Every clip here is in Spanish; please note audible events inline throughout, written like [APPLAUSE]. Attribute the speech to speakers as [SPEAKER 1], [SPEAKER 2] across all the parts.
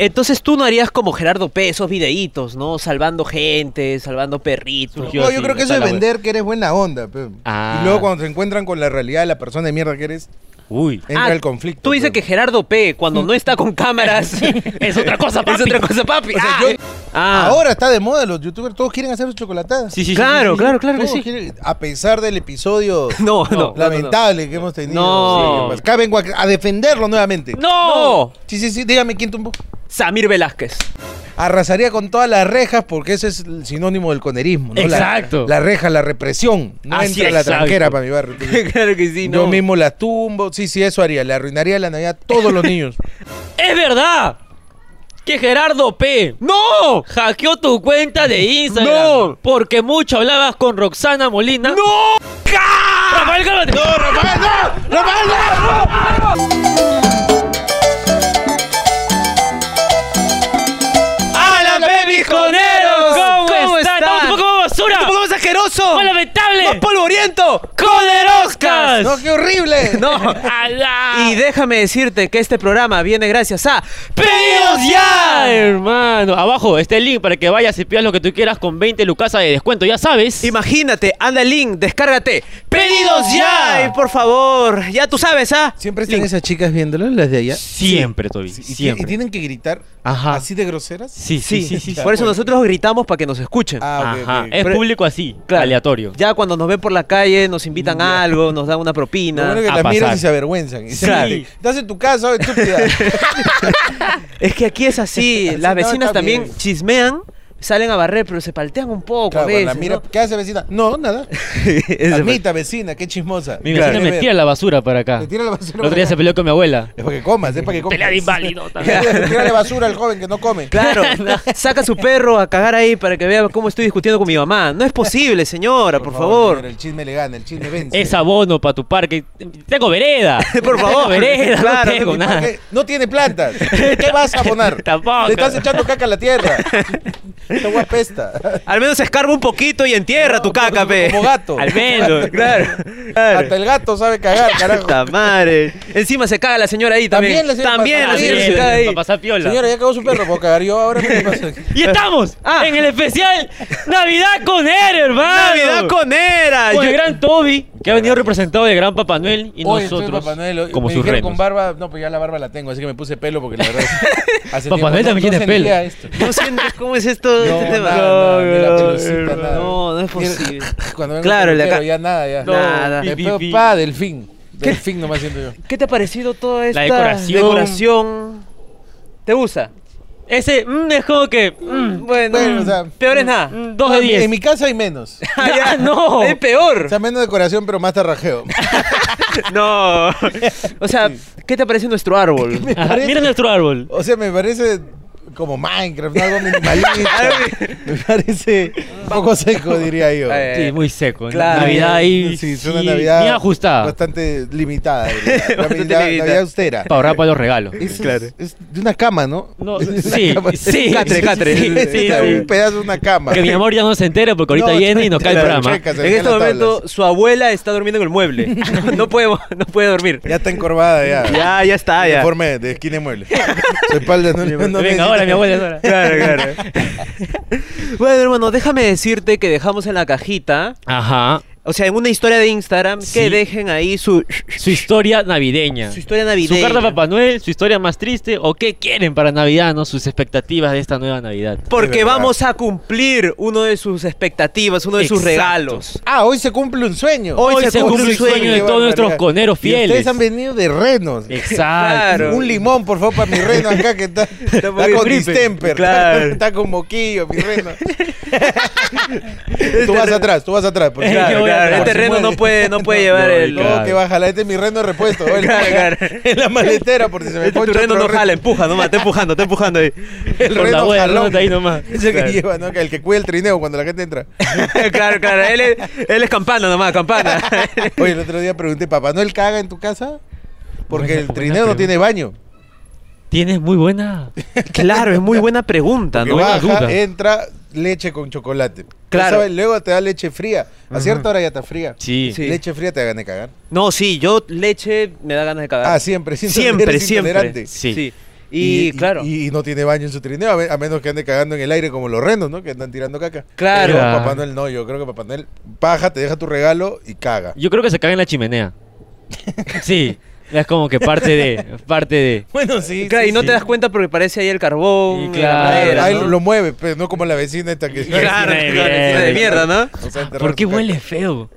[SPEAKER 1] Entonces tú no harías como Gerardo P, esos videitos, ¿no? Salvando gente, salvando perritos.
[SPEAKER 2] no, yo creo que eso es vender que eres buena onda. pe.
[SPEAKER 3] Ah.
[SPEAKER 2] Y luego cuando se encuentran con la realidad de la persona de mierda que eres,
[SPEAKER 3] Uy.
[SPEAKER 2] entra
[SPEAKER 1] Ah,
[SPEAKER 2] el conflicto.
[SPEAKER 1] Tú dices
[SPEAKER 2] pe.
[SPEAKER 1] que Gerardo P, cuando no está con
[SPEAKER 2] [LAUGHS]
[SPEAKER 1] cámaras, es otra cosa, papi. Es otra cosa, papi.
[SPEAKER 2] sea,
[SPEAKER 1] Ah,
[SPEAKER 2] yo-
[SPEAKER 1] eh. Ah.
[SPEAKER 2] Ahora está de moda los youtubers, todos quieren hacer sus chocolatadas.
[SPEAKER 3] Sí, sí, sí,
[SPEAKER 1] claro,
[SPEAKER 3] sí, sí.
[SPEAKER 1] claro, claro que
[SPEAKER 2] Todos
[SPEAKER 1] sí.
[SPEAKER 2] quieren- a pesar del episodio
[SPEAKER 1] No, no.
[SPEAKER 2] lamentable que hemos tenido.
[SPEAKER 1] No.
[SPEAKER 2] Sí, pues, Acá vengo a, a defenderlo nuevamente.
[SPEAKER 1] ¡No!
[SPEAKER 2] Sí, sí, sí, dígame quién tumbó.
[SPEAKER 1] Samir
[SPEAKER 2] [LAUGHS]
[SPEAKER 1] Velázquez.
[SPEAKER 2] Arrasaría con todas las rejas porque ese es el sinónimo del conerismo. ¿no? La-
[SPEAKER 3] Exacto.
[SPEAKER 2] La, reja, la represión. No
[SPEAKER 3] Así
[SPEAKER 2] entra
[SPEAKER 3] es,
[SPEAKER 2] la tranquera
[SPEAKER 3] exacto.
[SPEAKER 2] para mi
[SPEAKER 1] [LAUGHS]
[SPEAKER 2] barrio.
[SPEAKER 1] claro que sí,
[SPEAKER 2] Yo mismo las tumbo. Sí, sí, eso haría. Le arruinaría la Navidad a todos los niños.
[SPEAKER 3] ¡Es verdad! Que Gerardo P.
[SPEAKER 1] ¡No!
[SPEAKER 3] Hackeó tu cuenta de Instagram.
[SPEAKER 1] No.
[SPEAKER 3] Porque mucho hablabas con Roxana Molina. ¡No! ¡Rafael, cálmate! ¡No, Rafael, no! ¡Rafael, no! ¡Hola, baby coneros! ¿Cómo,
[SPEAKER 1] ¿Cómo
[SPEAKER 3] están?
[SPEAKER 1] están?
[SPEAKER 3] ¡Estamos un poco más basura!
[SPEAKER 1] ¡Un poco más asqueroso!
[SPEAKER 3] ¡Más lamentable!
[SPEAKER 1] ¡Más polvoriento!
[SPEAKER 3] ¡Coderoscas!
[SPEAKER 2] ¡No, qué
[SPEAKER 3] [LAUGHS]
[SPEAKER 2] horrible!
[SPEAKER 1] No.
[SPEAKER 3] ¡Alá!
[SPEAKER 1] Y déjame decirte que este programa viene gracias a
[SPEAKER 3] ¡Pedidos ya, hermano! Abajo está el link para que vayas y pidas lo que tú quieras con 20 lucas de descuento, ya sabes.
[SPEAKER 1] Imagínate, anda el link, descárgate. ¡Pedidos ya!
[SPEAKER 3] ya!
[SPEAKER 1] Y por favor, ya tú sabes, ¿ah?
[SPEAKER 2] Siempre están esas chicas viéndolo, las de allá.
[SPEAKER 3] siempre, Toby,
[SPEAKER 2] Y- y- Y,
[SPEAKER 3] siempre.
[SPEAKER 2] tienen que gritar
[SPEAKER 3] Ajá.
[SPEAKER 2] así de groseras.
[SPEAKER 3] Sí, sí, sí, sí. sí.
[SPEAKER 1] Por eso nosotros gritamos para que nos escuchen.
[SPEAKER 2] Ah, ok,
[SPEAKER 3] Ajá,
[SPEAKER 2] ok.
[SPEAKER 3] es
[SPEAKER 1] Pero-
[SPEAKER 3] público así,
[SPEAKER 1] Claro.
[SPEAKER 3] aleatorio.
[SPEAKER 1] Ya cuando nos ven por la calle, nos invitan a algo, nos dan una
[SPEAKER 2] Lo
[SPEAKER 1] propina. Ah,
[SPEAKER 2] bueno que
[SPEAKER 3] a
[SPEAKER 2] las miras
[SPEAKER 3] pasar.
[SPEAKER 2] y se avergüenzan. Y se
[SPEAKER 3] Claro.
[SPEAKER 2] meten. Estás en tu casa, oh,
[SPEAKER 3] [LAUGHS]
[SPEAKER 2] estúpida.
[SPEAKER 1] Es que aquí es así.
[SPEAKER 2] Sí,
[SPEAKER 1] Las
[SPEAKER 2] no,
[SPEAKER 1] vecinas
[SPEAKER 2] está
[SPEAKER 1] también
[SPEAKER 2] bien.
[SPEAKER 1] chismean, salen a barrer, pero se paltean un poco a
[SPEAKER 2] claro,
[SPEAKER 1] veces.
[SPEAKER 2] la mira,
[SPEAKER 1] ¿no?
[SPEAKER 2] ¿qué hace vecina? No,
[SPEAKER 3] [LAUGHS]
[SPEAKER 2] nada.
[SPEAKER 1] [LAUGHS] Ese fue-
[SPEAKER 2] Admita, vecina, qué chismosa.
[SPEAKER 3] Mi vecina
[SPEAKER 2] Claro.
[SPEAKER 3] me tira la basura para acá.
[SPEAKER 2] Te tira la basura.
[SPEAKER 3] El otro día se peleó con mi abuela.
[SPEAKER 2] [LAUGHS] Es para que comas, es para que comas.
[SPEAKER 3] Pelea de
[SPEAKER 2] [LAUGHS]
[SPEAKER 3] inválido también.
[SPEAKER 2] Tira la basura al joven que no
[SPEAKER 1] [LAUGHS]
[SPEAKER 2] come.
[SPEAKER 1] Claro, saca a su perro a cagar ahí para que vea cómo estoy discutiendo con mi mamá. No es posible, señora, por, favor.
[SPEAKER 2] señora, el chisme le gana, el
[SPEAKER 3] [LAUGHS]
[SPEAKER 2] chisme vence.
[SPEAKER 3] Es abono para tu parque. Tengo vereda.
[SPEAKER 1] Por favor.
[SPEAKER 3] Tengo vereda,
[SPEAKER 1] Claro,
[SPEAKER 3] no tengo
[SPEAKER 2] ¿Y
[SPEAKER 3] nada.
[SPEAKER 2] para qué? No tiene
[SPEAKER 3] [LAUGHS]
[SPEAKER 2] plantas. ¿Qué vas a poner?
[SPEAKER 3] Tampoco.
[SPEAKER 2] Le estás echando caca a la
[SPEAKER 3] [LAUGHS]
[SPEAKER 2] tierra. Esta agua pesta.
[SPEAKER 1] Al menos escarba un poquito y entierra tu caca, pe.
[SPEAKER 2] Como gato. [LAUGHS]
[SPEAKER 3] Al menos.
[SPEAKER 1] Claro,
[SPEAKER 2] Hasta
[SPEAKER 1] claro.
[SPEAKER 2] el gato
[SPEAKER 1] [LAUGHS]
[SPEAKER 2] sabe cagar, carajo.
[SPEAKER 1] Puta madre. Encima se caga la señora ahí también.
[SPEAKER 2] También la señora-
[SPEAKER 1] También la
[SPEAKER 2] También,
[SPEAKER 1] señora se
[SPEAKER 2] también.
[SPEAKER 1] caga ahí.
[SPEAKER 3] Para pasar piola.
[SPEAKER 2] Señora, ya acabó su perro, puedo cagar yo ahora. ¿Qué
[SPEAKER 1] [LAUGHS]
[SPEAKER 2] pasa?
[SPEAKER 3] Y estamos
[SPEAKER 1] Ah.
[SPEAKER 3] en el especial Navidad con él, hermano.
[SPEAKER 1] Navidad con era.
[SPEAKER 3] Con el
[SPEAKER 1] Yo-
[SPEAKER 3] gran Toby, que ha venido representado de gran Papá Noel y
[SPEAKER 2] Hoy
[SPEAKER 3] nosotros
[SPEAKER 2] estoy Papá Noel, hoy-
[SPEAKER 3] como
[SPEAKER 2] me
[SPEAKER 3] sus
[SPEAKER 2] dijeron
[SPEAKER 3] remos.
[SPEAKER 2] con barba, no, pues ya la barba la tengo, así que me puse pelo porque la verdad
[SPEAKER 3] [LAUGHS]
[SPEAKER 2] hace
[SPEAKER 3] Papá Noel también tiene
[SPEAKER 2] se
[SPEAKER 3] pelo.
[SPEAKER 1] [LAUGHS]
[SPEAKER 2] lea esto.
[SPEAKER 1] No sientes cómo es esto.
[SPEAKER 2] [LAUGHS] No,
[SPEAKER 1] este tema?
[SPEAKER 2] nada, nada, ni la pelucita, nada.
[SPEAKER 1] no, no es
[SPEAKER 2] Mira,
[SPEAKER 1] posible.
[SPEAKER 2] [LAUGHS] Cuando vengo
[SPEAKER 1] Claro,
[SPEAKER 2] con
[SPEAKER 1] le
[SPEAKER 2] el
[SPEAKER 1] acá-
[SPEAKER 2] pelo, ya nada, ya.
[SPEAKER 1] No, Nada.
[SPEAKER 2] Me
[SPEAKER 3] pi,
[SPEAKER 2] pego,
[SPEAKER 3] pi.
[SPEAKER 2] pa, delfín. Delfín nomás siento yo.
[SPEAKER 1] ¿Qué te ha parecido toda esta
[SPEAKER 3] decoración.
[SPEAKER 1] decoración? ¿Te gusta?
[SPEAKER 3] Ese mm, es como que. mm,
[SPEAKER 1] Bueno,
[SPEAKER 2] Bueno, o sea,
[SPEAKER 1] peor es nada.
[SPEAKER 3] mm, dos de
[SPEAKER 2] No, En
[SPEAKER 3] diez.
[SPEAKER 2] mi casa hay menos.
[SPEAKER 1] Ah, [LAUGHS] ya.
[SPEAKER 3] no.
[SPEAKER 1] [LAUGHS] Es peor.
[SPEAKER 2] O sea, menos decoración, pero más tarrajeo.
[SPEAKER 1] no. O sea, ¿qué te parece nuestro árbol?
[SPEAKER 3] [LAUGHS] Ajá,
[SPEAKER 2] parece-
[SPEAKER 3] Ah, mira nuestro árbol.
[SPEAKER 2] O sea, me parece como Minecraft, [LAUGHS] algo minimalista. me parece un poco seco, diría yo.
[SPEAKER 1] Eh,
[SPEAKER 3] Sí, muy seco. ¿no?
[SPEAKER 1] claro.
[SPEAKER 3] Navidad ahí.
[SPEAKER 2] Sí, es una
[SPEAKER 3] sí,
[SPEAKER 2] Navidad
[SPEAKER 3] Bien ajustada.
[SPEAKER 2] bastante limitada. diría.
[SPEAKER 1] Bastante
[SPEAKER 2] Navidad,
[SPEAKER 1] limitada.
[SPEAKER 2] Navidad austera.
[SPEAKER 3] Para ahorrar para los regalos. [LAUGHS]
[SPEAKER 2] Es, es- es de una cama, ¿no?
[SPEAKER 3] No,
[SPEAKER 2] Es de una
[SPEAKER 3] sí,
[SPEAKER 2] cama.
[SPEAKER 3] sí.
[SPEAKER 1] Catre, catre.
[SPEAKER 3] Sí,
[SPEAKER 2] Es
[SPEAKER 3] sí,
[SPEAKER 2] de
[SPEAKER 3] sí.
[SPEAKER 2] un pedazo de una cama.
[SPEAKER 3] Que mi amor ya no se entere porque ahorita
[SPEAKER 2] No,
[SPEAKER 3] viene y nos cae el
[SPEAKER 2] claro,
[SPEAKER 3] programa.
[SPEAKER 2] checa, se
[SPEAKER 1] en
[SPEAKER 2] le
[SPEAKER 1] este
[SPEAKER 2] caen las
[SPEAKER 1] momento
[SPEAKER 2] tablas.
[SPEAKER 1] su abuela está durmiendo en el mueble. No puede, no puede dormir.
[SPEAKER 2] Ya está encorvada ya.
[SPEAKER 1] Ya, ya está, ya.
[SPEAKER 2] Informe de esquina de
[SPEAKER 3] [LAUGHS]
[SPEAKER 2] mueble. Su espalda no, no
[SPEAKER 3] Venga,
[SPEAKER 2] necesita-
[SPEAKER 3] ahora, mi abuela. ahora.
[SPEAKER 1] Claro, claro. bueno, hermano, déjame decirte que dejamos en la cajita,
[SPEAKER 3] Ajá.
[SPEAKER 1] o sea, en una historia de Instagram,
[SPEAKER 3] Sí.
[SPEAKER 1] que dejen ahí su,
[SPEAKER 3] Su historia navideña.
[SPEAKER 1] su historia navideña.
[SPEAKER 3] Su carta a Papá Noel, su historia más triste o qué quieren para Navidad, ¿no? Sus expectativas de esta nueva Navidad.
[SPEAKER 1] Porque
[SPEAKER 2] De verdad.
[SPEAKER 1] vamos a cumplir uno de sus expectativas, uno de sus
[SPEAKER 3] Exacto.
[SPEAKER 1] regalos.
[SPEAKER 2] Ah, hoy se cumple un sueño.
[SPEAKER 1] Hoy
[SPEAKER 3] Hoy
[SPEAKER 1] se
[SPEAKER 3] se cumple
[SPEAKER 1] cumple
[SPEAKER 3] el
[SPEAKER 1] un sueño
[SPEAKER 3] sueño de
[SPEAKER 2] Qué
[SPEAKER 3] todos nuestros
[SPEAKER 2] barbaridad.
[SPEAKER 3] coneros
[SPEAKER 2] Y ustedes
[SPEAKER 3] fieles.
[SPEAKER 2] han venido de renos.
[SPEAKER 3] Exacto.
[SPEAKER 1] Claro.
[SPEAKER 2] Un limón, por favor, para mi reno acá que
[SPEAKER 1] [LAUGHS]
[SPEAKER 2] está, está
[SPEAKER 1] un poquito
[SPEAKER 2] con
[SPEAKER 1] gripe.
[SPEAKER 2] distemper.
[SPEAKER 1] Claro.
[SPEAKER 2] [LAUGHS] Está, con moquillo, mi reno.
[SPEAKER 1] [LAUGHS]
[SPEAKER 2] tú vas atrás, tú vas atrás.
[SPEAKER 1] [LAUGHS]
[SPEAKER 2] Porque
[SPEAKER 3] Yo
[SPEAKER 1] Claro,
[SPEAKER 3] voy a
[SPEAKER 1] claro,
[SPEAKER 3] traer.
[SPEAKER 1] Este reno no puede, no [LAUGHS] puede llevar
[SPEAKER 3] no,
[SPEAKER 1] el.
[SPEAKER 2] No,
[SPEAKER 3] Claro.
[SPEAKER 2] que va a jalar. Este es mi reno de
[SPEAKER 1] [LAUGHS]
[SPEAKER 2] repuesto. En la,
[SPEAKER 1] Claro, claro.
[SPEAKER 2] [LAUGHS] en la maletera, porque se me
[SPEAKER 1] Este tu
[SPEAKER 2] poncha
[SPEAKER 1] reno
[SPEAKER 2] otro
[SPEAKER 1] no jala,
[SPEAKER 2] [LAUGHS]
[SPEAKER 1] empuja nomás, está empujando, está empujando ahí. [LAUGHS]
[SPEAKER 2] El
[SPEAKER 3] Por la
[SPEAKER 2] reno
[SPEAKER 3] abuela,
[SPEAKER 2] jalón.
[SPEAKER 3] ¿no? Está ahí [LAUGHS] nomás.
[SPEAKER 2] Es el que
[SPEAKER 3] Claro.
[SPEAKER 2] lleva, ¿no? Que El que cuida el trineo cuando la
[SPEAKER 1] [LAUGHS]
[SPEAKER 2] gente entra.
[SPEAKER 1] claro, claro, él es, él es campana nomás, campana.
[SPEAKER 2] Oye, el otro día pregunté, ¿Papá Noel caga en tu casa? Porque
[SPEAKER 3] Buena-
[SPEAKER 2] el
[SPEAKER 3] buena
[SPEAKER 2] trineo no
[SPEAKER 3] pregunta.
[SPEAKER 2] tiene baño.
[SPEAKER 3] Tienes muy buena.
[SPEAKER 1] [LAUGHS] claro, es muy buena pregunta,
[SPEAKER 2] Que
[SPEAKER 1] ¿no?
[SPEAKER 3] Porque
[SPEAKER 2] baja,
[SPEAKER 3] duda.
[SPEAKER 2] entra leche con chocolate.
[SPEAKER 1] Claro.
[SPEAKER 2] Claro. Luego te da leche fría. A cierta hora ya está fría.
[SPEAKER 3] Sí.
[SPEAKER 1] Sí.
[SPEAKER 2] Leche fría te hagan de cagar.
[SPEAKER 1] No, sí, yo leche me da ganas de cagar.
[SPEAKER 2] Ah, siempre. [LAUGHS] sin-
[SPEAKER 1] Siempre,
[SPEAKER 2] eres
[SPEAKER 1] siempre.
[SPEAKER 2] intolerante.
[SPEAKER 3] Sí.
[SPEAKER 1] Sí. Y, claro.
[SPEAKER 2] Y, y no tiene baño en su trineo, a, ve- a menos que ande cagando en el aire como los renos, ¿no? Que andan tirando caca.
[SPEAKER 1] Claro.
[SPEAKER 2] Pero Papá Noel no, yo creo que Papá Noel baja, te deja tu regalo y
[SPEAKER 1] [LAUGHS]
[SPEAKER 2] caga.
[SPEAKER 3] Yo creo que se caga en la [LAUGHS] chimenea. Sí, es como que parte de. Parte de.
[SPEAKER 2] Bueno, sí.
[SPEAKER 1] Claro, y no
[SPEAKER 3] sí.
[SPEAKER 1] te das cuenta porque parece ahí el carbón. la
[SPEAKER 3] Y claro,
[SPEAKER 1] madera,
[SPEAKER 2] ahí
[SPEAKER 1] ¿no?
[SPEAKER 2] lo mueve, pero no como la vecina esta que...
[SPEAKER 1] [LAUGHS]
[SPEAKER 2] [LAUGHS]
[SPEAKER 1] Claro,
[SPEAKER 3] Sí,
[SPEAKER 1] claro,
[SPEAKER 3] bien.
[SPEAKER 1] de mierda, ¿no?
[SPEAKER 2] O sea, enterrar
[SPEAKER 3] ¿Por qué
[SPEAKER 2] su caca. [LAUGHS]
[SPEAKER 3] huele feo?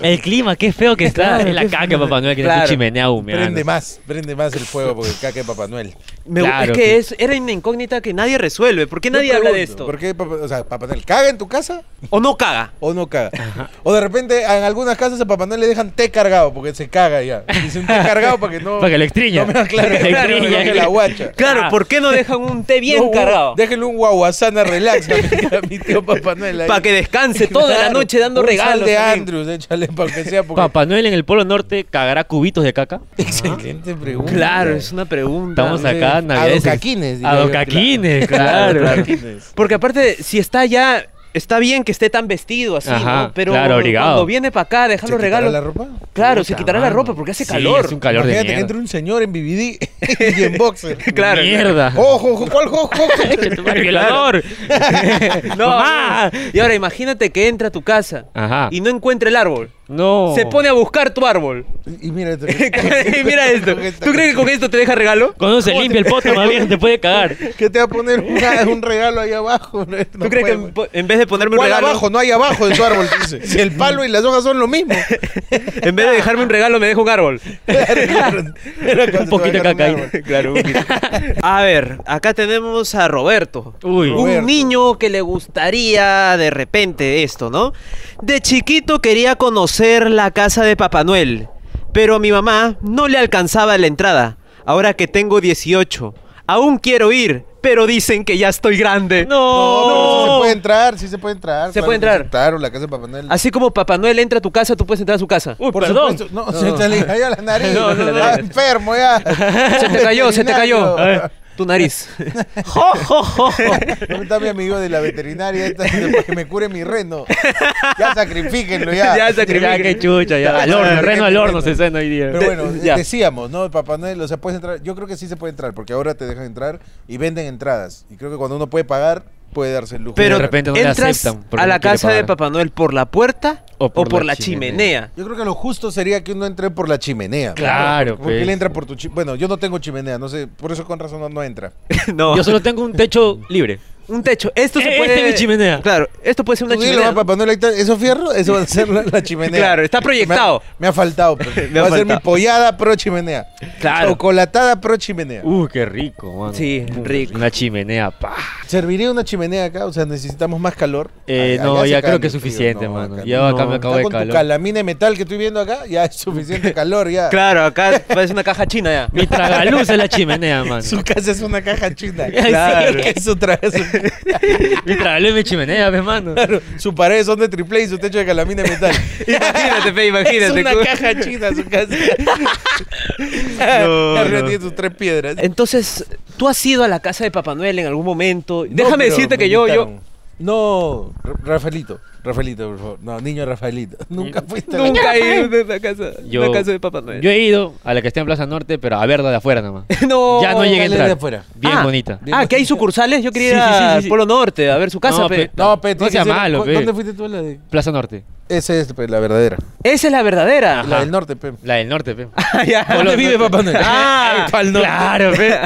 [SPEAKER 3] El clima, qué feo que está.
[SPEAKER 1] Claro,
[SPEAKER 3] es la
[SPEAKER 1] qué
[SPEAKER 3] caca,
[SPEAKER 1] feo.
[SPEAKER 3] papá Noel, que está en
[SPEAKER 1] Claro.
[SPEAKER 3] tu chimenea húmeda.
[SPEAKER 2] Prende más, prende más el fuego porque caca de Papá Noel.
[SPEAKER 1] Me-
[SPEAKER 3] Claro,
[SPEAKER 1] es
[SPEAKER 3] que-
[SPEAKER 1] que es, era una incógnita que nadie resuelve. ¿Por qué
[SPEAKER 2] Yo
[SPEAKER 1] nadie habla de
[SPEAKER 2] pregunto,
[SPEAKER 1] esto?
[SPEAKER 2] ¿Por qué Papá, o sea, Papá Noel caga en tu casa
[SPEAKER 1] O no caga.
[SPEAKER 2] o no caga? O de repente en algunas casas a Papá Noel le dejan té cargado porque se caga ya. Dice un té cargado para
[SPEAKER 1] [LAUGHS]
[SPEAKER 2] que no...
[SPEAKER 3] Para que lo extriña. [LAUGHS]
[SPEAKER 2] No me aclare,
[SPEAKER 3] Que lo
[SPEAKER 1] claro,
[SPEAKER 2] no me
[SPEAKER 3] extriña.
[SPEAKER 2] baje la guacha.
[SPEAKER 1] Claro,
[SPEAKER 3] Ah.
[SPEAKER 1] ¿por qué [LAUGHS] no dejan un té [LAUGHS] bien
[SPEAKER 2] No, un-
[SPEAKER 1] cargado?
[SPEAKER 2] Déjele un guaguasana relax a mi- a mi tío Papá Noel ahí.
[SPEAKER 1] Para que
[SPEAKER 2] [LAUGHS]
[SPEAKER 1] descanse toda la
[SPEAKER 2] Claro,
[SPEAKER 1] noche dando
[SPEAKER 2] un sal
[SPEAKER 1] regalos.
[SPEAKER 2] de
[SPEAKER 1] también.
[SPEAKER 2] Andrews, échale para que sea porque...
[SPEAKER 3] Papá Noel en el Polo Norte cagará cubitos de caca.
[SPEAKER 2] Excelente pregunta.
[SPEAKER 1] Claro, es una pregunta.
[SPEAKER 3] Estamos
[SPEAKER 2] Claro.
[SPEAKER 3] acá,
[SPEAKER 2] A
[SPEAKER 3] navidades.
[SPEAKER 2] docaquines, diría
[SPEAKER 3] A
[SPEAKER 2] yo,
[SPEAKER 3] docaquines, claro.
[SPEAKER 1] Porque aparte, si está allá, está bien que esté tan vestido así,
[SPEAKER 3] Ajá,
[SPEAKER 1] ¿no? Pero
[SPEAKER 3] claro, obligado.
[SPEAKER 1] cuando viene para acá, deja
[SPEAKER 2] ¿Se
[SPEAKER 1] los
[SPEAKER 2] quitará
[SPEAKER 1] regalos.
[SPEAKER 2] la ropa?
[SPEAKER 1] Claro, se
[SPEAKER 3] Puta
[SPEAKER 1] quitará la
[SPEAKER 3] mano.
[SPEAKER 1] ropa porque hace
[SPEAKER 3] Sí,
[SPEAKER 1] calor.
[SPEAKER 3] es un calor de
[SPEAKER 2] Imagínate que
[SPEAKER 3] mierda.
[SPEAKER 2] entre un señor en BBD [LAUGHS]
[SPEAKER 1] [LAUGHS]
[SPEAKER 2] y en boxer.
[SPEAKER 1] Claro.
[SPEAKER 3] Mierda. [LAUGHS]
[SPEAKER 2] ¡Ojo, ojo! ¿Cuál ojo?
[SPEAKER 3] Que tu madre, violador.
[SPEAKER 1] [LAUGHS] [LAUGHS] No,
[SPEAKER 3] Mamá. Ah.
[SPEAKER 1] no. Y ahora imagínate que entra a tu casa
[SPEAKER 3] Ajá.
[SPEAKER 1] y no encuentra el árbol.
[SPEAKER 3] No.
[SPEAKER 1] Se pone a buscar tu
[SPEAKER 2] [LAUGHS]
[SPEAKER 1] árbol.
[SPEAKER 2] Y mira, esto.
[SPEAKER 1] [LAUGHS] Y
[SPEAKER 2] [LAUGHS]
[SPEAKER 1] Mira esto. ¿Tú crees que con esto te deja regalo?
[SPEAKER 3] Cuando se limpia el poto, más bien te puede cagar.
[SPEAKER 2] que te va a poner una-
[SPEAKER 1] [LAUGHS]
[SPEAKER 2] un [LAUGHS] regalo ahí abajo? No
[SPEAKER 1] ¿Tú crees que en,
[SPEAKER 2] puede.
[SPEAKER 1] po-
[SPEAKER 2] pues.
[SPEAKER 1] en vez de ponerme un
[SPEAKER 2] ¿Cuál
[SPEAKER 1] regalo,
[SPEAKER 2] abajo? No hay abajo de
[SPEAKER 1] [LAUGHS]
[SPEAKER 2] tu árbol, dice. Si el palo y las hojas son lo mismo. [LAUGHS]
[SPEAKER 1] en vez de dejarme un regalo, me deja un árbol?
[SPEAKER 2] un
[SPEAKER 3] poquito de caca ahí.
[SPEAKER 1] Claro,
[SPEAKER 3] [LAUGHS]
[SPEAKER 1] un poquito. A ver, acá tenemos a Roberto.
[SPEAKER 3] Uy.
[SPEAKER 2] Roberto.
[SPEAKER 1] Un niño que le gustaría de repente esto, ¿no? De chiquito quería conocer la casa de Papá Noel, pero mi mamá no le alcanzaba la entrada. Ahora que tengo 18, aún quiero ir, pero dicen que ya estoy grande.
[SPEAKER 2] No, pero sí se
[SPEAKER 1] No.
[SPEAKER 2] puede entrar, sí se puede entrar.
[SPEAKER 1] Se puede
[SPEAKER 2] que
[SPEAKER 1] entrar. Ah,
[SPEAKER 2] sí, Claro, la casa de Papá Noel.
[SPEAKER 1] Así como Papá Noel entra a tu casa, tú puedes entrar a su casa.
[SPEAKER 3] Uy,
[SPEAKER 2] Por
[SPEAKER 3] perdón.
[SPEAKER 2] supuesto. No, se te le cayó la nariz.
[SPEAKER 1] No, no, no, no.
[SPEAKER 2] Ah, enfermo ya.
[SPEAKER 1] [LAUGHS] Se te cayó, se te
[SPEAKER 3] [LAUGHS]
[SPEAKER 1] cayó.
[SPEAKER 2] Veterinario. [LAUGHS]
[SPEAKER 1] Tu nariz.
[SPEAKER 3] Jo, jo, jo, jo.
[SPEAKER 2] ¿Dónde está mi amigo de la veterinaria esta para que me cure mi reno? Ya sacrifíquenlo,
[SPEAKER 1] [LAUGHS]
[SPEAKER 2] ya.
[SPEAKER 1] [LAUGHS] Ya sacrifiquen.
[SPEAKER 3] Ya, qué chucha, ya. Al horno, reno al horno se cena hoy día.
[SPEAKER 2] Pero bueno,
[SPEAKER 1] Ya.
[SPEAKER 2] decíamos, ¿no? Papá Noel, o sea, puedes entrar. Yo creo que sí se puede entrar, porque ahora te dejan entrar y venden entradas. Y creo que cuando uno puede pagar, puede darse el lujo. de
[SPEAKER 1] Pero
[SPEAKER 3] de
[SPEAKER 2] entrar.
[SPEAKER 3] repente no le
[SPEAKER 1] entras
[SPEAKER 3] aceptan porque
[SPEAKER 1] a
[SPEAKER 3] no
[SPEAKER 1] la
[SPEAKER 3] quiere
[SPEAKER 1] casa de
[SPEAKER 3] pagar.
[SPEAKER 1] Papá Noel por la puerta o por, la, chimenea.
[SPEAKER 2] Yo creo que lo justo sería que uno entre por la chimenea. ¿no?
[SPEAKER 3] Claro,
[SPEAKER 2] Porque
[SPEAKER 3] pues.
[SPEAKER 2] él entra por tu chi- Bueno, yo no tengo chimenea, no sé, por eso con razón no, no entra.
[SPEAKER 1] [LAUGHS] no,
[SPEAKER 3] Yo solo tengo un techo libre.
[SPEAKER 1] un techo. Esto se
[SPEAKER 3] Este
[SPEAKER 1] puede.
[SPEAKER 3] es mi chimenea.
[SPEAKER 1] Claro, esto puede ser una
[SPEAKER 2] Tú dile,
[SPEAKER 1] chimenea.
[SPEAKER 2] va, Papá Noel, ahí está, ¿eso fierro? Eso va a ser la, la chimenea.
[SPEAKER 1] [LAUGHS] Claro, está proyectado.
[SPEAKER 2] Me ha, me ha faltado. pero
[SPEAKER 1] [LAUGHS] Me ha
[SPEAKER 2] va a ser mi
[SPEAKER 1] faltado.
[SPEAKER 2] pollada pro chimenea.
[SPEAKER 1] Claro.
[SPEAKER 2] Chocolatada pro chimenea.
[SPEAKER 3] Uy, Uh, qué rico, mano.
[SPEAKER 1] Sí,
[SPEAKER 3] Uy,
[SPEAKER 1] rico.
[SPEAKER 3] Una chimenea, pa.
[SPEAKER 2] ¿Serviría una chimenea acá? O sea, necesitamos más calor.
[SPEAKER 3] Eh,
[SPEAKER 2] Allá
[SPEAKER 3] no,
[SPEAKER 2] hace
[SPEAKER 3] ya creo
[SPEAKER 2] calor,
[SPEAKER 3] que es
[SPEAKER 2] frío,
[SPEAKER 3] suficiente,
[SPEAKER 2] no,
[SPEAKER 3] mano.
[SPEAKER 2] acá
[SPEAKER 3] Ya
[SPEAKER 2] no.
[SPEAKER 3] acá me acabo
[SPEAKER 2] Acá
[SPEAKER 3] de
[SPEAKER 2] con tu
[SPEAKER 3] calor.
[SPEAKER 2] calamina de metal que estoy viendo acá, ya es suficiente calor, ya.
[SPEAKER 1] Claro, acá parece una caja china ya.
[SPEAKER 3] Mi tragaluz es la chimenea, mano.
[SPEAKER 2] Su casa es una caja china.
[SPEAKER 1] Claro.
[SPEAKER 2] Eso trae su-
[SPEAKER 3] Mi tragaluz es mi chimenea, pues,
[SPEAKER 1] [LAUGHS]
[SPEAKER 3] mano.
[SPEAKER 2] Claro, sus paredes son de triple y su techo de calamina de metal.
[SPEAKER 1] [LAUGHS] Imagínate, fe, imagínate.
[SPEAKER 2] Es una
[SPEAKER 1] cu-
[SPEAKER 2] caja china su casa.
[SPEAKER 1] [LAUGHS]
[SPEAKER 2] [LAUGHS]
[SPEAKER 1] No, Eh,
[SPEAKER 2] Arriba
[SPEAKER 1] no.
[SPEAKER 2] tiene sus tres piedras.
[SPEAKER 1] Entonces, tú has ido a la casa de Papá Noel en algún momento.
[SPEAKER 2] No,
[SPEAKER 1] Déjame
[SPEAKER 2] pero
[SPEAKER 1] decirte
[SPEAKER 2] me
[SPEAKER 1] que yo, yo
[SPEAKER 2] invitaron. No, Ra- Rafaelito. Rafaelito, por favor. No, niño Rafaelito. Nunca fuiste a la
[SPEAKER 1] nunca he ido a la casa,
[SPEAKER 3] Yo-
[SPEAKER 1] la casa de Papá Noel.
[SPEAKER 3] Yo he ido a la que está en Plaza Norte, pero a verla de afuera nomás.
[SPEAKER 1] [LAUGHS] no.
[SPEAKER 3] ya no
[SPEAKER 2] llega
[SPEAKER 3] llegué
[SPEAKER 2] dale
[SPEAKER 3] a
[SPEAKER 2] de
[SPEAKER 3] entrar.
[SPEAKER 2] afuera.
[SPEAKER 3] Bien
[SPEAKER 1] Ah,
[SPEAKER 3] bonita.
[SPEAKER 1] Ah, que hay sucursales. Yo quería
[SPEAKER 3] Sí,
[SPEAKER 1] ir
[SPEAKER 3] sí, sí, sí,
[SPEAKER 1] al
[SPEAKER 3] sí.
[SPEAKER 1] Polo Norte a ver su casa.
[SPEAKER 3] No,
[SPEAKER 1] pe.
[SPEAKER 3] pe-
[SPEAKER 2] No, pero
[SPEAKER 3] No sea malo, pe.
[SPEAKER 2] ¿Dónde fuiste tú a la de?
[SPEAKER 3] Plaza Norte.
[SPEAKER 2] Esa es pe, la verdadera.
[SPEAKER 1] Esa es la verdadera.
[SPEAKER 2] La del norte, pe.
[SPEAKER 3] La del norte,
[SPEAKER 1] [LAUGHS]
[SPEAKER 3] pe.
[SPEAKER 1] Ah, ya.
[SPEAKER 3] Polo
[SPEAKER 2] vive
[SPEAKER 3] Norte. [LAUGHS]
[SPEAKER 2] Papá Noel?
[SPEAKER 1] Ah,
[SPEAKER 2] Pal norte.
[SPEAKER 3] Claro, pe.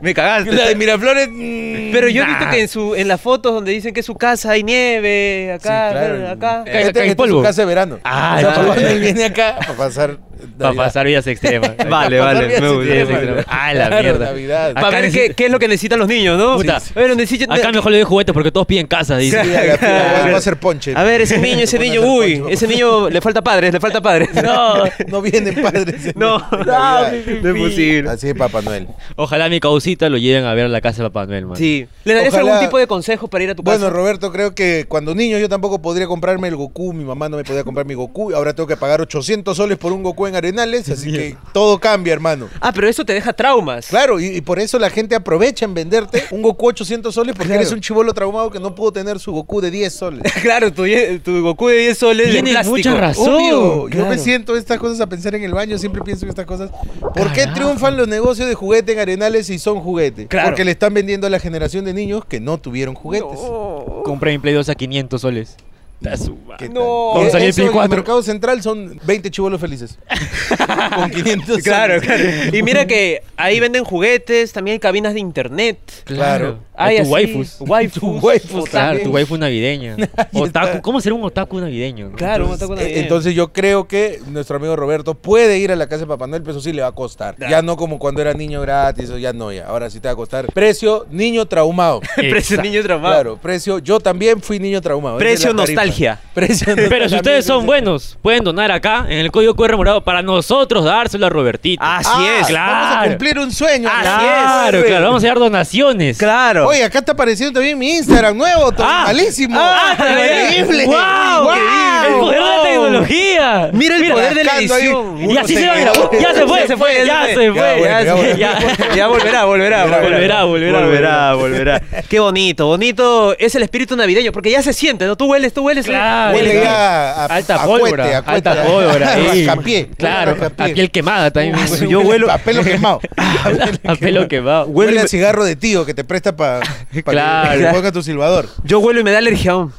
[SPEAKER 1] Me [LAUGHS] cagaste.
[SPEAKER 2] La de Miraflores. mm,
[SPEAKER 1] Pero yo he
[SPEAKER 3] Nah.
[SPEAKER 1] visto que en, su, en las fotos donde dicen que es su casa hay nieve,
[SPEAKER 2] Sí,
[SPEAKER 1] acá,
[SPEAKER 2] claro.
[SPEAKER 1] acá.
[SPEAKER 2] Este-
[SPEAKER 3] Acá hay
[SPEAKER 2] este es su
[SPEAKER 3] polvo.
[SPEAKER 2] casa de verano.
[SPEAKER 3] Ah,
[SPEAKER 2] o sea,
[SPEAKER 3] claro.
[SPEAKER 2] Papá Noel viene acá para pasar.
[SPEAKER 3] Para pasar vidas extremas.
[SPEAKER 1] [LAUGHS] Vale, vale,
[SPEAKER 2] Papá Noel
[SPEAKER 1] me
[SPEAKER 2] se
[SPEAKER 1] gusta, me
[SPEAKER 2] tiene
[SPEAKER 1] gusta.
[SPEAKER 2] Navidad.
[SPEAKER 3] Ah, la
[SPEAKER 2] Claro,
[SPEAKER 3] mierda.
[SPEAKER 2] Navidad.
[SPEAKER 3] Ah,
[SPEAKER 1] Para
[SPEAKER 3] Acá
[SPEAKER 1] ver
[SPEAKER 3] neces-
[SPEAKER 1] qué, qué es lo que necesitan los niños, ¿no?
[SPEAKER 3] Puta.
[SPEAKER 1] A ver, necesitan...
[SPEAKER 3] Acá mejor le doy juguetes porque todos piden casa, [LAUGHS] dice.
[SPEAKER 2] Sí, acá, mira, va a ser ponche.
[SPEAKER 1] A ver, ese niño, ese
[SPEAKER 2] Se pone
[SPEAKER 1] niño,
[SPEAKER 2] a hacer
[SPEAKER 1] uy,
[SPEAKER 2] ponche.
[SPEAKER 1] ese niño le falta padres, le falta padres. [LAUGHS] No,
[SPEAKER 2] No vienen padres. en
[SPEAKER 1] [LAUGHS] no,
[SPEAKER 2] Navidad.
[SPEAKER 1] no es posible.
[SPEAKER 2] Así es Papá Noel.
[SPEAKER 3] Ojalá mi causita lo lleven a ver a la casa de Papá Noel, man.
[SPEAKER 1] Sí. ¿Le darías
[SPEAKER 2] Ojalá-
[SPEAKER 1] algún tipo de consejo para ir a tu casa?
[SPEAKER 2] Bueno, Roberto, creo que cuando niño yo tampoco podría comprarme el Goku, mi mamá no me podía comprar mi Goku, ahora tengo que pagar 800 soles por un Goku en terrenales, así que todo cambia, hermano.
[SPEAKER 1] Ah, pero eso te deja traumas.
[SPEAKER 2] Claro, y, y por eso la gente aprovecha en venderte un Goku 800 soles porque
[SPEAKER 1] Claro.
[SPEAKER 2] eres un chivolo traumado que no pudo tener su Goku de 10 soles.
[SPEAKER 1] [LAUGHS] Claro, tu, ye- tu Goku de 10 soles de
[SPEAKER 3] Tienes
[SPEAKER 1] plástico.
[SPEAKER 3] mucha razón.
[SPEAKER 2] Obvio, yo
[SPEAKER 3] claro.
[SPEAKER 2] me siento estas cosas a pensar en el baño, siempre pienso en estas cosas. ¿Por qué
[SPEAKER 3] Carajo.
[SPEAKER 2] triunfan los negocios de juguete en Arenales si son juguete?
[SPEAKER 1] Claro.
[SPEAKER 2] Porque le están vendiendo a la generación de niños que no tuvieron juguetes.
[SPEAKER 1] No.
[SPEAKER 3] Compré mi Play 2 a 500 soles. Está su
[SPEAKER 2] ¿Qué tal?
[SPEAKER 1] No.
[SPEAKER 2] Eh,
[SPEAKER 1] Cuando
[SPEAKER 3] salió el
[SPEAKER 2] eso
[SPEAKER 3] Play
[SPEAKER 2] en
[SPEAKER 3] 4.
[SPEAKER 2] mercado central son 20 chivolos felices.
[SPEAKER 1] [LAUGHS]
[SPEAKER 2] Con 500 soles.
[SPEAKER 1] Claro, claro. Y mira que ahí venden juguetes, también hay cabinas de internet.
[SPEAKER 2] Claro.
[SPEAKER 1] Hay
[SPEAKER 3] tu
[SPEAKER 1] así,
[SPEAKER 3] waifus.
[SPEAKER 1] [LAUGHS] waifus,
[SPEAKER 2] Tu waifus,
[SPEAKER 1] otakus.
[SPEAKER 3] Claro, tu waifu
[SPEAKER 1] [LAUGHS]
[SPEAKER 3] navideña. Otaku. ¿Cómo será un otaku navideño?
[SPEAKER 1] Claro, un otaku
[SPEAKER 2] Eh,
[SPEAKER 1] navideño.
[SPEAKER 2] Entonces yo creo que nuestro amigo Roberto puede ir a la casa de Papá Noel, pero eso sí le va a costar.
[SPEAKER 1] Claro.
[SPEAKER 2] Ya no como cuando era niño gratis, o ya no, ya. Ahora sí te va a costar. Precio,
[SPEAKER 1] [LAUGHS]
[SPEAKER 2] niño traumado.
[SPEAKER 1] [LAUGHS] Precio
[SPEAKER 3] Exacto.
[SPEAKER 1] niño traumado.
[SPEAKER 2] Claro, precio. Yo también fui niño traumado. Esa
[SPEAKER 1] Precio
[SPEAKER 2] es la tarifa.
[SPEAKER 1] nostalgia. [LAUGHS]
[SPEAKER 2] Precio
[SPEAKER 3] Pero si
[SPEAKER 2] nostalgia.
[SPEAKER 3] ustedes son buenos, pueden donar acá en el código QR morado para nosotros dárselo a Robertito.
[SPEAKER 1] Así
[SPEAKER 2] Ah,
[SPEAKER 1] es.
[SPEAKER 2] Vamos a
[SPEAKER 3] claro.
[SPEAKER 2] cumplir un sueño.
[SPEAKER 1] Así
[SPEAKER 2] hermano.
[SPEAKER 3] claro,
[SPEAKER 1] es.
[SPEAKER 3] claro, vamos a dar donaciones.
[SPEAKER 1] Claro.
[SPEAKER 2] Oye, acá está apareciendo también mi Instagram nuevo, to-
[SPEAKER 3] Ah.
[SPEAKER 2] malísimo.
[SPEAKER 1] Ah,
[SPEAKER 2] increíble.
[SPEAKER 3] ¡Wow!
[SPEAKER 2] ¡Guau!
[SPEAKER 3] ¡El poder de la tecnología!
[SPEAKER 1] Mira el poder de la
[SPEAKER 2] rascando ahí.
[SPEAKER 1] edición.
[SPEAKER 3] Y
[SPEAKER 2] pues,
[SPEAKER 3] así se va a grabar. Ya se fue, ya se fue.
[SPEAKER 2] Ya,
[SPEAKER 3] Ya
[SPEAKER 2] bueno,
[SPEAKER 3] se-
[SPEAKER 2] ya,
[SPEAKER 3] ya.
[SPEAKER 1] Ya volverá, volverá,
[SPEAKER 3] Volverá, volverá,
[SPEAKER 1] volverá, volverá. [LAUGHS] Qué bonito, bonito es el espíritu navideño, porque ya se siente, ¿no? Tú hueles, tú hueles. ¿eh?
[SPEAKER 3] Claro.
[SPEAKER 2] Huele
[SPEAKER 1] Hueles.
[SPEAKER 2] ya a,
[SPEAKER 3] Alta
[SPEAKER 2] a
[SPEAKER 3] pólvora,
[SPEAKER 2] cohete, a cohete,
[SPEAKER 3] alta
[SPEAKER 2] a-
[SPEAKER 3] pólvora.
[SPEAKER 2] a [LAUGHS]
[SPEAKER 3] ahí.
[SPEAKER 2] rascapié,
[SPEAKER 3] Claro,
[SPEAKER 2] a rascapié.
[SPEAKER 3] a piel quemada también. [LAUGHS]
[SPEAKER 1] Ah, su-
[SPEAKER 2] Huele
[SPEAKER 1] yo huelo-
[SPEAKER 2] a pelo quemado.
[SPEAKER 3] A pelo quemado.
[SPEAKER 2] Huele, a cigarro de tío que te presta para
[SPEAKER 3] [LAUGHS] Claro.
[SPEAKER 2] que le ponga tu
[SPEAKER 3] [LAUGHS]
[SPEAKER 2] silbador.
[SPEAKER 1] Yo huelo y me da alergia aún.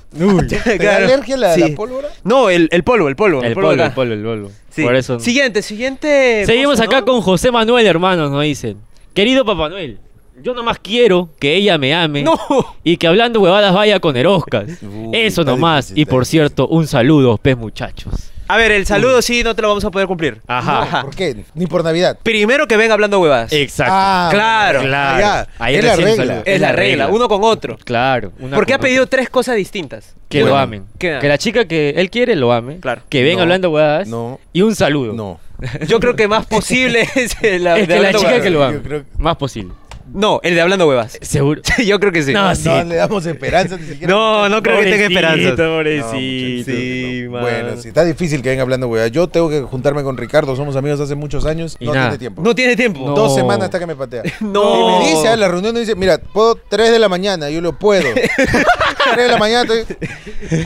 [SPEAKER 2] ¿Te
[SPEAKER 1] [LAUGHS]
[SPEAKER 2] da
[SPEAKER 1] Claro.
[SPEAKER 2] alergia la,
[SPEAKER 1] Sí.
[SPEAKER 2] la pólvora?
[SPEAKER 1] No, el, el polvo, el polvo.
[SPEAKER 3] El polvo,
[SPEAKER 1] acá.
[SPEAKER 3] el polvo, el polvo.
[SPEAKER 1] Sí.
[SPEAKER 3] Por eso.
[SPEAKER 1] Siguiente, siguiente.
[SPEAKER 3] Seguimos
[SPEAKER 1] cosa,
[SPEAKER 3] acá
[SPEAKER 1] ¿no?
[SPEAKER 3] con José Manuel, hermanos, nos dicen. Querido Papá Noel, yo nomás quiero que ella me ame
[SPEAKER 1] No.
[SPEAKER 3] y que hablando huevadas vaya con el Oscar.
[SPEAKER 2] Uh,
[SPEAKER 3] Eso
[SPEAKER 2] está
[SPEAKER 3] nomás.
[SPEAKER 2] difícil,
[SPEAKER 3] Y
[SPEAKER 2] está
[SPEAKER 3] por
[SPEAKER 2] difícil.
[SPEAKER 3] cierto, un saludo, pez muchachos.
[SPEAKER 1] A ver, el saludo sí no te lo vamos a poder cumplir.
[SPEAKER 3] Ajá.
[SPEAKER 1] Ajá.
[SPEAKER 2] ¿Por qué? Ni por Navidad.
[SPEAKER 1] Primero que venga hablando huevadas.
[SPEAKER 3] Exacto.
[SPEAKER 2] Ah,
[SPEAKER 1] claro.
[SPEAKER 3] claro.
[SPEAKER 2] ya.
[SPEAKER 3] Ahí
[SPEAKER 2] Es la
[SPEAKER 3] recién
[SPEAKER 2] regla.
[SPEAKER 3] saludo.
[SPEAKER 1] Es la regla, uno con otro.
[SPEAKER 3] Claro. una
[SPEAKER 1] Porque ha
[SPEAKER 3] con otra.
[SPEAKER 1] pedido tres cosas distintas.
[SPEAKER 3] Que
[SPEAKER 2] Bueno,
[SPEAKER 3] lo amen.
[SPEAKER 1] ¿qué?
[SPEAKER 3] Que la chica que él quiere lo ame.
[SPEAKER 1] Claro.
[SPEAKER 3] Que venga
[SPEAKER 2] No,
[SPEAKER 3] hablando huevadas.
[SPEAKER 2] no,
[SPEAKER 3] Y un saludo.
[SPEAKER 2] No.
[SPEAKER 1] Yo creo que más
[SPEAKER 3] [LAUGHS]
[SPEAKER 1] posible es el de
[SPEAKER 3] Es que
[SPEAKER 1] hablando
[SPEAKER 3] la chica
[SPEAKER 1] huevadas.
[SPEAKER 3] que lo
[SPEAKER 2] Yo
[SPEAKER 3] ame.
[SPEAKER 2] creo que-
[SPEAKER 3] Más posible.
[SPEAKER 1] No, el de hablando huevas.
[SPEAKER 3] Seguro.
[SPEAKER 1] [LAUGHS] Yo creo que sí.
[SPEAKER 3] No,
[SPEAKER 1] No,
[SPEAKER 3] sí.
[SPEAKER 2] No le damos esperanza ni siquiera.
[SPEAKER 1] [LAUGHS] no, creo que tenga
[SPEAKER 3] Pobrecito,
[SPEAKER 1] esperanza.
[SPEAKER 2] No,
[SPEAKER 3] Pobrecito.
[SPEAKER 1] Sí,
[SPEAKER 2] muchachito, no.
[SPEAKER 1] man.
[SPEAKER 2] Bueno, sí, está difícil que venga hablando, weá. Yo tengo que juntarme con Ricardo, somos amigos hace muchos años.
[SPEAKER 3] Y
[SPEAKER 2] no
[SPEAKER 3] nada.
[SPEAKER 2] tiene tiempo.
[SPEAKER 1] No tiene tiempo.
[SPEAKER 3] No.
[SPEAKER 2] Dos semanas hasta que me patea.
[SPEAKER 1] No.
[SPEAKER 2] Y me dice, a la reunión me dice, mira, puedo 3 de la mañana, yo lo puedo. 3 de la mañana, estoy-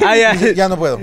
[SPEAKER 1] Ah, ya.
[SPEAKER 2] dice, [LAUGHS] ya no puedo.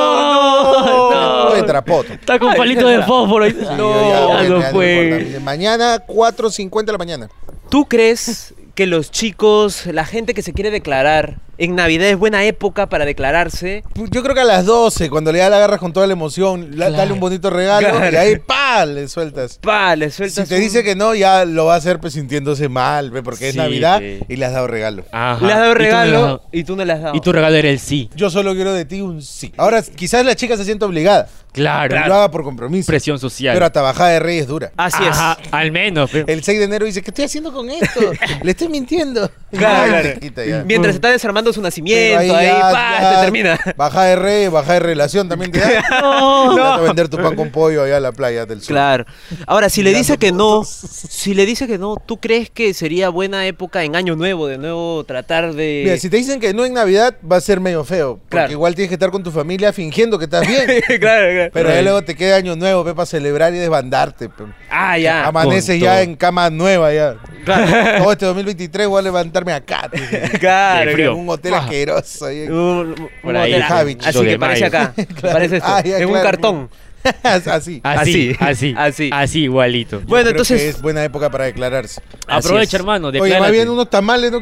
[SPEAKER 1] No, no.
[SPEAKER 3] No.
[SPEAKER 2] Estoy trapoto.
[SPEAKER 3] Está con palito de fósforo.
[SPEAKER 2] Y
[SPEAKER 3] No,
[SPEAKER 2] yo ya,
[SPEAKER 3] ya
[SPEAKER 2] bueno,
[SPEAKER 3] no
[SPEAKER 2] ya
[SPEAKER 3] fue.
[SPEAKER 2] importa. Me dice, Mañana 4.50 de la mañana.
[SPEAKER 1] ¿Tú crees que los chicos, la gente que se quiere declarar, en Navidad es buena época para declararse?
[SPEAKER 2] Yo creo que a las 12, cuando le da la agarras con toda la emoción, la-
[SPEAKER 3] Claro.
[SPEAKER 2] dale un bonito regalo
[SPEAKER 1] Claro.
[SPEAKER 2] y ahí pa le sueltas.
[SPEAKER 1] Pa, le sueltas.
[SPEAKER 2] Si te
[SPEAKER 1] Pues, un-
[SPEAKER 2] dice que no, ya lo va a hacer pues, sintiéndose mal, ve, porque es
[SPEAKER 3] Sí,
[SPEAKER 2] Navidad
[SPEAKER 3] ve.
[SPEAKER 2] y le has dado regalo.
[SPEAKER 3] Ajá.
[SPEAKER 1] Le has dado
[SPEAKER 3] Y tú me lo has
[SPEAKER 1] regalo
[SPEAKER 3] dado.
[SPEAKER 1] y tú no le has dado.
[SPEAKER 3] Y tu regalo era el sí.
[SPEAKER 2] Yo solo quiero de ti un sí. Ahora, quizás la chica se sienta obligada.
[SPEAKER 3] Claro.
[SPEAKER 2] Lo haga por compromiso.
[SPEAKER 3] Presión social.
[SPEAKER 2] Pero hasta bajada de rey es dura.
[SPEAKER 1] Así
[SPEAKER 3] Ajá, Al menos. pe.
[SPEAKER 2] El 6 de enero dice, ¿qué estoy haciendo
[SPEAKER 1] [LAUGHS]
[SPEAKER 2] con esto? Le estoy mintiendo.
[SPEAKER 1] Claro,
[SPEAKER 2] Y
[SPEAKER 1] claro.
[SPEAKER 2] te quita ya.
[SPEAKER 1] es. Mientras
[SPEAKER 3] Mm.
[SPEAKER 1] está desarmando su nacimiento, ahí,
[SPEAKER 2] ya-
[SPEAKER 1] pa,
[SPEAKER 2] ya
[SPEAKER 1] te termina.
[SPEAKER 2] [LAUGHS] Baja de rey, baja de relación también
[SPEAKER 1] [LAUGHS]
[SPEAKER 2] te da.
[SPEAKER 1] No,
[SPEAKER 2] Te vas a vender tu pan con pollo allá a la playa del sur.
[SPEAKER 1] Claro. Ahora, si le
[SPEAKER 2] Mirando
[SPEAKER 1] dice que no,
[SPEAKER 2] fotos.
[SPEAKER 1] si le dice que no, ¿tú crees que sería buena época en Año Nuevo de nuevo tratar de...
[SPEAKER 2] Mira, si te dicen que no en Navidad, va a ser medio feo. Porque
[SPEAKER 1] Claro.
[SPEAKER 2] igual tienes que estar con tu familia fingiendo que estás
[SPEAKER 1] [LAUGHS]
[SPEAKER 2] bien.
[SPEAKER 1] [LAUGHS] claro, claro.
[SPEAKER 2] Pero ya luego te queda año nuevo, ve, para celebrar y desbandarte. pe.
[SPEAKER 1] Ah, ya.
[SPEAKER 2] Amaneces
[SPEAKER 3] con
[SPEAKER 2] ya
[SPEAKER 3] todo.
[SPEAKER 2] en cama nueva ya.
[SPEAKER 1] Claro,
[SPEAKER 2] [LAUGHS] Todo este 2023 voy a levantarme acá. tío.
[SPEAKER 1] [LAUGHS] claro.
[SPEAKER 3] De frío.
[SPEAKER 2] En un hotel
[SPEAKER 3] Ah.
[SPEAKER 2] asqueroso. ahí.
[SPEAKER 1] Un- un
[SPEAKER 3] Por ahí,
[SPEAKER 1] hotel.
[SPEAKER 2] Javi,
[SPEAKER 1] Así
[SPEAKER 3] lo
[SPEAKER 1] que
[SPEAKER 3] de
[SPEAKER 1] parece
[SPEAKER 3] mayo.
[SPEAKER 1] [LAUGHS]
[SPEAKER 2] [LAUGHS]
[SPEAKER 1] acá. Parece esto.
[SPEAKER 2] Ah, ya,
[SPEAKER 1] en un
[SPEAKER 2] claro.
[SPEAKER 1] cartón.
[SPEAKER 2] [LAUGHS] Así.
[SPEAKER 3] Así,
[SPEAKER 1] Así,
[SPEAKER 3] así,
[SPEAKER 1] así.
[SPEAKER 3] así, igualito.
[SPEAKER 1] Bueno,
[SPEAKER 2] Creo
[SPEAKER 1] entonces-
[SPEAKER 2] que es buena época para declararse.
[SPEAKER 1] así es.
[SPEAKER 3] Aprovecha, hermano.
[SPEAKER 2] Oye, más
[SPEAKER 3] declárate.
[SPEAKER 2] bien unos tamales, ¿no?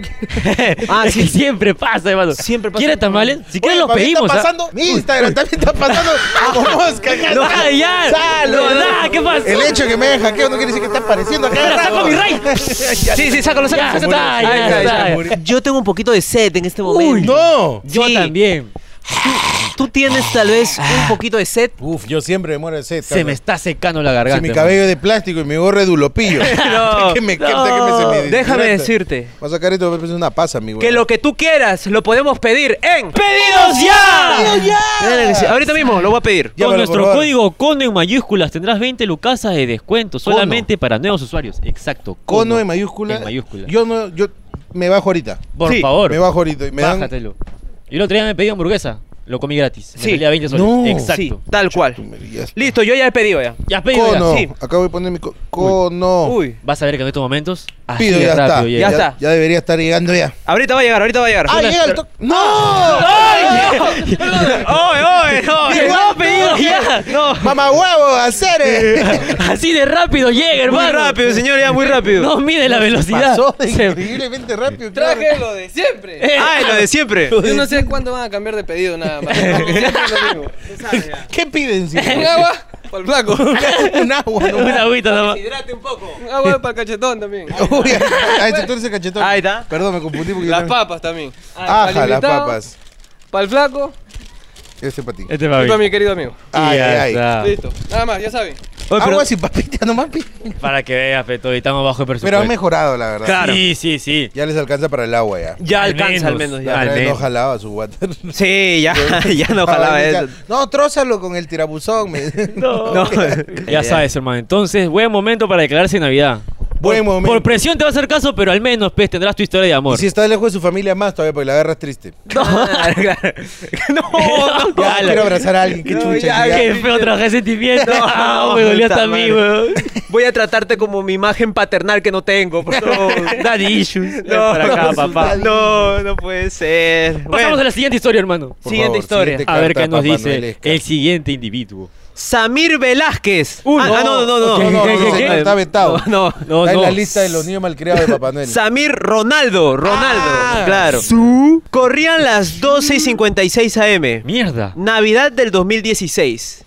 [SPEAKER 2] [LAUGHS]
[SPEAKER 1] Ah,
[SPEAKER 3] [LAUGHS] es
[SPEAKER 1] sí.
[SPEAKER 3] que siempre pasa, hermano.
[SPEAKER 1] Siempre pasa.
[SPEAKER 3] ¿Quieres tamales? Si quieres
[SPEAKER 2] Oye,
[SPEAKER 3] los
[SPEAKER 2] para mí
[SPEAKER 3] pedimos.
[SPEAKER 2] Está
[SPEAKER 3] ¿ah?
[SPEAKER 2] pasando. Mi Instagram también está pasando. como mosca.
[SPEAKER 3] [LAUGHS] No, ah, ya.
[SPEAKER 2] Sal,
[SPEAKER 3] No,
[SPEAKER 2] no,
[SPEAKER 3] nada, ¿qué pasó?
[SPEAKER 2] El hecho de que me hayan hackeado no quiere decir que está apareciendo acá.
[SPEAKER 3] ¡La saco
[SPEAKER 2] [LAUGHS]
[SPEAKER 3] mi rey!
[SPEAKER 1] Sí, sí, sácalo, sácalo.
[SPEAKER 3] Ya
[SPEAKER 1] sácalo.
[SPEAKER 3] está,
[SPEAKER 1] Ahí
[SPEAKER 3] ya
[SPEAKER 1] está,
[SPEAKER 3] está.
[SPEAKER 1] ahí está. Yo tengo un poquito de sed en este
[SPEAKER 2] Uy,
[SPEAKER 1] momento.
[SPEAKER 2] no.
[SPEAKER 3] Yo
[SPEAKER 1] Sí.
[SPEAKER 3] también.
[SPEAKER 1] ¿Tú tienes tal vez un poquito de [LAUGHS] sed?
[SPEAKER 2] Uf, yo siempre me muero de sed.
[SPEAKER 3] Se me está secando la
[SPEAKER 2] Si
[SPEAKER 3] garganta.
[SPEAKER 2] mi cabello es de plástico y mi gorro es de ulopillo. [LAUGHS]
[SPEAKER 1] No,
[SPEAKER 2] que me,
[SPEAKER 3] no.
[SPEAKER 2] que se me deshidrata.
[SPEAKER 1] Déjame decirte
[SPEAKER 2] Voy a sacar esto, voy a pensar una pasa, mi güey.
[SPEAKER 1] que lo que tú quieras lo podemos pedir en...
[SPEAKER 3] ¡Pedidos ya!
[SPEAKER 1] Claro que sí. Ahorita mismo lo voy a pedir.
[SPEAKER 2] Llámalo,
[SPEAKER 3] Con
[SPEAKER 2] por
[SPEAKER 3] nuestro
[SPEAKER 2] favor.
[SPEAKER 3] código CONO en mayúsculas tendrás 20 lucasas de descuento
[SPEAKER 2] Cono.
[SPEAKER 3] solamente para nuevos usuarios. Exacto.
[SPEAKER 2] Cono en mayúscula.
[SPEAKER 3] En mayúscula.
[SPEAKER 2] Yo no, yo me bajo ahorita.
[SPEAKER 3] Por
[SPEAKER 1] Sí.
[SPEAKER 3] favor,
[SPEAKER 2] Me bajo ahorita. y Me dan
[SPEAKER 3] bájatelo. Y el otro día me pedí hamburguesa. Lo comí gratis. Me
[SPEAKER 1] Sí.
[SPEAKER 3] salía 20 soles.
[SPEAKER 2] No.
[SPEAKER 3] Exacto.
[SPEAKER 1] Sí, tal cual. Listo, yo ya he pedido ya.
[SPEAKER 3] Ya has pedido ya.
[SPEAKER 2] Cono.
[SPEAKER 1] sí.
[SPEAKER 2] Acabo de poner mi co- cono.
[SPEAKER 1] Uy.
[SPEAKER 3] Vas a ver que en estos momentos. así
[SPEAKER 2] Pido,
[SPEAKER 3] de
[SPEAKER 2] ya está.
[SPEAKER 3] rápido
[SPEAKER 1] Ya
[SPEAKER 3] llega.
[SPEAKER 1] está.
[SPEAKER 2] Ya debería estar llegando ya.
[SPEAKER 1] Ahorita va a llegar, ahorita va a llegar.
[SPEAKER 2] ¡Ah,
[SPEAKER 1] Una-
[SPEAKER 2] llega el toque! ¡No!
[SPEAKER 1] ¡Oye, [LAUGHS] oye, oye!
[SPEAKER 2] Llegó
[SPEAKER 1] ¡No,
[SPEAKER 2] el
[SPEAKER 1] pedido
[SPEAKER 2] toque.
[SPEAKER 1] ya! ¡No!
[SPEAKER 2] ¡Mamá huevo, hacer! eh!
[SPEAKER 3] Así de rápido llega, hermano.
[SPEAKER 1] Muy rápido, señor, ya muy rápido.
[SPEAKER 3] No mide la velocidad.
[SPEAKER 2] Pasó de
[SPEAKER 3] Se-
[SPEAKER 2] increíblemente rápido. claro.
[SPEAKER 4] Traje lo de siempre.
[SPEAKER 3] [LAUGHS] Eh,
[SPEAKER 1] ¡Ay, lo de siempre!
[SPEAKER 4] Yo no sé cuándo van a cambiar de pedido nada más. Siempre lo [LAUGHS] mismo. Tú sabes ya.
[SPEAKER 2] ¿Qué piden? si- [LAUGHS]
[SPEAKER 4] Un agua para el flaco.
[SPEAKER 2] Un agua, ¿no?
[SPEAKER 3] Una agüita nada más.
[SPEAKER 1] ¡Hidrate un poco!
[SPEAKER 4] Un agua para el cachetón también.
[SPEAKER 2] [LAUGHS] Uy, ahí se tuerce el cachetón.
[SPEAKER 1] Ahí está.
[SPEAKER 2] Perdón, me confundí porque...
[SPEAKER 4] Las
[SPEAKER 2] yo también-
[SPEAKER 4] papas también.
[SPEAKER 2] Ajá, las papas.
[SPEAKER 4] Para el flaco
[SPEAKER 2] Este para
[SPEAKER 1] Eh,
[SPEAKER 2] ti.
[SPEAKER 3] Este
[SPEAKER 4] y
[SPEAKER 3] va
[SPEAKER 4] para mi
[SPEAKER 3] bien.
[SPEAKER 4] querido amigo.
[SPEAKER 2] Ay,
[SPEAKER 3] ya
[SPEAKER 2] ay, ay.
[SPEAKER 3] está.
[SPEAKER 4] Listo. Nada más, ya saben.
[SPEAKER 2] Agua sin papita, nomás. pi-
[SPEAKER 3] Para que veas, Peto, y estamos bajo el presupuesto.
[SPEAKER 2] Pero han mejorado, la verdad.
[SPEAKER 1] Claro.
[SPEAKER 3] Sí, sí, sí.
[SPEAKER 2] Ya les alcanza para el agua ya.
[SPEAKER 1] Ya
[SPEAKER 3] Al
[SPEAKER 1] alcanza al
[SPEAKER 3] menos.
[SPEAKER 1] menos
[SPEAKER 2] La
[SPEAKER 3] [LAUGHS]
[SPEAKER 1] ya.
[SPEAKER 3] Al
[SPEAKER 2] otra vez no
[SPEAKER 3] menos.
[SPEAKER 2] jalaba su
[SPEAKER 1] [LAUGHS]
[SPEAKER 2] water. Ah,
[SPEAKER 1] Sí, ya,
[SPEAKER 3] [LAUGHS]
[SPEAKER 1] ya no jalaba eso.
[SPEAKER 2] No, trózalo con el tirabuzón. me-
[SPEAKER 1] [LAUGHS] No.
[SPEAKER 3] [LAUGHS] Ya sabes, hermano. Entonces, buen momento para declararse en Navidad.
[SPEAKER 2] Buen
[SPEAKER 3] Por-
[SPEAKER 2] momento.
[SPEAKER 3] Por presión te va a hacer caso, pero al menos, pues, tendrás tu historia de
[SPEAKER 2] [LAUGHS] Y
[SPEAKER 3] amor.
[SPEAKER 2] si estás lejos de su familia más todavía, porque la agarras triste.
[SPEAKER 3] [LAUGHS]
[SPEAKER 1] [LAUGHS] Claro, claro. No,
[SPEAKER 2] Ya,
[SPEAKER 3] Ala.
[SPEAKER 2] quiero abrazar a alguien, qué
[SPEAKER 1] No,
[SPEAKER 2] chucha.
[SPEAKER 1] ya,
[SPEAKER 2] ya.
[SPEAKER 3] Qué feo
[SPEAKER 1] [LAUGHS]
[SPEAKER 3] traje sentimiento. Ah,
[SPEAKER 1] No,
[SPEAKER 3] me dolió
[SPEAKER 1] puta
[SPEAKER 3] hasta a mí,
[SPEAKER 1] madre.
[SPEAKER 3] weón.
[SPEAKER 1] [LAUGHS] Voy a tratarte como mi imagen paternal que no tengo, por
[SPEAKER 3] [LAUGHS]
[SPEAKER 1] favor.
[SPEAKER 3] Daddy issues. Ven
[SPEAKER 1] No,
[SPEAKER 3] para acá, papá.
[SPEAKER 1] No, no puede ser.
[SPEAKER 3] Pasamos
[SPEAKER 1] Bueno,
[SPEAKER 3] a la siguiente historia, hermano.
[SPEAKER 2] Por
[SPEAKER 1] siguiente historia.
[SPEAKER 2] siguiente
[SPEAKER 3] A ver
[SPEAKER 2] carta,
[SPEAKER 3] qué nos
[SPEAKER 2] Papá
[SPEAKER 3] dice
[SPEAKER 2] Noel Esca.
[SPEAKER 3] el siguiente individuo.
[SPEAKER 1] Samir Velázquez.
[SPEAKER 3] Uy,
[SPEAKER 1] ah,
[SPEAKER 3] no.
[SPEAKER 1] ah, no, no, no.
[SPEAKER 3] Ok,
[SPEAKER 2] No, no,
[SPEAKER 3] ¿Qué,
[SPEAKER 2] no,
[SPEAKER 3] qué,
[SPEAKER 2] señor,
[SPEAKER 3] qué?
[SPEAKER 2] está vetado.
[SPEAKER 1] No, no.
[SPEAKER 3] No,
[SPEAKER 2] está en
[SPEAKER 3] no.
[SPEAKER 2] la lista de los niños malcriados de Papá
[SPEAKER 1] [LAUGHS]
[SPEAKER 2] Noel.
[SPEAKER 1] Samir Ronaldo, Ronaldo,
[SPEAKER 3] Ah.
[SPEAKER 1] claro. Corrían las 12 y 56 AM.
[SPEAKER 3] Mierda.
[SPEAKER 1] Navidad del 2016.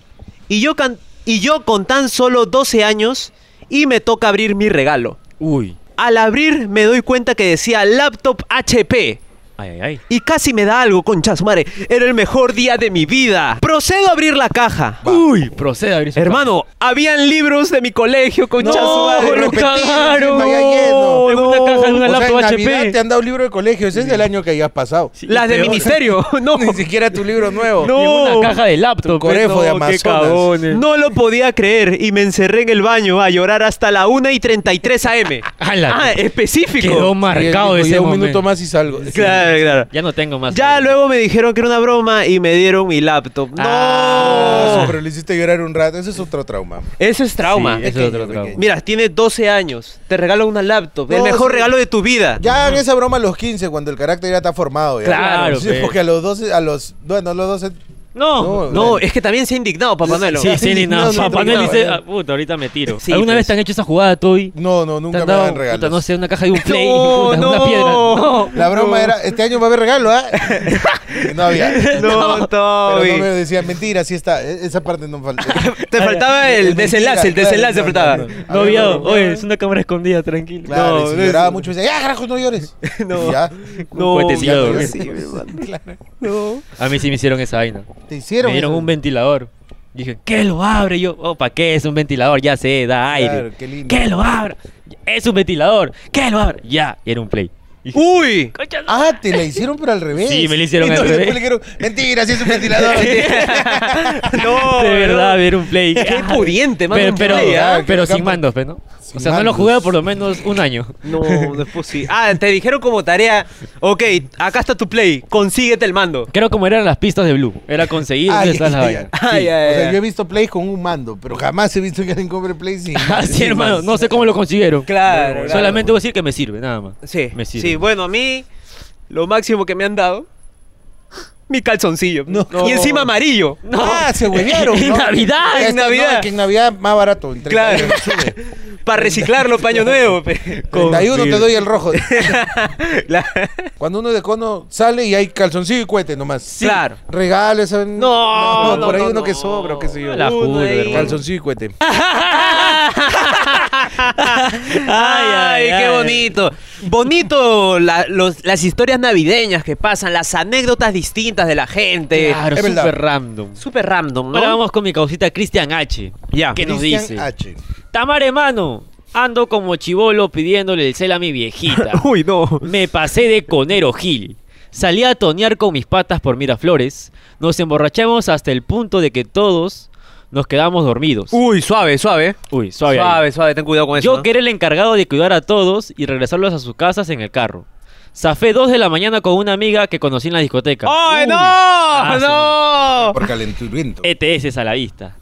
[SPEAKER 1] Y yo, can- y yo con tan solo 12 años y me toca abrir mi regalo.
[SPEAKER 3] Uy.
[SPEAKER 1] Al abrir me doy cuenta que decía laptop HP.
[SPEAKER 3] Ay, ay, ay.
[SPEAKER 1] Y casi me da algo, concha su madre. Era el mejor día de mi vida. Procedo a abrir la caja.
[SPEAKER 3] Uy, procede a abrir su
[SPEAKER 1] Hermano, habían libros de mi colegio,
[SPEAKER 3] caja.
[SPEAKER 1] concha su
[SPEAKER 3] No,
[SPEAKER 1] madre.
[SPEAKER 3] lo
[SPEAKER 2] repetido,
[SPEAKER 3] cagaron.
[SPEAKER 2] encima ya lleno.
[SPEAKER 3] En una caja, en
[SPEAKER 2] O
[SPEAKER 3] una
[SPEAKER 2] sea,
[SPEAKER 3] laptop
[SPEAKER 2] en Navidad
[SPEAKER 3] HP.
[SPEAKER 2] te han dado un libro de colegio, ese es del año que hayas pasado.
[SPEAKER 3] Sí,
[SPEAKER 1] [LAUGHS] Las de
[SPEAKER 3] peor.
[SPEAKER 1] ministerio.
[SPEAKER 3] [LAUGHS]
[SPEAKER 1] No.
[SPEAKER 2] [LAUGHS] Ni siquiera tu libro nuevo.
[SPEAKER 3] No.
[SPEAKER 1] No.
[SPEAKER 3] una caja de laptop.
[SPEAKER 2] corefo
[SPEAKER 3] pues,
[SPEAKER 2] de
[SPEAKER 3] no, qué
[SPEAKER 2] Amazonas.
[SPEAKER 3] cagones.
[SPEAKER 1] No lo podía creer y me encerré en el baño a llorar hasta la 1 y 33 AM.
[SPEAKER 3] Ala.
[SPEAKER 1] ah, específico.
[SPEAKER 3] Quedó
[SPEAKER 2] Y él
[SPEAKER 3] marcado
[SPEAKER 2] dijo,
[SPEAKER 3] ese
[SPEAKER 2] ya un
[SPEAKER 3] momento.
[SPEAKER 2] minuto más y salgo.
[SPEAKER 1] Claro, claro.
[SPEAKER 3] Ya no tengo más.
[SPEAKER 1] Ya luego me dijeron que era una broma y me dieron mi laptop. ¡No!
[SPEAKER 3] Ah.
[SPEAKER 2] No, pero le hiciste llorar un rato. Ese es otro trauma.
[SPEAKER 1] Eso es trauma.
[SPEAKER 3] Sí, ese es
[SPEAKER 2] Pequeño,
[SPEAKER 3] otro trauma.
[SPEAKER 2] pequeño.
[SPEAKER 1] Mira, tienes 12 años. Te regalo una laptop. el
[SPEAKER 2] No,
[SPEAKER 1] mejor
[SPEAKER 2] sí.
[SPEAKER 1] regalo de tu vida.
[SPEAKER 2] Ya hagan esa broma a los 15, cuando el carácter ya está formado. ya.
[SPEAKER 3] Claro,
[SPEAKER 2] Sí,
[SPEAKER 3] pe.
[SPEAKER 2] porque a los 12, a los. Bueno, a los 12.
[SPEAKER 3] No.
[SPEAKER 2] No.
[SPEAKER 1] No, es que también se ha indignado, Papá Noel.
[SPEAKER 3] Sí, sí, ni nada.
[SPEAKER 2] [LAUGHS] No, no,
[SPEAKER 3] Papá
[SPEAKER 2] no,
[SPEAKER 3] Noel
[SPEAKER 2] no,
[SPEAKER 3] dice,
[SPEAKER 2] no.
[SPEAKER 3] ah, puta, ahorita me tiro.
[SPEAKER 1] Sí,
[SPEAKER 3] ¿Alguna
[SPEAKER 1] pues.
[SPEAKER 3] vez te han hecho esa jugada, Toby?
[SPEAKER 2] No, no, nunca me
[SPEAKER 3] Te han
[SPEAKER 2] dan
[SPEAKER 3] dado, puta,
[SPEAKER 2] regalos.
[SPEAKER 3] no sé, una caja de un
[SPEAKER 2] [LAUGHS]
[SPEAKER 3] play,
[SPEAKER 1] No,
[SPEAKER 3] puta, una
[SPEAKER 1] no.
[SPEAKER 3] piedra. No.
[SPEAKER 2] La broma era, este año va a haber regalo,
[SPEAKER 3] [LAUGHS]
[SPEAKER 2] ¿ah? Y no había.
[SPEAKER 1] [LAUGHS] No,
[SPEAKER 2] Pero
[SPEAKER 1] Toby.
[SPEAKER 2] no me decían, mentira, sí está. E- Esa parte no
[SPEAKER 3] [LAUGHS]
[SPEAKER 2] falta.
[SPEAKER 1] Te faltaba el
[SPEAKER 2] mentira,
[SPEAKER 1] desenlace, el
[SPEAKER 2] claro,
[SPEAKER 1] desenlace
[SPEAKER 2] no,
[SPEAKER 1] faltaba.
[SPEAKER 2] no, no.
[SPEAKER 3] No,
[SPEAKER 2] Había
[SPEAKER 3] vio.
[SPEAKER 2] broma.
[SPEAKER 3] Oye, es una cámara escondida, tranquilo.
[SPEAKER 2] Claro, y
[SPEAKER 1] no,
[SPEAKER 2] si
[SPEAKER 1] no,
[SPEAKER 2] lloraba
[SPEAKER 1] eso.
[SPEAKER 2] mucho, decía, ya, carajos, no llores.
[SPEAKER 3] [LAUGHS]
[SPEAKER 1] No.
[SPEAKER 2] Y ya.
[SPEAKER 1] No,
[SPEAKER 3] Un cuentecillo,
[SPEAKER 1] ya
[SPEAKER 2] güey.
[SPEAKER 1] sí, mi hermano.
[SPEAKER 2] Claro.
[SPEAKER 1] No.
[SPEAKER 3] A mí sí me hicieron esa vaina.
[SPEAKER 2] Te hicieron.
[SPEAKER 3] me dieron
[SPEAKER 2] eso.
[SPEAKER 3] un ventilador. Dije, ¿qué lo abre? Yo, oh, ¿para qué es un ventilador? Ya sé, da aire.
[SPEAKER 2] Claro, qué lindo.
[SPEAKER 3] ¿Qué lo abre? Es un ventilador. ¿Qué lo abre? Ya, y era un play. Dije,
[SPEAKER 2] Uh,
[SPEAKER 3] [LAUGHS]
[SPEAKER 1] Uy. [LAUGHS]
[SPEAKER 3] "Concha su-".
[SPEAKER 2] Ah, te la hicieron, pero al revés.
[SPEAKER 3] Sí, me la hicieron
[SPEAKER 2] Y
[SPEAKER 3] al
[SPEAKER 2] no,
[SPEAKER 3] revés.
[SPEAKER 2] después le dijeron, mentira, sí es un ventilador.
[SPEAKER 3] [LAUGHS]
[SPEAKER 1] No.
[SPEAKER 3] de verdad, era un play.
[SPEAKER 1] Qué pudiente, mano.
[SPEAKER 3] Pero,
[SPEAKER 1] un
[SPEAKER 3] pero,
[SPEAKER 1] play, ¿ah?
[SPEAKER 2] ah,
[SPEAKER 3] pero
[SPEAKER 2] que
[SPEAKER 3] sin
[SPEAKER 2] acá-
[SPEAKER 3] mandos, pues, ¿no?
[SPEAKER 2] Sin
[SPEAKER 3] o sea, no lo
[SPEAKER 2] mandos.
[SPEAKER 3] jugué por lo menos un año.
[SPEAKER 1] No, no es posible. Ah, te dijeron como tarea, ok, acá está tu play, consíguete el mando.
[SPEAKER 3] Creo como eran las pistas de Blue. Era conseguir
[SPEAKER 2] Ay, [LAUGHS]
[SPEAKER 3] dónde están las
[SPEAKER 2] ay,
[SPEAKER 3] vainas.
[SPEAKER 2] ay.
[SPEAKER 1] Ay,
[SPEAKER 2] Sí,
[SPEAKER 1] ay,
[SPEAKER 2] o sea,
[SPEAKER 1] ay.
[SPEAKER 2] yo he visto plays con un mando, pero jamás he visto que alguien compre plays
[SPEAKER 3] [LAUGHS]
[SPEAKER 2] sin.
[SPEAKER 3] Así,
[SPEAKER 2] sin
[SPEAKER 3] Ah, hermano.
[SPEAKER 2] más.
[SPEAKER 3] No sé cómo lo consiguieron.
[SPEAKER 1] Claro, claro.
[SPEAKER 3] Solamente voy a decir que me sirve, nada más.
[SPEAKER 1] Sí,
[SPEAKER 3] Me sirve.
[SPEAKER 1] sí, bueno, a mí lo máximo que me han dado, mi calzoncillo. Y encima amarillo.
[SPEAKER 3] No.
[SPEAKER 2] Ah, se
[SPEAKER 3] [LAUGHS]
[SPEAKER 2] huevearon.
[SPEAKER 3] En
[SPEAKER 2] ¿no?
[SPEAKER 3] Navidad,
[SPEAKER 2] Ya
[SPEAKER 1] en
[SPEAKER 2] está,
[SPEAKER 1] Navidad.
[SPEAKER 2] no, que en Navidad más barato. En 30
[SPEAKER 1] Claro.
[SPEAKER 2] euros
[SPEAKER 3] [LAUGHS]
[SPEAKER 2] sube.
[SPEAKER 1] Para reciclarlo, paño nuevo. pe.
[SPEAKER 2] 31 te doy el
[SPEAKER 3] [LAUGHS]
[SPEAKER 2] rojo.
[SPEAKER 1] [LAUGHS] La-
[SPEAKER 2] Cuando uno de cono sale y hay calzoncillo y cohete nomás.
[SPEAKER 1] Claro.
[SPEAKER 2] Regales. ¿saben?
[SPEAKER 1] No, no,
[SPEAKER 2] por ahí
[SPEAKER 1] no,
[SPEAKER 2] uno
[SPEAKER 1] no.
[SPEAKER 2] que sobra, o qué sé yo.
[SPEAKER 3] La
[SPEAKER 1] Uno
[SPEAKER 3] juro,
[SPEAKER 1] ahí.
[SPEAKER 3] hermano.
[SPEAKER 2] Calzoncillo y cohete.
[SPEAKER 1] Ay, qué bonito. Bonito la- los- las historias navideñas que pasan, las anécdotas distintas de la gente.
[SPEAKER 3] Claro,
[SPEAKER 2] Es verdad.
[SPEAKER 3] súper random.
[SPEAKER 1] Súper random, ¿no?
[SPEAKER 3] Ahora vamos con mi causita Cristian H.
[SPEAKER 1] Ya. [LAUGHS]
[SPEAKER 3] Que nos
[SPEAKER 2] Cristian
[SPEAKER 3] dice:
[SPEAKER 2] H.
[SPEAKER 3] Tamar, hermano, ando como chivolo pidiéndole el cel a
[SPEAKER 2] [LAUGHS]
[SPEAKER 3] mi viejita.
[SPEAKER 1] Uy, no.
[SPEAKER 3] Me pasé de conero Gil. Salí a tonear con mis patas por Miraflores. Nos emborrachamos hasta el punto de que todos nos quedamos dormidos.
[SPEAKER 2] Uh.
[SPEAKER 1] Uy, suave, suave.
[SPEAKER 3] Uy, suave. ahí.
[SPEAKER 1] Suave, suave, ten cuidado con eso.
[SPEAKER 3] Yo
[SPEAKER 1] ¿no?
[SPEAKER 3] que era el encargado de cuidar a todos y regresarlos a sus casas en el carro. Zafé 2 de la mañana con una amiga que conocí en la discoteca.
[SPEAKER 1] ¡Ay,
[SPEAKER 3] Uy. E
[SPEAKER 1] no!
[SPEAKER 3] Ah,
[SPEAKER 1] ¡No!
[SPEAKER 5] Por calenturiento.
[SPEAKER 3] ETS a la vista.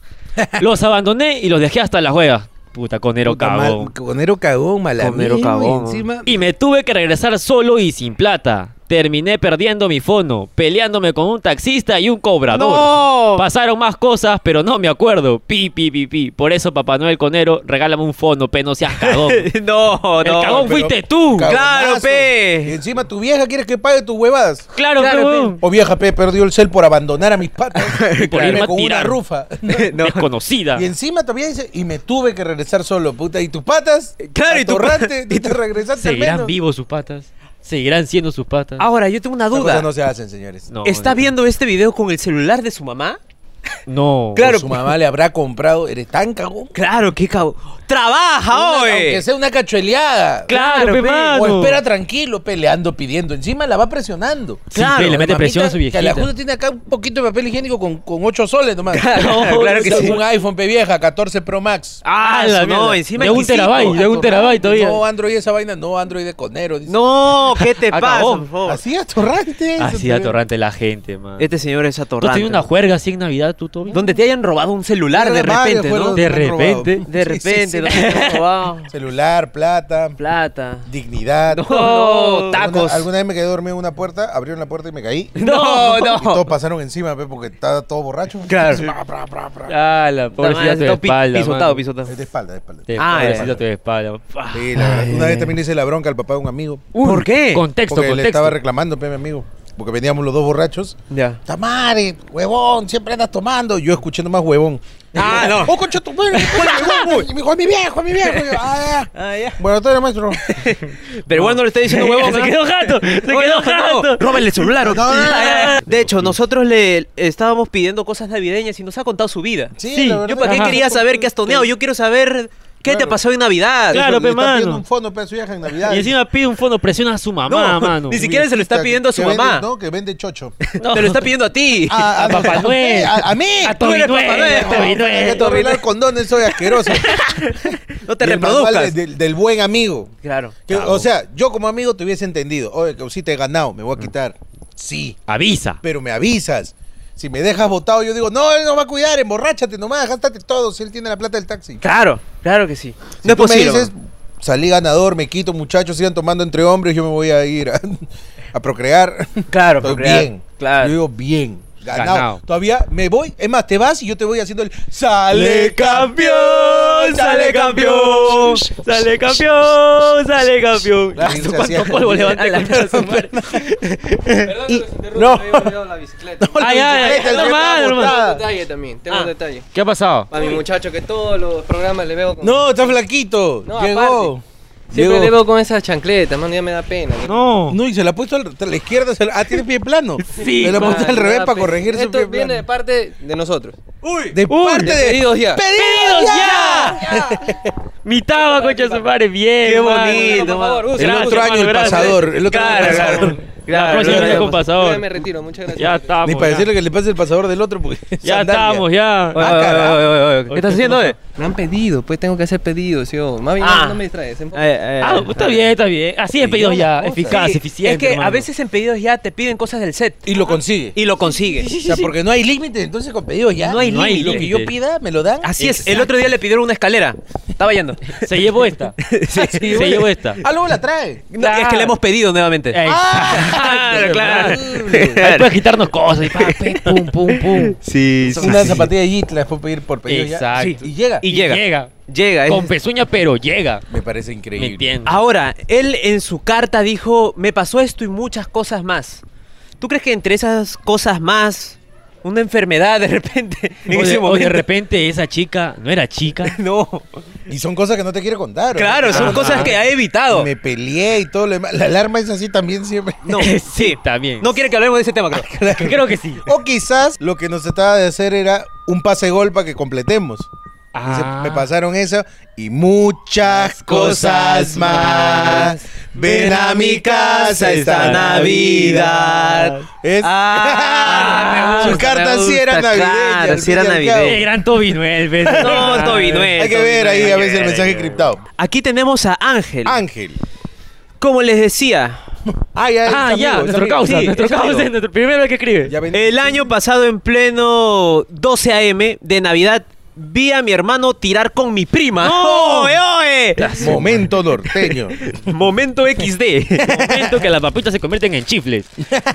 [SPEAKER 3] Los abandoné y los dejé hasta las huevas. Puta, conero
[SPEAKER 5] Puta mal-
[SPEAKER 3] cagón.
[SPEAKER 5] Conero cagón, malameo.
[SPEAKER 1] Conero cagón.
[SPEAKER 5] y Encima,
[SPEAKER 3] Y me tuve que regresar solo y sin plata. Terminé perdiendo mi fono, peleándome con un taxista y un cobrador.
[SPEAKER 1] ¡No!
[SPEAKER 3] Pasaron más cosas, pero no me acuerdo. Pi, pi, pi, pi. Por eso, Papá Noel Conero, regálame un fono, pe, no seas
[SPEAKER 1] [LAUGHS]
[SPEAKER 3] cagón.
[SPEAKER 1] No, no.
[SPEAKER 3] El cagón
[SPEAKER 2] pero-
[SPEAKER 3] fuiste tú.
[SPEAKER 1] Cagón.
[SPEAKER 3] Claro,
[SPEAKER 1] Claro, pe.
[SPEAKER 2] Y encima tu vieja quieres que pague tus huevadas.
[SPEAKER 1] Claro,
[SPEAKER 3] pe,
[SPEAKER 1] pe.
[SPEAKER 3] huevón.
[SPEAKER 2] O vieja P perdió el cel por abandonar a mis patas. y
[SPEAKER 3] Por irme a
[SPEAKER 2] con una
[SPEAKER 3] tirar.
[SPEAKER 2] rufa.
[SPEAKER 1] No.
[SPEAKER 3] Desconocida.
[SPEAKER 2] Y encima todavía dice, y me tuve que regresar solo, puta. Y tus patas,
[SPEAKER 1] Claro, y tu pa-
[SPEAKER 2] atorrante, y te regresaste al
[SPEAKER 3] ¿Seguirán
[SPEAKER 2] menos.
[SPEAKER 3] vivos sus patas? ¿Seguirán siendo sus patas?
[SPEAKER 1] Ahora, yo tengo una
[SPEAKER 2] Estas
[SPEAKER 1] duda.
[SPEAKER 2] cosas no se hacen, señores.
[SPEAKER 3] No,
[SPEAKER 1] Ah, ¿Está
[SPEAKER 3] no.
[SPEAKER 1] viendo este video con el celular de su mamá?
[SPEAKER 3] No.
[SPEAKER 1] Claro.
[SPEAKER 2] Su mamá le habrá comprado, eres tan cagón.
[SPEAKER 1] Claro, qué cagón. ¡Trabaja,
[SPEAKER 2] Una-
[SPEAKER 1] Ah, oye!
[SPEAKER 2] aunque sea una cachueleada.
[SPEAKER 3] Claro,
[SPEAKER 1] Claro,
[SPEAKER 3] pe,
[SPEAKER 1] pe.
[SPEAKER 3] mano.
[SPEAKER 2] O espera tranquilo, peleando, pidiendo. Encima la va presionando.
[SPEAKER 3] Sí, pe, le
[SPEAKER 1] claro,
[SPEAKER 3] mete
[SPEAKER 2] Mamita,
[SPEAKER 3] presión a su viejita.
[SPEAKER 2] Que la justo tiene acá un poquito de papel higiénico con, con 8 soles nomás.
[SPEAKER 1] [LAUGHS]
[SPEAKER 2] [LAUGHS]
[SPEAKER 1] Claro, claro que
[SPEAKER 2] Es
[SPEAKER 1] sí.
[SPEAKER 2] Un iPhone P vieja, 14 Pro Max.
[SPEAKER 1] Ah,
[SPEAKER 3] Ah, la
[SPEAKER 1] su- no,
[SPEAKER 3] mierda.
[SPEAKER 1] encima
[SPEAKER 3] De un
[SPEAKER 1] exquisito.
[SPEAKER 3] terabyte, de un terabyte todavía.
[SPEAKER 2] No, Android esa vaina, no, Android de conero. dice.
[SPEAKER 1] No, ¿qué [LAUGHS] te pasa,
[SPEAKER 3] Acabó.
[SPEAKER 1] por favor?
[SPEAKER 2] Así atorrante.
[SPEAKER 3] Así
[SPEAKER 2] Eso te-
[SPEAKER 3] Ah, atorrante la gente, man.
[SPEAKER 1] Este señor es
[SPEAKER 3] ¿Tú has
[SPEAKER 1] atorrante.
[SPEAKER 3] tenido una juerga así en Navidad, tú, Toby?
[SPEAKER 1] Donde te hayan robado un celular Ah, de
[SPEAKER 2] Varios
[SPEAKER 1] repente,
[SPEAKER 2] fueron-
[SPEAKER 1] ¿no?
[SPEAKER 3] De
[SPEAKER 2] me han robado.
[SPEAKER 3] repente.
[SPEAKER 1] De
[SPEAKER 2] [LAUGHS] Sí, sí,
[SPEAKER 1] repente,
[SPEAKER 2] sí.
[SPEAKER 1] donde te hayan robado
[SPEAKER 2] Celular, plata,
[SPEAKER 1] plata.
[SPEAKER 2] [LAUGHS] dignidad.
[SPEAKER 1] No,
[SPEAKER 3] No.
[SPEAKER 2] Alguna-
[SPEAKER 1] tacos.
[SPEAKER 2] Alguna vez me quedé dormido en una puerta, abrieron la puerta y me caí.
[SPEAKER 1] [LAUGHS]
[SPEAKER 2] [LAUGHS]
[SPEAKER 1] No,
[SPEAKER 2] Y todos
[SPEAKER 1] no.
[SPEAKER 2] pasaron encima, pe, porque estaba todo borracho.
[SPEAKER 1] Claro.
[SPEAKER 2] Pra, pra, pra, pra.
[SPEAKER 3] Ah, la pobrecita de
[SPEAKER 1] Está pi-
[SPEAKER 3] espalda.
[SPEAKER 1] Pisotado,
[SPEAKER 3] mano.
[SPEAKER 1] pisotado.
[SPEAKER 2] Es de espalda, de espalda.
[SPEAKER 3] Te-
[SPEAKER 1] Ah,
[SPEAKER 3] pobrecita
[SPEAKER 2] ya.
[SPEAKER 3] tu espalda. Pa.
[SPEAKER 2] Sí, la verdad. Una vez también le hice la bronca al papá de un amigo.
[SPEAKER 1] ¿Por qué?
[SPEAKER 3] Contexto,
[SPEAKER 2] porque le
[SPEAKER 3] contexto.
[SPEAKER 2] estaba reclamando, pe, mi amigo. Porque veníamos los dos borrachos.
[SPEAKER 1] Ya.
[SPEAKER 2] Tamari, huevón, siempre andas tomando. Yo escuchando más huevón.
[SPEAKER 1] Ah, no.
[SPEAKER 2] ¡Oh, concha
[SPEAKER 1] [LAUGHS]
[SPEAKER 2] tu madre! huevón! Y me dijo, "A mi viejo, a mi viejo. Y yo, "Ah, ya".
[SPEAKER 1] Ah, ya.
[SPEAKER 2] Bueno, tardes, maestro.
[SPEAKER 1] Pero igual no le está diciendo huevón.
[SPEAKER 3] se
[SPEAKER 1] ¿verdad?
[SPEAKER 3] quedó jato, se
[SPEAKER 1] Oye, no, no,
[SPEAKER 3] quedó jato.
[SPEAKER 1] róbale el celular.
[SPEAKER 2] No, no, no, no.
[SPEAKER 1] [LAUGHS] De hecho, nosotros le estábamos pidiendo cosas navideñas y nos ha contado su vida.
[SPEAKER 3] Sí,
[SPEAKER 2] la verdad.
[SPEAKER 1] Yo para qué
[SPEAKER 3] Ajá.
[SPEAKER 1] quería saber qué has toneado, yo quiero saber qué te
[SPEAKER 2] Claro.
[SPEAKER 1] pasó en Navidad.
[SPEAKER 3] Claro,
[SPEAKER 2] Le
[SPEAKER 3] pe,
[SPEAKER 2] está pidiendo
[SPEAKER 3] mano.
[SPEAKER 2] un fondo, pe, a su vieja en Navidad.
[SPEAKER 3] Y encima pide un fondo, presiona a su mamá,
[SPEAKER 1] no, [LAUGHS]
[SPEAKER 3] mano.
[SPEAKER 1] ni siquiera se lo
[SPEAKER 2] Que-
[SPEAKER 1] está pidiendo a su
[SPEAKER 2] que vende-
[SPEAKER 1] mamá.
[SPEAKER 2] no, que vende
[SPEAKER 3] [LAUGHS]
[SPEAKER 2] chocho.
[SPEAKER 1] [LAUGHS]
[SPEAKER 2] Ah,
[SPEAKER 1] Te lo está pidiendo a ti.
[SPEAKER 2] A,
[SPEAKER 3] Papá Noel.
[SPEAKER 2] A, a mí.
[SPEAKER 3] A
[SPEAKER 1] Tú
[SPEAKER 3] Toby
[SPEAKER 1] eres Papá
[SPEAKER 3] Noel,
[SPEAKER 1] Noel.
[SPEAKER 3] a Toby Noel.
[SPEAKER 2] Esto arreglar condones, soy
[SPEAKER 3] [LAUGHS]
[SPEAKER 2] asqueroso.
[SPEAKER 1] no te
[SPEAKER 2] Del manual
[SPEAKER 1] reproduzcas.
[SPEAKER 2] de- del- del buen amigo.
[SPEAKER 1] Claro.
[SPEAKER 2] Que, o sea, yo como amigo te hubiese entendido. Oye, que sí te he ganado, me
[SPEAKER 3] Mm.
[SPEAKER 2] voy a quitar. Sí,
[SPEAKER 3] Avisa.
[SPEAKER 2] pero me avisas. Si me dejas votado, yo digo, no, él no va a cuidar, emborráchate nomás, gástate todo, si él tiene la plata del taxi.
[SPEAKER 1] Claro, claro que sí.
[SPEAKER 2] Si
[SPEAKER 1] No es
[SPEAKER 2] tú
[SPEAKER 1] posible.
[SPEAKER 2] me dices, salí ganador, me quito, muchachos, sigan tomando entre hombres, yo me voy a ir a, [LAUGHS] a [LAUGHS] procrear.
[SPEAKER 1] Claro,
[SPEAKER 2] Estoy
[SPEAKER 1] procrear,
[SPEAKER 2] pues bien.
[SPEAKER 1] claro.
[SPEAKER 2] Yo digo, bien. Ganado.
[SPEAKER 3] Ganado.
[SPEAKER 2] Todavía me voy, es más, te vas y yo te voy haciendo el sale
[SPEAKER 3] campeón!
[SPEAKER 2] ¡Sale campeón!
[SPEAKER 3] ¡Sale campeón!
[SPEAKER 2] [LAUGHS]
[SPEAKER 3] ¡Sale
[SPEAKER 2] [LAUGHS]
[SPEAKER 3] campeón!
[SPEAKER 2] Claro, se hacía-
[SPEAKER 3] ¿Cuánto polvo
[SPEAKER 2] [LAUGHS]
[SPEAKER 3] levanta
[SPEAKER 1] A la
[SPEAKER 3] el concha de su madre?
[SPEAKER 4] Perdón, que los interrumpa,
[SPEAKER 2] no.
[SPEAKER 4] me había olvidado
[SPEAKER 2] [LAUGHS]
[SPEAKER 4] la bicicleta.
[SPEAKER 2] la
[SPEAKER 3] Ay, ay,
[SPEAKER 2] bicicleta, el
[SPEAKER 3] no,
[SPEAKER 2] que
[SPEAKER 3] mano,
[SPEAKER 2] estaba
[SPEAKER 3] hermano.
[SPEAKER 4] Tengo un
[SPEAKER 2] botada.
[SPEAKER 4] detalle también, tengo
[SPEAKER 3] Ah.
[SPEAKER 4] un detalle.
[SPEAKER 3] ¿Qué ha pasado?
[SPEAKER 4] Para mi muchacho que todos los programas le veo con...
[SPEAKER 2] No, está flaquito.
[SPEAKER 4] No,
[SPEAKER 2] Llegó.
[SPEAKER 4] aparte. Siempre
[SPEAKER 2] Llegó.
[SPEAKER 4] le veo con esa chancleta, mano, ya me da pena.
[SPEAKER 3] No.
[SPEAKER 2] No, y se la ha puesto al- a la izquierda. Se la, ah, tiene pie [LAUGHS] plano.
[SPEAKER 3] Sí,
[SPEAKER 2] Se la ha
[SPEAKER 3] man,
[SPEAKER 2] puesto al
[SPEAKER 4] Ah, me
[SPEAKER 2] revés
[SPEAKER 4] da
[SPEAKER 2] para
[SPEAKER 4] pena.
[SPEAKER 2] corregir su
[SPEAKER 4] Esto
[SPEAKER 2] pie
[SPEAKER 4] viene
[SPEAKER 2] plano.
[SPEAKER 4] de parte de nosotros.
[SPEAKER 2] De parte de...
[SPEAKER 4] Pedidos ya.
[SPEAKER 3] ¡Pedidos ya! Mi taba, concha de su madre, bien.
[SPEAKER 1] Qué
[SPEAKER 3] mano.
[SPEAKER 1] bonito,
[SPEAKER 4] Por favor,
[SPEAKER 1] mano.
[SPEAKER 4] usa,
[SPEAKER 2] El
[SPEAKER 4] usa,
[SPEAKER 2] otro
[SPEAKER 4] hermano,
[SPEAKER 2] año el
[SPEAKER 4] gracias.
[SPEAKER 2] pasador. El otro
[SPEAKER 1] Claro,
[SPEAKER 2] año el
[SPEAKER 1] claro.
[SPEAKER 2] pasador.
[SPEAKER 3] La
[SPEAKER 1] Claro,
[SPEAKER 3] próxima
[SPEAKER 1] claro,
[SPEAKER 3] vez
[SPEAKER 1] claro.
[SPEAKER 3] con
[SPEAKER 4] Yo
[SPEAKER 3] pasador.
[SPEAKER 4] ya me retiro, muchas gracias.
[SPEAKER 3] Ya estamos.
[SPEAKER 2] Ni para
[SPEAKER 3] ya.
[SPEAKER 2] decirle que le pase el pasador del otro porque... es
[SPEAKER 3] Ya
[SPEAKER 2] sandalia.
[SPEAKER 3] estamos, ya. Ah,
[SPEAKER 1] Oye, oye, oye, oye, oye, ¿Qué estás haciendo, eh?
[SPEAKER 4] Me han pedido, pues tengo que hacer pedidos, yo. Mami, no-
[SPEAKER 1] Ah.
[SPEAKER 4] no, me ¿eh? distraes. enfoca.
[SPEAKER 1] Ay, ay,
[SPEAKER 3] Ah,
[SPEAKER 1] ay.
[SPEAKER 3] está bien, está bien. Así es pedido ya. Eficaz,
[SPEAKER 1] Sí,
[SPEAKER 3] eficiente.
[SPEAKER 1] Es que a
[SPEAKER 3] hermano.
[SPEAKER 1] veces en pedidos ya te piden cosas del set
[SPEAKER 2] Y lo consigue.
[SPEAKER 1] Ah, y lo consigues.
[SPEAKER 2] O sea, porque no hay límite, entonces con pedidos ya.
[SPEAKER 1] No hay
[SPEAKER 2] Lo
[SPEAKER 3] límite.
[SPEAKER 2] que yo pida, me lo dan.
[SPEAKER 1] Así es, el otro día le pidieron una escalera. Estaba yendo.
[SPEAKER 3] Se llevó
[SPEAKER 2] [LAUGHS]
[SPEAKER 3] esta. Se llevó esta.
[SPEAKER 2] Algo Ah, la trae.
[SPEAKER 1] No, es que le hemos pedido
[SPEAKER 2] Ah.
[SPEAKER 1] nuevamente.
[SPEAKER 3] Eh,
[SPEAKER 1] Claro, claro.
[SPEAKER 3] Ahí puedes quitarnos cosas y pa, pe, pum, pum, pum.
[SPEAKER 1] Sí,
[SPEAKER 2] Una zapatilla de Yeet la puedo pedir por pedido ya.
[SPEAKER 3] Exacto.
[SPEAKER 2] Y llega.
[SPEAKER 1] Y llega.
[SPEAKER 3] Llega.
[SPEAKER 1] Llega. es-
[SPEAKER 3] Con pezuña, pero llega.
[SPEAKER 2] Me parece increíble.
[SPEAKER 3] ¿Me entiendes?
[SPEAKER 1] Ahora, él en su carta dijo, me pasó esto y muchas cosas más. ¿Tú crees que entre esas cosas más, una enfermedad de repente, [LAUGHS] en
[SPEAKER 3] o,
[SPEAKER 1] ese
[SPEAKER 3] de, o de
[SPEAKER 1] momento?
[SPEAKER 3] repente esa chica no era chica.
[SPEAKER 1] No,
[SPEAKER 2] Y son cosas que no te quiero contar.
[SPEAKER 1] claro, son
[SPEAKER 2] Ajá.
[SPEAKER 1] cosas que ha evitado.
[SPEAKER 2] Me peleé y todo lo demás. La alarma es así también siempre.
[SPEAKER 1] No,
[SPEAKER 3] Sí,
[SPEAKER 1] [LAUGHS] sí,
[SPEAKER 3] también.
[SPEAKER 1] No quiere que hablemos de ese tema, creo. [LAUGHS]
[SPEAKER 3] Creo que sí.
[SPEAKER 2] O quizás lo que nos trataba de hacer era un pase gol para que completemos. Dice,
[SPEAKER 3] Ah.
[SPEAKER 2] me pasaron eso y muchas cosas más. Ven a mi casa esta Navidad. Es
[SPEAKER 1] Ah, me
[SPEAKER 2] su
[SPEAKER 1] gusta,
[SPEAKER 2] carta
[SPEAKER 1] me
[SPEAKER 2] sí era
[SPEAKER 1] gusta,
[SPEAKER 2] navideña.
[SPEAKER 1] claro,
[SPEAKER 2] al
[SPEAKER 1] sí
[SPEAKER 2] fin y
[SPEAKER 1] era
[SPEAKER 2] al cabo.
[SPEAKER 1] navideña.
[SPEAKER 3] Eh, gran Toby Noel, ¿ves?
[SPEAKER 1] [LAUGHS] No, Toby Noel.
[SPEAKER 2] Hay que ver ahí a veces el mensaje criptado.
[SPEAKER 1] Aquí tenemos a Ángel.
[SPEAKER 2] Ángel.
[SPEAKER 1] Como les decía,
[SPEAKER 2] Ah, ya, es
[SPEAKER 3] Ah,
[SPEAKER 2] amigo,
[SPEAKER 3] ya,
[SPEAKER 2] es
[SPEAKER 3] nuestro
[SPEAKER 2] amigo.
[SPEAKER 3] causa,
[SPEAKER 2] Sí,
[SPEAKER 3] nuestro
[SPEAKER 2] es amigo.
[SPEAKER 3] causa, Eh, nuestro primero el que escribe.
[SPEAKER 2] Ya ven-
[SPEAKER 1] El año pasado, en pleno 12 AM de Navidad, vi a mi hermano tirar con mi prima. [LAUGHS]
[SPEAKER 3] ¡No!
[SPEAKER 1] ¡Oe, oe!
[SPEAKER 2] Momento
[SPEAKER 3] [LAUGHS]
[SPEAKER 2] norteño.
[SPEAKER 1] Momento XD.
[SPEAKER 3] Momento que las papitas se convierten
[SPEAKER 2] [LAUGHS]
[SPEAKER 3] en chifles.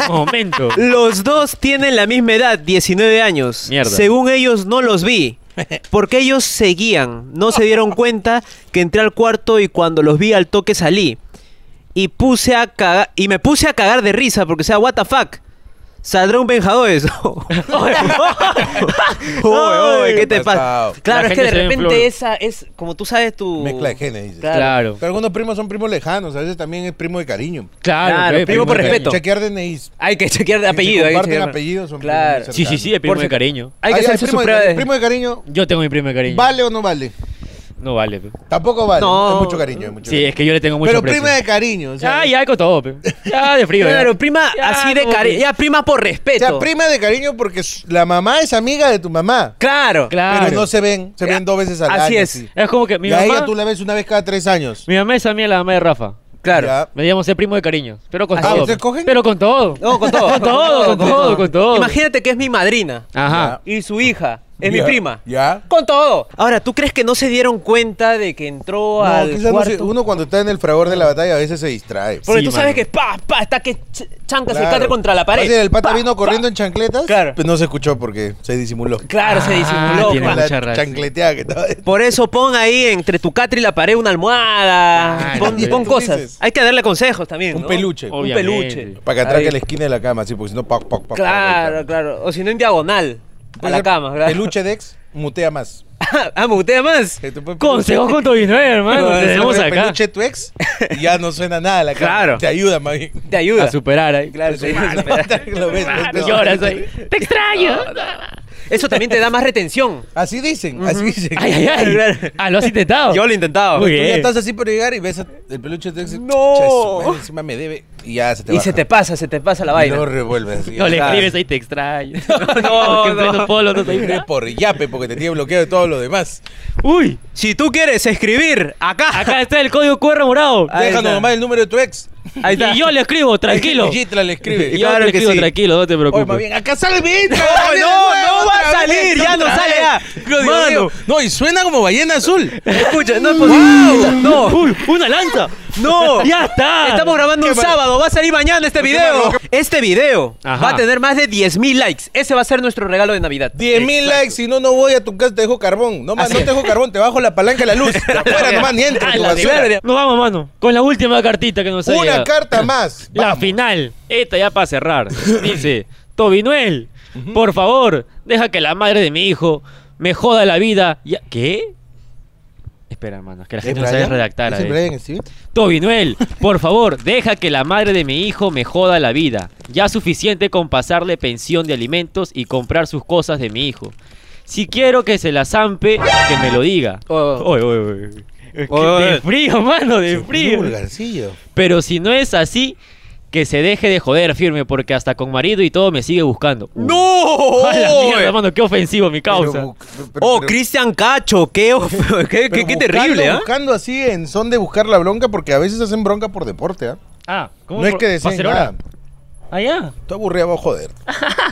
[SPEAKER 3] Momento.
[SPEAKER 1] Los dos tienen la misma edad, 19 años.
[SPEAKER 3] Mierda.
[SPEAKER 1] Según ellos, no los
[SPEAKER 3] [LAUGHS]
[SPEAKER 1] vi. Porque ellos seguían. No se dieron cuenta que entré al cuarto y cuando los vi al toque salí. Y puse a cagar. Y me puse a cagar de risa porque, o sea, what the fuck. Saldrá un venjadores. [LAUGHS]
[SPEAKER 3] [LAUGHS]
[SPEAKER 1] Oye, oye, ¿qué te pasa?
[SPEAKER 2] Pasado.
[SPEAKER 1] Claro, es
[SPEAKER 3] La
[SPEAKER 1] que de
[SPEAKER 3] gente se ve en flor.
[SPEAKER 1] repente esa es, como tú sabes, tu...
[SPEAKER 2] Mezcla de genes, dices.
[SPEAKER 1] Claro.
[SPEAKER 3] Uh, Claro.
[SPEAKER 2] Pero algunos primos son primos lejanos, a veces también es primo de cariño.
[SPEAKER 3] Claro,
[SPEAKER 1] Claro,
[SPEAKER 3] pe,
[SPEAKER 1] primo por
[SPEAKER 3] de
[SPEAKER 1] respeto.
[SPEAKER 2] Chequear DNIs.
[SPEAKER 1] Hay que chequear de
[SPEAKER 2] Si
[SPEAKER 1] apellido. hay que
[SPEAKER 2] comparten
[SPEAKER 1] chequear-
[SPEAKER 2] apellidos son
[SPEAKER 1] Claro.
[SPEAKER 2] primos
[SPEAKER 3] Sí, sí, sí, de primo
[SPEAKER 1] Por
[SPEAKER 3] de
[SPEAKER 1] si-
[SPEAKER 3] cariño.
[SPEAKER 1] Hay que
[SPEAKER 2] Ah, ya,
[SPEAKER 1] hacerse su
[SPEAKER 2] primo de
[SPEAKER 1] prueba
[SPEAKER 2] cari-
[SPEAKER 1] de-
[SPEAKER 2] primo de cariño,
[SPEAKER 3] Yo tengo mi primo de cariño.
[SPEAKER 2] ¿vale o no vale?
[SPEAKER 3] No vale. pe.
[SPEAKER 2] Tampoco vale.
[SPEAKER 1] No.
[SPEAKER 2] Es mucho cariño. es mucho
[SPEAKER 3] Sí,
[SPEAKER 2] cariño.
[SPEAKER 3] es que yo le tengo mucho
[SPEAKER 2] Pero
[SPEAKER 3] aprecio.
[SPEAKER 2] prima de cariño. O sea,
[SPEAKER 3] Ya, ya, con todo. pe. Ya, de frío. ya.
[SPEAKER 1] Claro, prima
[SPEAKER 3] Ya,
[SPEAKER 1] así de
[SPEAKER 3] como que-
[SPEAKER 1] cariño. Ya, prima por
[SPEAKER 2] o
[SPEAKER 1] respeto.
[SPEAKER 2] sea, prima de cariño porque s- la mamá es amiga de tu mamá.
[SPEAKER 1] Claro.
[SPEAKER 3] Claro.
[SPEAKER 2] Pero no se ven, se ven dos veces al año.
[SPEAKER 1] Así es.
[SPEAKER 2] sí.
[SPEAKER 3] Es como que mi
[SPEAKER 2] Y a ella
[SPEAKER 3] mamá,
[SPEAKER 2] tú la ves una vez cada tres años.
[SPEAKER 3] mi mamá es a mí la mamá de Rafa.
[SPEAKER 1] Claro.
[SPEAKER 2] Ya.
[SPEAKER 3] Me llamo ser primo de cariño. Pero con
[SPEAKER 2] Ah,
[SPEAKER 3] todo.
[SPEAKER 2] ¿ustedes
[SPEAKER 3] pe.
[SPEAKER 2] cogen?
[SPEAKER 3] Pero con todo.
[SPEAKER 1] No, con todo.
[SPEAKER 3] Con todo, con todo, con todo.
[SPEAKER 1] Imagínate que es mi madrina
[SPEAKER 3] Ajá.
[SPEAKER 1] y su hija es mi
[SPEAKER 2] Ya,
[SPEAKER 1] prima.
[SPEAKER 2] Ya.
[SPEAKER 1] Con todo. Ahora, ¿tú crees que no se dieron cuenta de que entró
[SPEAKER 2] No,
[SPEAKER 1] al
[SPEAKER 2] quizás no
[SPEAKER 1] cuarto?
[SPEAKER 2] se- uno cuando está en el fragor de la batalla a veces se distrae.
[SPEAKER 1] Porque
[SPEAKER 3] Sí,
[SPEAKER 1] tú sabes
[SPEAKER 3] mano.
[SPEAKER 1] que pa, pa, está que ch- chanca se
[SPEAKER 2] Claro.
[SPEAKER 1] catre contra la
[SPEAKER 2] Fácil,
[SPEAKER 1] pared.
[SPEAKER 2] el pata
[SPEAKER 1] Pa,
[SPEAKER 2] vino
[SPEAKER 1] pa.
[SPEAKER 2] corriendo en chancletas,
[SPEAKER 1] Claro.
[SPEAKER 2] pues no se escuchó porque se disimuló.
[SPEAKER 1] Claro, se
[SPEAKER 3] Ah,
[SPEAKER 1] disimuló.
[SPEAKER 3] tiene
[SPEAKER 1] pa.
[SPEAKER 3] mucha
[SPEAKER 2] La
[SPEAKER 3] razón.
[SPEAKER 2] chancleteada que estaba.
[SPEAKER 1] Por eso pon ahí entre tu catre y la pared una almohada.
[SPEAKER 3] Claro,
[SPEAKER 1] pon
[SPEAKER 3] pues.
[SPEAKER 1] pon
[SPEAKER 2] Tú
[SPEAKER 1] cosas.
[SPEAKER 2] dices.
[SPEAKER 1] Hay que darle consejos también.
[SPEAKER 2] Un
[SPEAKER 1] ¿no?
[SPEAKER 2] peluche.
[SPEAKER 1] Un
[SPEAKER 3] Obviamente.
[SPEAKER 1] peluche.
[SPEAKER 2] Para que atrás
[SPEAKER 1] Ahí.
[SPEAKER 2] que la esquina de la cama, sí, porque si no, pac, pac, pac, pac.
[SPEAKER 1] Claro, claro. O si no, en diagonal. A
[SPEAKER 2] Puede
[SPEAKER 1] la
[SPEAKER 2] ser
[SPEAKER 1] cama, claro.
[SPEAKER 2] Peluche Dex, mutea más.
[SPEAKER 1] [LAUGHS] ah, me gustea más.
[SPEAKER 2] Que te puede-
[SPEAKER 3] Consejos con tu
[SPEAKER 1] No,
[SPEAKER 3] hermano. Te
[SPEAKER 2] [LAUGHS]
[SPEAKER 1] eso
[SPEAKER 3] tenemos
[SPEAKER 2] Peluche-
[SPEAKER 3] acá.
[SPEAKER 2] Peluche tu ex, y ya no suena nada la cama.
[SPEAKER 1] Claro.
[SPEAKER 2] Te ayuda, más bien.
[SPEAKER 1] Te ayuda.
[SPEAKER 3] A superar ahí. [LAUGHS]
[SPEAKER 1] Claro, te ayuda a
[SPEAKER 2] [LAUGHS]
[SPEAKER 1] superar.
[SPEAKER 2] Lo ves,
[SPEAKER 3] Ah,
[SPEAKER 2] lo ves.
[SPEAKER 3] lloras ahí. Te extraño.
[SPEAKER 1] Eso también te da más retención.
[SPEAKER 2] Así dicen, así dicen.
[SPEAKER 3] [LAUGHS] Ay, ay, ay. Ah, lo has intentado.
[SPEAKER 1] Yo lo he intentado.
[SPEAKER 3] Muy
[SPEAKER 2] Tú ya
[SPEAKER 3] bien.
[SPEAKER 2] estás así por llegar y ves a- el peluche Dex.
[SPEAKER 1] No.
[SPEAKER 2] "Cha, su madre, Encima me debe. Y ya se te
[SPEAKER 1] y
[SPEAKER 2] baja.
[SPEAKER 1] se te pasa, se te pasa la
[SPEAKER 2] Y
[SPEAKER 1] vaina.
[SPEAKER 2] luego revuelves así.
[SPEAKER 3] No le
[SPEAKER 1] Claro.
[SPEAKER 3] escribes ahí, te extraño.
[SPEAKER 1] [LAUGHS]
[SPEAKER 3] [LAUGHS]
[SPEAKER 1] no,
[SPEAKER 3] Que en pleno
[SPEAKER 1] no.
[SPEAKER 3] polo no
[SPEAKER 2] Te
[SPEAKER 3] te
[SPEAKER 1] [LAUGHS]
[SPEAKER 2] escribes por yape porque te tiene bloqueado de todo lo demás.
[SPEAKER 3] Uy,
[SPEAKER 1] Si tú quieres escribir, acá.
[SPEAKER 3] acá está el código QR morado.
[SPEAKER 1] Ahí
[SPEAKER 2] Déjanos
[SPEAKER 1] está.
[SPEAKER 2] nomás el número de tu ex.
[SPEAKER 1] Ah, Ahí está.
[SPEAKER 3] Y yo le
[SPEAKER 1] [LAUGHS]
[SPEAKER 3] escribo, tranquilo.
[SPEAKER 2] Y Gitla le escribe.
[SPEAKER 3] Y
[SPEAKER 1] Claro
[SPEAKER 3] [LAUGHS] yo le
[SPEAKER 1] que
[SPEAKER 3] escribo,
[SPEAKER 1] sí.
[SPEAKER 3] tranquilo, no te
[SPEAKER 2] Oye, más
[SPEAKER 3] preocupes.
[SPEAKER 2] bien, acá sale mi intro.
[SPEAKER 1] [LAUGHS] No,
[SPEAKER 2] Dale,
[SPEAKER 1] no, no va
[SPEAKER 2] dale, otra
[SPEAKER 1] a
[SPEAKER 2] vez,
[SPEAKER 1] salir, ya no
[SPEAKER 2] otra
[SPEAKER 1] sale
[SPEAKER 2] vez.
[SPEAKER 1] ya.
[SPEAKER 2] Dios mío.
[SPEAKER 1] Mano.
[SPEAKER 2] No, y suena como ballena azul.
[SPEAKER 1] [LAUGHS] Escucha, no es posible.
[SPEAKER 3] [LAUGHS]
[SPEAKER 1] No,
[SPEAKER 3] [LAUGHS] Uy,
[SPEAKER 1] [LAUGHS]
[SPEAKER 3] una lanza.
[SPEAKER 1] no.
[SPEAKER 3] Ya está.
[SPEAKER 1] Estamos grabando un
[SPEAKER 2] Qué mal-
[SPEAKER 1] sábado, va a salir mañana este video. Este video
[SPEAKER 3] Ajá.
[SPEAKER 1] va a tener más de 10.000 likes. Ese va a ser nuestro regalo de Navidad.
[SPEAKER 2] 10 mil likes, si no, no voy a tu casa, te dejo carbón. No más, no te dejo carbón, te bajo la palanca de
[SPEAKER 1] [LAUGHS]
[SPEAKER 2] la luz. Afuera, nomás ni entro.
[SPEAKER 3] A
[SPEAKER 2] tu
[SPEAKER 3] la
[SPEAKER 2] basura.
[SPEAKER 3] verga. Nos vamos, mano. Con la última cartita que nos ha
[SPEAKER 2] Una
[SPEAKER 3] llegado.
[SPEAKER 2] carta más.
[SPEAKER 3] La
[SPEAKER 2] Vamos.
[SPEAKER 3] final. Esta ya para cerrar. Dice, Tobinuel, por favor, deja que la madre de mi hijo me joda la vida. Ya- ¿Qué? Espera, hermano, es que la gente no sabe
[SPEAKER 2] Brian?
[SPEAKER 3] redactar. eh. a
[SPEAKER 2] ¿Es el
[SPEAKER 3] veces.
[SPEAKER 2] Brian Steve?
[SPEAKER 3] Tobinuel, por favor, deja que la madre de mi hijo me joda la vida. Ya suficiente con pasarle pensión de alimentos y comprar sus cosas de mi hijo. Si quiero que se la zampe, que me lo diga.
[SPEAKER 1] Oh.
[SPEAKER 3] Oy, oy, oy. Es que
[SPEAKER 1] Oy, oy.
[SPEAKER 3] De frío, mano, de frío.
[SPEAKER 2] Vulgarcillo.
[SPEAKER 3] Pero si no es así, que se deje de joder firme, porque hasta con marido y todo me sigue buscando. Uh,
[SPEAKER 1] ¡No!
[SPEAKER 3] A la mierda, mano, qué ofensivo mi causa.
[SPEAKER 2] Pero bu- pero-
[SPEAKER 1] Oh,
[SPEAKER 2] pero-
[SPEAKER 1] Cristian Cacho, qué, of- [LAUGHS] qué,
[SPEAKER 2] pero
[SPEAKER 1] qué- qué
[SPEAKER 2] buscando-
[SPEAKER 1] terrible, ¿ah?
[SPEAKER 2] Buscando así en son de buscar la bronca, porque a veces hacen bronca por deporte, ¿ah?
[SPEAKER 3] Ah, ¿cómo
[SPEAKER 2] No es
[SPEAKER 3] por-
[SPEAKER 2] que
[SPEAKER 3] va a
[SPEAKER 2] deseen
[SPEAKER 3] ser hora?
[SPEAKER 2] nada.
[SPEAKER 3] Ah, ya.
[SPEAKER 2] Estoy aburrido, voy a joder.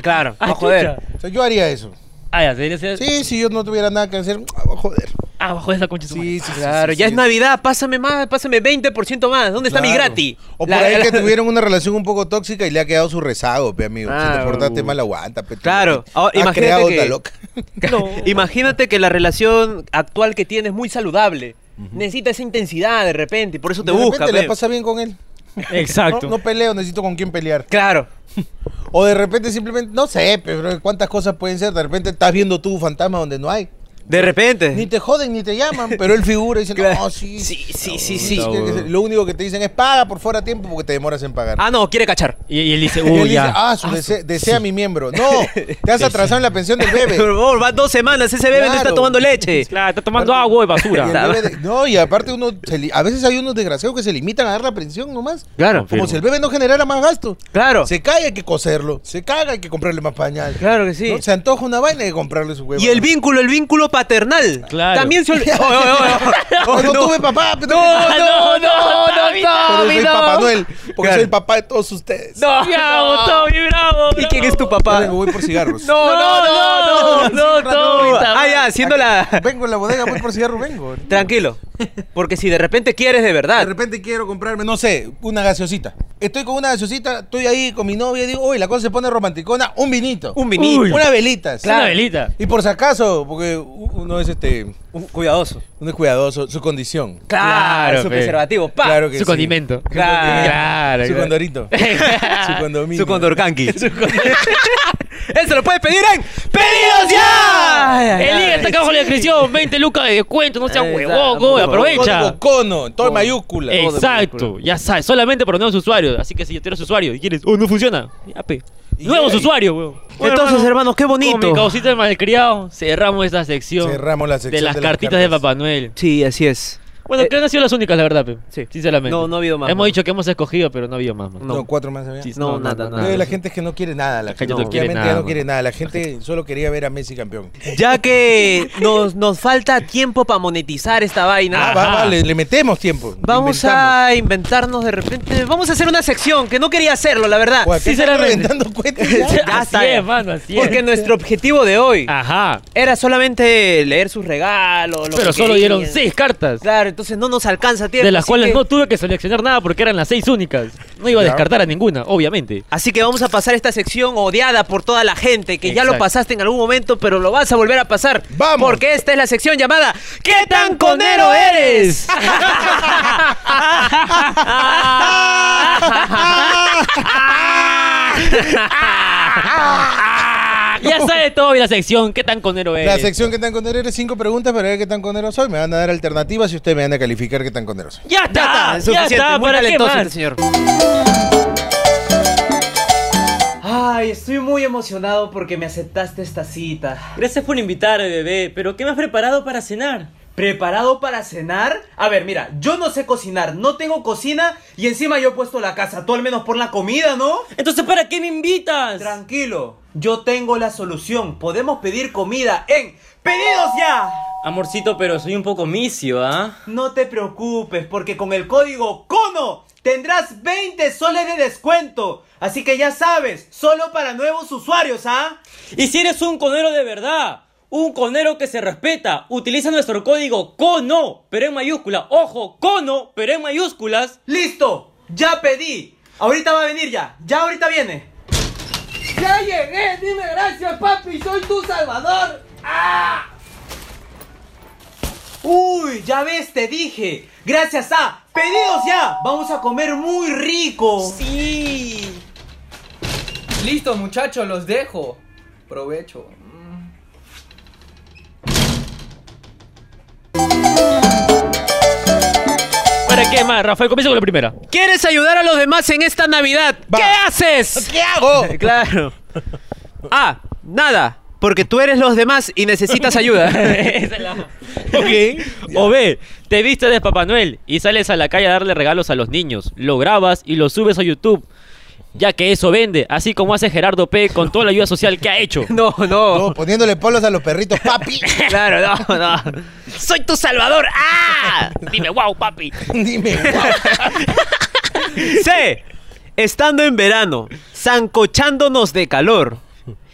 [SPEAKER 1] Claro,
[SPEAKER 3] Ah,
[SPEAKER 1] no joder.
[SPEAKER 3] chucha.
[SPEAKER 2] O sea, yo haría eso.
[SPEAKER 3] Ah, ya, se debería ser-
[SPEAKER 2] Sí, si yo no tuviera nada que hacer, voy a joder.
[SPEAKER 3] Ah, bajo esa concha de su madre.
[SPEAKER 2] Sí, sí, sí,
[SPEAKER 1] Claro,
[SPEAKER 2] sí,
[SPEAKER 1] ya
[SPEAKER 2] sí.
[SPEAKER 1] es Navidad, pásame más, pásame 20% más. ¿Dónde está mi
[SPEAKER 2] Claro.
[SPEAKER 1] gratis?
[SPEAKER 2] O por
[SPEAKER 1] La-
[SPEAKER 2] ahí
[SPEAKER 1] la- [LAUGHS]
[SPEAKER 2] que tuvieron una relación un poco tóxica y le ha quedado su rezago, pe amigo. si te
[SPEAKER 1] Claro.
[SPEAKER 2] portaste mal, aguanta, pe.
[SPEAKER 1] Ah,
[SPEAKER 2] tú,
[SPEAKER 1] uh. Claro.
[SPEAKER 2] pe.
[SPEAKER 1] Ahora,
[SPEAKER 2] Has
[SPEAKER 1] imagínate
[SPEAKER 2] creado
[SPEAKER 1] que-
[SPEAKER 2] la loca.
[SPEAKER 1] Imagínate que la relación actual que tienes es muy saludable. Necesita esa intensidad de repente y por eso te
[SPEAKER 2] De repente
[SPEAKER 1] busca. pues.
[SPEAKER 2] le
[SPEAKER 1] pe.
[SPEAKER 2] pasa bien con él. [LAUGHS] No,
[SPEAKER 3] Exacto.
[SPEAKER 2] no peleo, necesito con quién pelear.
[SPEAKER 1] Claro.
[SPEAKER 2] O de repente simplemente, no sé, pero cuántas cosas pueden ser. De repente estás viendo tú un fantasma donde no hay.
[SPEAKER 1] De
[SPEAKER 2] Ni
[SPEAKER 1] repente.
[SPEAKER 2] te joden, ni te llaman, pero él figura
[SPEAKER 1] [LAUGHS]
[SPEAKER 2] y dice,
[SPEAKER 1] Eh. Claro.
[SPEAKER 2] no, sí.
[SPEAKER 1] Sí, sí, sí,
[SPEAKER 2] no,
[SPEAKER 1] sí.
[SPEAKER 2] tiene que ser". Lo único que te dicen es paga por fuera a tiempo porque te demoras en pagar.
[SPEAKER 1] Ah, no, quiere cachar.
[SPEAKER 3] Y, y él dice,
[SPEAKER 2] Y él
[SPEAKER 3] uy,
[SPEAKER 2] dice,
[SPEAKER 3] ya.
[SPEAKER 2] ah, su dese- desea
[SPEAKER 1] [LAUGHS]
[SPEAKER 2] mi miembro. No, te has atrasado en la pensión del bebé.
[SPEAKER 1] Por favor, va dos semanas, ese bebé no está
[SPEAKER 2] Claro.
[SPEAKER 1] tomando leche.
[SPEAKER 3] Claro, está tomando agua y
[SPEAKER 2] Y el
[SPEAKER 3] basura.
[SPEAKER 2] bebé de- no, y aparte uno, se li- a veces hay unos desgraciados que se limitan a dar la pensión nomás.
[SPEAKER 1] Claro.
[SPEAKER 2] Como si el bebé no generara más gasto.
[SPEAKER 1] Claro.
[SPEAKER 2] Se cae, hay que coserlo. Se caga, hay que comprarle más pañal.
[SPEAKER 1] Claro que sí.
[SPEAKER 2] ¿No? Se antoja una vaina, hay que comprarle su huevo.
[SPEAKER 1] Y el vínculo, el vínculo paternal.
[SPEAKER 3] Claro.
[SPEAKER 1] También
[SPEAKER 2] [LAUGHS]
[SPEAKER 1] se olvida. Oye, oye, oye. [LAUGHS]
[SPEAKER 2] No, no tuve papá. pero-
[SPEAKER 1] Oh, No,
[SPEAKER 3] no, no, no,
[SPEAKER 2] Pero soy
[SPEAKER 1] no.
[SPEAKER 2] Papá Noel.
[SPEAKER 6] Porque
[SPEAKER 1] Claro.
[SPEAKER 6] soy el papá de todos ustedes.
[SPEAKER 3] ¡No! [LAUGHS] ¡Bravo, Tommy, bravo!
[SPEAKER 1] ¿Y quién es tu papá?
[SPEAKER 2] Vengo, voy por cigarros.
[SPEAKER 1] No,
[SPEAKER 3] no, no, no, no, no.
[SPEAKER 1] Ah, ya, haciendo la.
[SPEAKER 2] Vengo a la bodega, voy por cigarros, vengo.
[SPEAKER 1] Tranquilo. Porque si de repente quieres de
[SPEAKER 2] De
[SPEAKER 1] verdad.
[SPEAKER 2] repente quiero comprarme, no sé, una gaseosita. Estoy con una gaseosita, estoy ahí con mi novia y digo, uy, la cosa se pone romanticona, un vinito.
[SPEAKER 1] Un vinito.
[SPEAKER 3] Uy.
[SPEAKER 2] Una velita.
[SPEAKER 3] Una velita.
[SPEAKER 2] Y por si acaso, porque uno es este,
[SPEAKER 1] Un- Cuidadoso.
[SPEAKER 2] uno es cuidadoso, su condición.
[SPEAKER 1] Claro,
[SPEAKER 3] Claro,
[SPEAKER 1] su
[SPEAKER 3] pe.
[SPEAKER 1] preservativo. pa.
[SPEAKER 2] Claro que
[SPEAKER 3] Su
[SPEAKER 2] sí.
[SPEAKER 3] condimento.
[SPEAKER 1] Claro.
[SPEAKER 3] Claro.
[SPEAKER 2] Su
[SPEAKER 3] [LAUGHS]
[SPEAKER 2] condorito. su condominio.
[SPEAKER 1] Su condorcanqui. [LAUGHS] Eso lo puedes pedir en Pedidos Ya.
[SPEAKER 3] El link está acá bajo la descripción. 20 lucas de descuento. No sea
[SPEAKER 1] Exacto.
[SPEAKER 3] huevón, güey. Aprovecha.
[SPEAKER 2] Código cono, todo en mayúscula.
[SPEAKER 3] Exacto. Ya sabes. Solamente por nuevos usuarios. Así que si tú eres usuario y quieres... Oh, no funciona. Ya, pe.
[SPEAKER 2] Y
[SPEAKER 3] Nuevos
[SPEAKER 2] ya, y-
[SPEAKER 3] usuarios, huevón. Bueno,
[SPEAKER 1] Entonces,
[SPEAKER 3] hermano,
[SPEAKER 1] hermanos, qué
[SPEAKER 3] Con mi
[SPEAKER 1] bonito.
[SPEAKER 3] causita de malcriado, cerramos esta sección.
[SPEAKER 2] Cerramos la
[SPEAKER 3] de
[SPEAKER 2] sección
[SPEAKER 3] las cartitas de Papá Noel.
[SPEAKER 1] Sí, así es.
[SPEAKER 3] Bueno,
[SPEAKER 1] Eh,
[SPEAKER 3] creo que han sido las únicas, la verdad, pe.
[SPEAKER 1] Sí.
[SPEAKER 3] Sinceramente.
[SPEAKER 1] No, no ha habido más,
[SPEAKER 3] Hemos
[SPEAKER 1] ¿no?
[SPEAKER 3] dicho que hemos escogido, pero no ha habido más. man.
[SPEAKER 2] No,
[SPEAKER 1] No.
[SPEAKER 2] cuatro más había.
[SPEAKER 3] Sí,
[SPEAKER 1] No, nada,
[SPEAKER 2] Eh,
[SPEAKER 1] nada.
[SPEAKER 2] la gente es que no quiere nada. La
[SPEAKER 3] gente
[SPEAKER 2] gente
[SPEAKER 1] no quiere
[SPEAKER 2] obviamente
[SPEAKER 3] nada,
[SPEAKER 2] ya no
[SPEAKER 3] man.
[SPEAKER 2] quiere nada. La gente solo quería ver a
[SPEAKER 1] [LAUGHS]
[SPEAKER 2] Messi campeón.
[SPEAKER 1] Ya que nos, nos falta tiempo para monetizar esta vaina.
[SPEAKER 2] Ah, va, va, le, le metemos tiempo.
[SPEAKER 1] Vamos [LAUGHS]
[SPEAKER 2] inventamos.
[SPEAKER 1] a inventarnos de repente. Vamos a hacer una sección que no quería hacerlo, la verdad.
[SPEAKER 2] Oye, acá están
[SPEAKER 3] Sinceramente.
[SPEAKER 2] reventando cuentas ya.
[SPEAKER 1] [LAUGHS] Ya
[SPEAKER 2] [LAUGHS]
[SPEAKER 3] [LAUGHS] así
[SPEAKER 1] está, ya.
[SPEAKER 3] es, mano, así es.
[SPEAKER 1] Porque nuestro objetivo de hoy
[SPEAKER 3] Ajá.
[SPEAKER 1] era solamente leer sus regalos. lo
[SPEAKER 3] Pero
[SPEAKER 1] que
[SPEAKER 3] solo
[SPEAKER 1] querían.
[SPEAKER 3] dieron seis cartas.
[SPEAKER 1] Claro, entonces no nos alcanza tiempo.
[SPEAKER 3] De las
[SPEAKER 1] así
[SPEAKER 3] cuales
[SPEAKER 1] que-
[SPEAKER 3] no tuve que seleccionar nada porque eran las seis únicas. No iba a
[SPEAKER 2] Ya.
[SPEAKER 3] descartar a ninguna, obviamente.
[SPEAKER 1] Así que vamos a pasar esta sección odiada por toda la gente, que ya lo
[SPEAKER 3] Exacto.
[SPEAKER 1] pasaste en algún momento, pero lo vas a volver a pasar.
[SPEAKER 2] ¡Vamos!
[SPEAKER 1] Porque esta es la sección llamada ¿Qué tan conero
[SPEAKER 3] [LAUGHS]
[SPEAKER 1] eres? [LAUGHS]
[SPEAKER 3] ya sabes todo y la sección, qué tan conero es.
[SPEAKER 2] La sección que tan conero eres, cinco preguntas para ver qué tan conero soy. Me van a dar alternativas y ustedes me van a calificar qué tan conero soy.
[SPEAKER 3] Ya
[SPEAKER 4] Ah,
[SPEAKER 3] está, ya está,
[SPEAKER 1] suficiente, muy
[SPEAKER 3] ¿para qué
[SPEAKER 1] talentoso
[SPEAKER 3] más?
[SPEAKER 1] este señor. Ay, estoy muy emocionado porque me aceptaste esta cita.
[SPEAKER 7] Gracias por invitarme, bebé, pero ¿qué me has preparado para cenar?
[SPEAKER 1] ¿Preparado para cenar? A ver, mira, yo no sé cocinar, no tengo cocina y encima yo he puesto la casa, tú al menos por la comida, ¿no?
[SPEAKER 7] Entonces, ¿para qué me
[SPEAKER 3] Pues-
[SPEAKER 7] invitas?
[SPEAKER 1] Tranquilo, yo tengo la solución. Podemos pedir comida en Pedidos Ya.
[SPEAKER 7] Amorcito, pero soy un poco misio, ¿ah?
[SPEAKER 1] No te preocupes, porque con el código CONO tendrás 20 soles de descuento. Así que ya sabes, solo para nuevos usuarios, ¿ah?
[SPEAKER 7] Y si eres un conero de verdad, un conero que se respeta, utiliza nuestro código CONO, pero en mayúscula. Ojo, CONO, pero en mayúsculas.
[SPEAKER 1] ¡Listo! ¡Ya pedí! Ahorita va a venir ya, ya ahorita viene. ¡Ya llegué! ¡Dime gracias, papi! ¡Soy tu salvador! ¡Ah! ¡Uy! Ya ves, te dije. Gracias a Pedidos Ya, vamos a comer muy rico.
[SPEAKER 4] Sí. Listo, muchachos, los dejo. Provecho.
[SPEAKER 3] ¿Para qué más? Rafael, comienza con la primera.
[SPEAKER 1] ¿Quieres ayudar a los demás en esta Navidad?
[SPEAKER 2] Va.
[SPEAKER 1] ¿Qué haces?
[SPEAKER 2] ¿Qué hago?
[SPEAKER 1] [LAUGHS] Claro. A. Nada. Porque tú eres los demás y necesitas
[SPEAKER 2] [LAUGHS]
[SPEAKER 1] ayuda. [LAUGHS]
[SPEAKER 3] Esa es la- O B, te vistes de Papá Noel y sales a la calle a darle regalos a los niños. Lo grabas y lo subes a YouTube, ya que eso vende, así como hace Gerardo P. con toda la ayuda social que ha hecho.
[SPEAKER 1] No,
[SPEAKER 2] No,
[SPEAKER 1] no.
[SPEAKER 2] poniéndole polos a los perritos, papi. [LAUGHS]
[SPEAKER 1] Claro, no, no.
[SPEAKER 3] ¡Soy tu salvador! ¡Ah! Dime, wow, papi.
[SPEAKER 2] Dime, guau.
[SPEAKER 1] C. Estando en verano, zancochándonos de calor.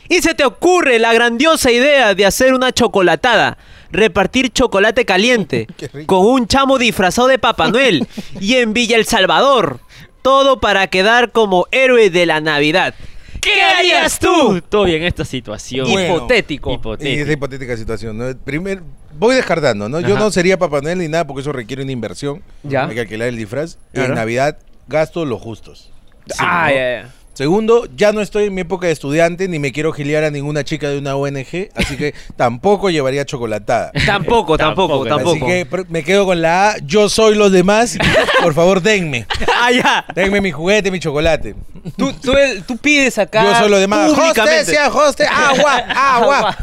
[SPEAKER 1] Y se te ocurre la grandiosa idea de hacer una chocolatada, repartir chocolate caliente
[SPEAKER 2] [LAUGHS] Qué rico.
[SPEAKER 1] con un chamo disfrazado de Papá Noel y en Villa El Salvador. Todo para quedar como héroe de la Navidad. [LAUGHS] ¿Qué harías tú?
[SPEAKER 3] Todo bien, esta situación.
[SPEAKER 2] Bueno.
[SPEAKER 1] Hipotético.
[SPEAKER 2] Y esa
[SPEAKER 3] Hipotético.
[SPEAKER 2] hipotética situación, ¿no? Primer, voy descartando, ¿no? Yo
[SPEAKER 3] Ajá.
[SPEAKER 2] no sería Papá Noel ni nada porque eso requiere una inversión.
[SPEAKER 1] Ya.
[SPEAKER 2] Hay que alquilar el disfraz. Y
[SPEAKER 1] Claro.
[SPEAKER 2] en Navidad gasto los justos.
[SPEAKER 1] ah,
[SPEAKER 2] ¿no?
[SPEAKER 1] ya, ya.
[SPEAKER 2] Segundo, ya no estoy en mi época de estudiante ni me quiero giliar a ninguna chica de una ONG, así
[SPEAKER 1] [LAUGHS]
[SPEAKER 2] que tampoco llevaría chocolatada.
[SPEAKER 1] Tampoco, tampoco,
[SPEAKER 3] Tampoco,
[SPEAKER 1] [LAUGHS] tampoco.
[SPEAKER 2] Así que pr- me quedo con la A, yo soy los
[SPEAKER 1] [LAUGHS]
[SPEAKER 2] demás, por favor denme.
[SPEAKER 1] Ah, ya.
[SPEAKER 2] Denme mi juguete, mi chocolate.
[SPEAKER 1] Tú, tú, tú pides acá.
[SPEAKER 2] Yo soy los demás.
[SPEAKER 1] públicamente.
[SPEAKER 2] Hostesía, hoste, agua, agua.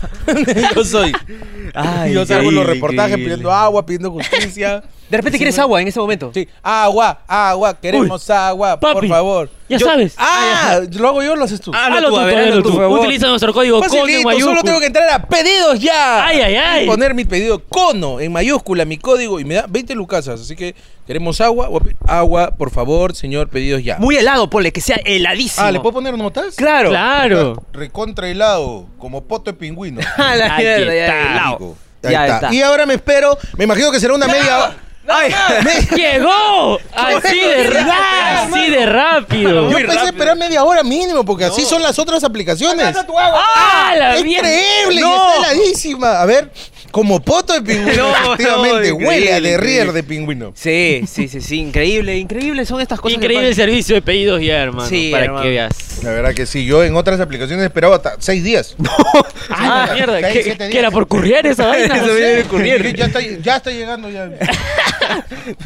[SPEAKER 2] yo soy.
[SPEAKER 1] Ay,
[SPEAKER 2] yo salgo en los
[SPEAKER 1] increíble,
[SPEAKER 2] reportajes
[SPEAKER 1] increíble.
[SPEAKER 2] pidiendo agua, pidiendo justicia.
[SPEAKER 1] De repente quieres agua en ese momento.
[SPEAKER 8] Sí, agua, agua, queremos agua, por
[SPEAKER 3] papi.
[SPEAKER 8] favor.
[SPEAKER 3] Ya
[SPEAKER 8] Yo-
[SPEAKER 3] sabes.
[SPEAKER 8] Ah, lo hago yo, o lo haces tú.
[SPEAKER 1] Hazlo tú, a ver,
[SPEAKER 3] hazlo
[SPEAKER 1] hazlo tú,
[SPEAKER 3] tú.
[SPEAKER 1] por favor.
[SPEAKER 3] Utiliza nuestro código CONO en
[SPEAKER 8] Facilito,
[SPEAKER 3] mayúscula.
[SPEAKER 8] solo tengo que entrar a pedidos ya.
[SPEAKER 3] Ay, ay, ay.
[SPEAKER 8] Y poner mi pedido cono en mayúscula, mi código, y me da 20 lucasas. Así que queremos agua, voy a pe- agua, por favor, señor, pedidos ya.
[SPEAKER 1] Muy helado, ponle, que sea heladísimo.
[SPEAKER 2] Ah, ¿le
[SPEAKER 1] [LAUGHS]
[SPEAKER 2] puedo poner notas?
[SPEAKER 1] Claro. [LAUGHS]
[SPEAKER 3] Claro.
[SPEAKER 2] Recontra helado, como poto de pingüino.
[SPEAKER 1] A Ah, la
[SPEAKER 3] Ahí
[SPEAKER 1] mierda, ya,
[SPEAKER 3] está.
[SPEAKER 1] helado.
[SPEAKER 2] Rico. Ahí está. Y ahora me espero, me imagino que será una media hora.
[SPEAKER 1] Ay,
[SPEAKER 3] ¡Llegó! Así de rápido. Así de rápido.
[SPEAKER 2] Yo pensé esperar media hora mínimo, porque así son las otras aplicaciones.
[SPEAKER 7] Pasa tu agua.
[SPEAKER 3] ¡Ah, la
[SPEAKER 2] ¡Es
[SPEAKER 3] mierda!
[SPEAKER 2] Increíble,
[SPEAKER 1] No.
[SPEAKER 2] y está heladísima. A ver, como poto de pingüino,
[SPEAKER 1] [LAUGHS] No, no,
[SPEAKER 2] efectivamente,
[SPEAKER 1] increíble,
[SPEAKER 2] huele a derrier
[SPEAKER 1] increíble.
[SPEAKER 2] de pingüino.
[SPEAKER 1] Sí, sí, sí, sí, increíble, increíble son estas cosas. que
[SPEAKER 3] Increíble el
[SPEAKER 1] pasan.
[SPEAKER 3] servicio de pedidos ya, hermano.
[SPEAKER 1] Sí,
[SPEAKER 3] para
[SPEAKER 1] hermano.
[SPEAKER 3] que veas.
[SPEAKER 2] La verdad que sí, yo en otras aplicaciones esperaba hasta
[SPEAKER 1] [LAUGHS]
[SPEAKER 2] seis días.
[SPEAKER 3] ¡Ah, la
[SPEAKER 2] Sí,
[SPEAKER 3] mierda!
[SPEAKER 2] seis,
[SPEAKER 3] ¿Qué,
[SPEAKER 2] siete
[SPEAKER 3] qué
[SPEAKER 2] días.
[SPEAKER 3] era por
[SPEAKER 2] [LAUGHS]
[SPEAKER 3] courier esa vaina?
[SPEAKER 1] Eso viene de Courier.
[SPEAKER 2] Ya está, ya está llegando ya.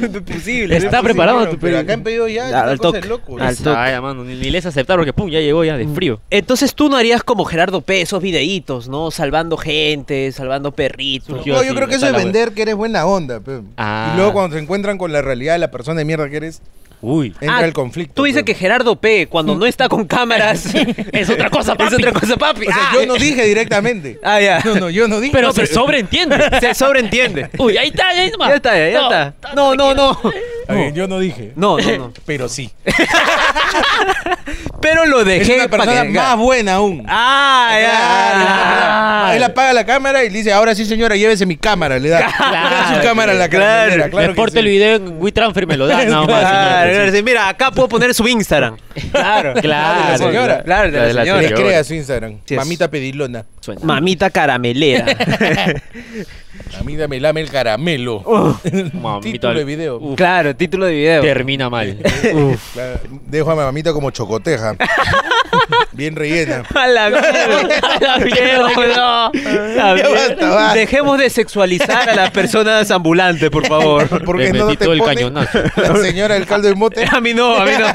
[SPEAKER 1] Imposible.
[SPEAKER 3] Está preparado tu
[SPEAKER 2] Pero
[SPEAKER 3] pedido.
[SPEAKER 2] acá en pedido ya,
[SPEAKER 1] Al
[SPEAKER 2] esta cosa
[SPEAKER 1] toque. Ah,
[SPEAKER 2] es loco.
[SPEAKER 1] Al toque.
[SPEAKER 3] Ay, hermano, ni, ni les aceptaron porque pum, ya llegó ya de frío.
[SPEAKER 1] Entonces tú no harías como Gerardo P, esos videitos, ¿no? Salvando gente, salvando perritos.
[SPEAKER 3] Surgió.
[SPEAKER 2] No,
[SPEAKER 3] sí,
[SPEAKER 2] yo creo que eso
[SPEAKER 3] está
[SPEAKER 2] es
[SPEAKER 3] la wea.
[SPEAKER 2] vender que eres buena onda. pe.
[SPEAKER 3] Ah.
[SPEAKER 2] Y luego cuando se encuentran con la realidad de la persona de mierda que eres,
[SPEAKER 3] Uy.
[SPEAKER 2] entra
[SPEAKER 1] Ah,
[SPEAKER 2] el conflicto.
[SPEAKER 1] Tú dices
[SPEAKER 2] pe.
[SPEAKER 1] que Gerardo P, cuando no está con [LAUGHS] cámaras,
[SPEAKER 3] Es otra cosa, papi.
[SPEAKER 1] es otra cosa, papi.
[SPEAKER 2] O sea,
[SPEAKER 1] Ah,
[SPEAKER 2] yo no dije directamente.
[SPEAKER 1] Ah, ya.
[SPEAKER 2] No, no, yo no dije.
[SPEAKER 3] Pero se
[SPEAKER 1] [LAUGHS]
[SPEAKER 3] sobreentiende.
[SPEAKER 1] [LAUGHS] Se sobreentiende.
[SPEAKER 3] Uy, ahí está, ahí está.
[SPEAKER 1] Ya está, ya, ya está. No, no, no.
[SPEAKER 2] Está bien, eh, yo no dije.
[SPEAKER 1] No, no, no.
[SPEAKER 2] Pero sí.
[SPEAKER 1] Pero lo
[SPEAKER 2] Es
[SPEAKER 1] dejé
[SPEAKER 2] una
[SPEAKER 1] pa'
[SPEAKER 2] persona
[SPEAKER 1] que-
[SPEAKER 2] más buena aún.
[SPEAKER 1] Ah, ya.
[SPEAKER 2] Ah, Él apaga la cámara y le dice, ahora sí señora, llévese mi cámara, le da.
[SPEAKER 3] Claro,
[SPEAKER 2] su cámara a la
[SPEAKER 1] claro.
[SPEAKER 2] carretera, claro.
[SPEAKER 3] Reporte
[SPEAKER 2] que
[SPEAKER 3] el
[SPEAKER 2] sí.
[SPEAKER 3] video en
[SPEAKER 1] [LAUGHS]
[SPEAKER 3] WeTransfer me
[SPEAKER 2] [LAUGHS]
[SPEAKER 3] lo dan. nada más,
[SPEAKER 1] Claro,
[SPEAKER 3] señor.
[SPEAKER 1] claro, sí, Mira, acá puedo poner su [LAUGHS] Instagram. Claro.
[SPEAKER 3] Claro,
[SPEAKER 2] Ah, de la señora.
[SPEAKER 1] Claro, de la señora.
[SPEAKER 2] Le crea su Instagram.
[SPEAKER 1] Sí es.
[SPEAKER 2] Mamita pedilona.
[SPEAKER 3] Suena.
[SPEAKER 1] Mamita caramelera. [LAUGHS]
[SPEAKER 2] Mamita me lame el caramelo. [LAUGHS]
[SPEAKER 3] Mamita.
[SPEAKER 2] Título de video.
[SPEAKER 3] Uf,
[SPEAKER 1] claro, título de video.
[SPEAKER 2] [LAUGHS]
[SPEAKER 3] termina mal.
[SPEAKER 2] Claro, Dejo a mi mamita como chocoteja. Bien rellena.
[SPEAKER 1] [LAUGHS] A la mierda. [LAUGHS]
[SPEAKER 3] La
[SPEAKER 1] La
[SPEAKER 3] mierda.
[SPEAKER 2] Ya
[SPEAKER 1] mierda.
[SPEAKER 2] basta, basta.
[SPEAKER 1] Dejemos de sexualizar a las personas ambulantes, por favor.
[SPEAKER 2] ¿Por qué
[SPEAKER 3] Me
[SPEAKER 2] no
[SPEAKER 3] metí
[SPEAKER 2] te
[SPEAKER 3] todo el
[SPEAKER 2] ponen
[SPEAKER 3] cañonazo.
[SPEAKER 2] La señora del caldo de mote.
[SPEAKER 1] [LAUGHS] A mí no, a mí no.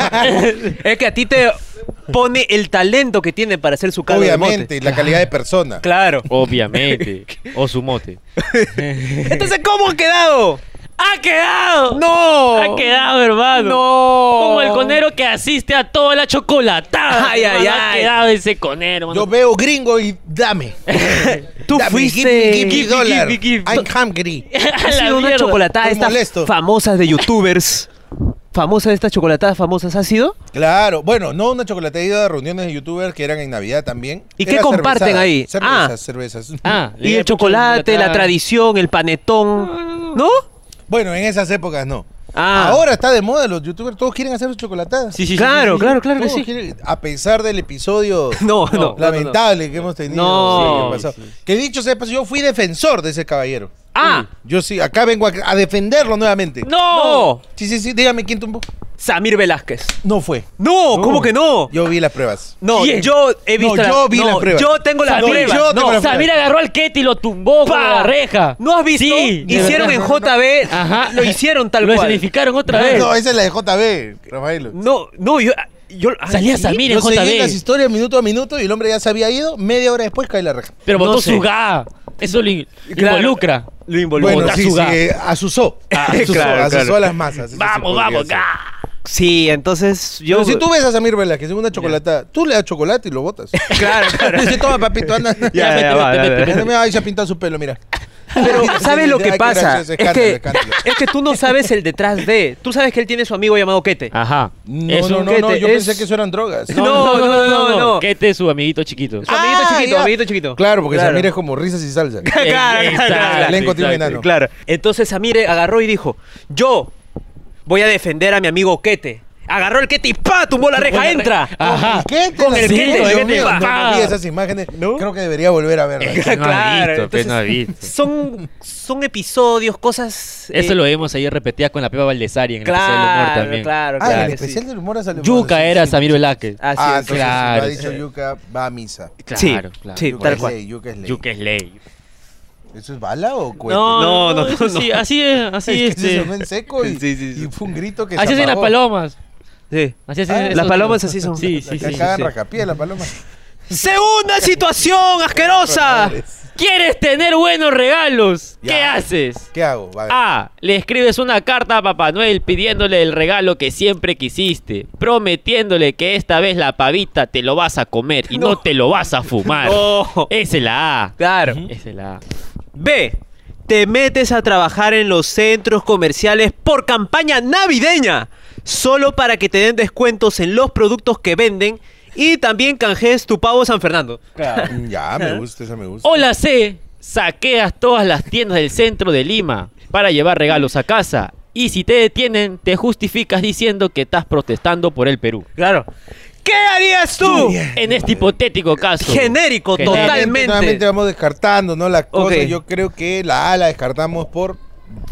[SPEAKER 1] Es que a ti te pone el talento que tiene para hacer su caldo de mote.
[SPEAKER 2] Obviamente, y la calidad de persona.
[SPEAKER 1] Claro.
[SPEAKER 2] [LAUGHS]
[SPEAKER 3] Obviamente. O su mote.
[SPEAKER 1] Entonces, ¿cómo ha quedado?
[SPEAKER 3] ¡Ha quedado!
[SPEAKER 1] ¡No!
[SPEAKER 3] ¡Ha quedado, hermano!
[SPEAKER 1] ¡No!
[SPEAKER 3] Como el conero que asiste a toda la chocolatada.
[SPEAKER 1] Ay, ay,
[SPEAKER 3] hermano, Ha
[SPEAKER 1] ay.
[SPEAKER 3] quedado ese conero, mano.
[SPEAKER 2] Yo veo gringo y dame.
[SPEAKER 1] Tú
[SPEAKER 2] Dame,
[SPEAKER 1] fuiste.
[SPEAKER 2] Give me, give me dollar.
[SPEAKER 1] Give, give, give.
[SPEAKER 2] I'm hungry.
[SPEAKER 1] Ha sido una
[SPEAKER 3] mierda.
[SPEAKER 1] chocolatada
[SPEAKER 2] Estoy
[SPEAKER 1] estas
[SPEAKER 2] molesto.
[SPEAKER 1] famosas de youtubers. Famosas de estas chocolatadas famosas ha sido.
[SPEAKER 2] Claro, bueno, no una chocolatería de reuniones de youtubers que eran en Navidad también.
[SPEAKER 1] ¿Y
[SPEAKER 2] Era
[SPEAKER 1] qué comparten
[SPEAKER 2] cervezada,
[SPEAKER 1] ahí?
[SPEAKER 2] Cervezas,
[SPEAKER 1] Ah.
[SPEAKER 2] cervezas.
[SPEAKER 3] Ah,
[SPEAKER 1] Y el chocolate, la tradición, el panetón. ¿No?
[SPEAKER 2] Bueno, en esas épocas no.
[SPEAKER 1] Ah.
[SPEAKER 2] Ahora está de moda los youtubers, todos quieren hacer sus chocolatadas.
[SPEAKER 3] Sí, sí, sí,
[SPEAKER 1] claro,
[SPEAKER 3] sí, sí.
[SPEAKER 1] claro, claro que
[SPEAKER 2] Todos
[SPEAKER 1] sí.
[SPEAKER 2] quieren- a pesar del episodio
[SPEAKER 1] [LAUGHS] No, no.
[SPEAKER 2] lamentable que hemos tenido.
[SPEAKER 1] No.
[SPEAKER 2] sí, que, pasó.
[SPEAKER 3] Sí, sí.
[SPEAKER 2] que dicho sea de paso, yo fui defensor de ese caballero.
[SPEAKER 1] Ah,
[SPEAKER 2] Yo sí, acá vengo a, a defenderlo nuevamente.
[SPEAKER 1] no.
[SPEAKER 2] Sí, sí, sí, dígame quién tumbó.
[SPEAKER 1] Samir Velázquez.
[SPEAKER 2] No fue.
[SPEAKER 1] No, ¿cómo que no?
[SPEAKER 2] Yo vi las pruebas.
[SPEAKER 1] No,
[SPEAKER 3] ¿Quién?
[SPEAKER 1] yo he
[SPEAKER 2] No,
[SPEAKER 1] visto.
[SPEAKER 2] yo vi las pruebas.
[SPEAKER 1] Yo tengo las
[SPEAKER 3] No,
[SPEAKER 1] pruebas.
[SPEAKER 2] yo tengo
[SPEAKER 1] no.
[SPEAKER 2] las
[SPEAKER 3] Samir agarró al Ketty y lo tumbó con
[SPEAKER 1] Pa.
[SPEAKER 3] la reja.
[SPEAKER 1] ¿No has visto?
[SPEAKER 3] Sí, de
[SPEAKER 1] hicieron
[SPEAKER 3] verdad.
[SPEAKER 1] en JB.
[SPEAKER 3] Ajá.
[SPEAKER 1] Lo hicieron tal
[SPEAKER 3] Lo
[SPEAKER 1] cual.
[SPEAKER 3] escenificaron otra vez.
[SPEAKER 2] No, esa es la de JB, Rafael.
[SPEAKER 1] No, no, yo. yo ah,
[SPEAKER 3] Salía
[SPEAKER 1] ¿sí?
[SPEAKER 3] Samir en
[SPEAKER 2] Yo seguí las
[SPEAKER 3] JB.
[SPEAKER 2] historias minuto a minuto y el hombre ya se había ido. Media hora después cae la reja.
[SPEAKER 3] Pero
[SPEAKER 1] No
[SPEAKER 3] botó
[SPEAKER 1] sé.
[SPEAKER 3] su ga. Eso lo in-
[SPEAKER 1] Claro.
[SPEAKER 3] involucra.
[SPEAKER 1] Lo involucró.
[SPEAKER 2] Bueno,
[SPEAKER 3] Bota
[SPEAKER 2] sí,
[SPEAKER 3] su
[SPEAKER 2] sí,
[SPEAKER 3] ga.
[SPEAKER 2] eh, asusó. [LAUGHS] asusó,
[SPEAKER 1] Ah, claro,
[SPEAKER 2] asusó
[SPEAKER 1] claro.
[SPEAKER 2] a las masas. eso sí
[SPEAKER 3] Vamos,
[SPEAKER 2] podría
[SPEAKER 3] vamos,
[SPEAKER 2] ser.
[SPEAKER 3] ga.
[SPEAKER 1] Sí, entonces yo.
[SPEAKER 2] Pero si tú ves a Samir Velázquez en una chocolatada, tú le das chocolate y lo botas.
[SPEAKER 1] [LAUGHS] Claro,
[SPEAKER 2] [LAUGHS]
[SPEAKER 1] claro.
[SPEAKER 2] Dice, toma, papito, anda.
[SPEAKER 1] [LAUGHS] Ya, ya, va, ya, ya.
[SPEAKER 2] Mira, mira, Ahí se ha pintado su pelo, mira. [LAUGHS]
[SPEAKER 1] [LAUGHS] Pero ¿sabes lo que
[SPEAKER 2] Ay, qué
[SPEAKER 1] pasa? Es
[SPEAKER 2] gracioso, escándalo,
[SPEAKER 1] que,
[SPEAKER 2] escándalo.
[SPEAKER 1] [LAUGHS] es que tú no sabes el detrás de. Tú sabes que él tiene su amigo llamado Kete.
[SPEAKER 3] Ajá.
[SPEAKER 2] No,
[SPEAKER 3] Es
[SPEAKER 2] no,
[SPEAKER 3] un
[SPEAKER 2] no,
[SPEAKER 1] que
[SPEAKER 2] no,
[SPEAKER 1] te-
[SPEAKER 2] yo
[SPEAKER 1] es-
[SPEAKER 2] pensé que eso eran drogas.
[SPEAKER 1] No, no, no, no, no.
[SPEAKER 3] Ketty este es su amiguito chiquito.
[SPEAKER 1] Su amiguito
[SPEAKER 2] Ah,
[SPEAKER 1] chiquito,
[SPEAKER 2] ya.
[SPEAKER 1] amiguito chiquito.
[SPEAKER 2] Claro, porque
[SPEAKER 1] Claro.
[SPEAKER 2] Samir es como risas y salsa.
[SPEAKER 1] [LAUGHS] Claro, claro,
[SPEAKER 3] Exacto,
[SPEAKER 1] claro,
[SPEAKER 2] El elenco tiene un
[SPEAKER 3] exacto.
[SPEAKER 2] enano.
[SPEAKER 1] Claro. Entonces Samir agarró y dijo: Yo voy a defender a mi amigo Kete. Agarró el Kete y ¡pa! Tumbó la reja, Ah, entra.
[SPEAKER 3] Ajá.
[SPEAKER 2] ¿Qué?
[SPEAKER 1] Con el
[SPEAKER 2] Dios
[SPEAKER 1] quete,
[SPEAKER 2] mío,
[SPEAKER 1] quete,
[SPEAKER 2] no,
[SPEAKER 3] pa.
[SPEAKER 2] no vi esas imágenes. Creo que debería volver a verlas.
[SPEAKER 3] Que no ha
[SPEAKER 1] Claro,
[SPEAKER 3] visto, que no ha
[SPEAKER 1] entonces-
[SPEAKER 3] visto.
[SPEAKER 1] Son, son episodios, cosas.
[SPEAKER 3] Eso
[SPEAKER 1] eh,
[SPEAKER 3] lo vemos ahí repetidas con la Pepa Valdesari en el especial del humor
[SPEAKER 1] Claro,
[SPEAKER 3] también.
[SPEAKER 1] claro,
[SPEAKER 2] Ah, en
[SPEAKER 1] claro.
[SPEAKER 2] el
[SPEAKER 1] que sí.
[SPEAKER 2] especial del humor ha salido-
[SPEAKER 3] Yuca
[SPEAKER 2] Sí,
[SPEAKER 3] era
[SPEAKER 2] sí.
[SPEAKER 3] Samir Velázquez.
[SPEAKER 1] Así
[SPEAKER 2] Ah,
[SPEAKER 1] es.
[SPEAKER 2] entonces,
[SPEAKER 3] claro.
[SPEAKER 2] si lo ha dicho Yuka, va a misa.
[SPEAKER 1] Sí,
[SPEAKER 3] Claro, claro.
[SPEAKER 1] sí,
[SPEAKER 2] Yuka
[SPEAKER 1] tal
[SPEAKER 2] es
[SPEAKER 1] cual.
[SPEAKER 2] ley, Yuka es ley.
[SPEAKER 3] Yuca es ley.
[SPEAKER 2] ¿Eso es bala o cohete?
[SPEAKER 3] No, no, no.
[SPEAKER 1] no,
[SPEAKER 3] eso sí, Ah, así es, así
[SPEAKER 2] [LAUGHS] Es que se
[SPEAKER 3] este.
[SPEAKER 2] sonó en seco y,
[SPEAKER 1] Sí, sí, sí.
[SPEAKER 2] y fue un grito que
[SPEAKER 3] Así
[SPEAKER 2] se
[SPEAKER 3] hacen las
[SPEAKER 2] apagó.
[SPEAKER 3] palomas.
[SPEAKER 1] Sí.
[SPEAKER 3] Así hacen
[SPEAKER 2] Ah,
[SPEAKER 3] esos-
[SPEAKER 1] las palomas así son.
[SPEAKER 3] Sí, sí,
[SPEAKER 2] Que
[SPEAKER 3] sí.
[SPEAKER 2] cagan racapié las palomas.
[SPEAKER 1] Segunda situación asquerosa.
[SPEAKER 3] ¿Quieres tener buenos regalos?
[SPEAKER 2] Ya.
[SPEAKER 3] ¿Qué haces?
[SPEAKER 2] ¿Qué hago? Va,
[SPEAKER 3] A. Le escribes una carta a Papá Noel pidiéndole el regalo que siempre quisiste, prometiéndole que esta vez la pavita te lo vas a comer y no, te lo vas a fumar.
[SPEAKER 2] [LAUGHS]
[SPEAKER 1] Oh.
[SPEAKER 3] Esa es la A.
[SPEAKER 1] Claro.
[SPEAKER 3] Esa es la A.
[SPEAKER 1] B. Te metes a trabajar en los centros comerciales por campaña navideña, solo para que te den descuentos en los productos que venden y también canjes tu pavo San Fernando.
[SPEAKER 2] Ya, me gusta, esa me gusta.
[SPEAKER 3] O la C. Saqueas todas las tiendas del centro de Lima para llevar regalos a casa. Y si te detienen, te justificas diciendo que estás protestando por el Perú.
[SPEAKER 1] Claro. ¿Qué harías tú?
[SPEAKER 3] En este hipotético caso.
[SPEAKER 1] Genérico,
[SPEAKER 3] Genérico.
[SPEAKER 1] totalmente.
[SPEAKER 2] Eh, Nuevamente vamos descartando, ¿no? Las cosas.
[SPEAKER 1] Ok.
[SPEAKER 2] Yo creo que la A la descartamos por.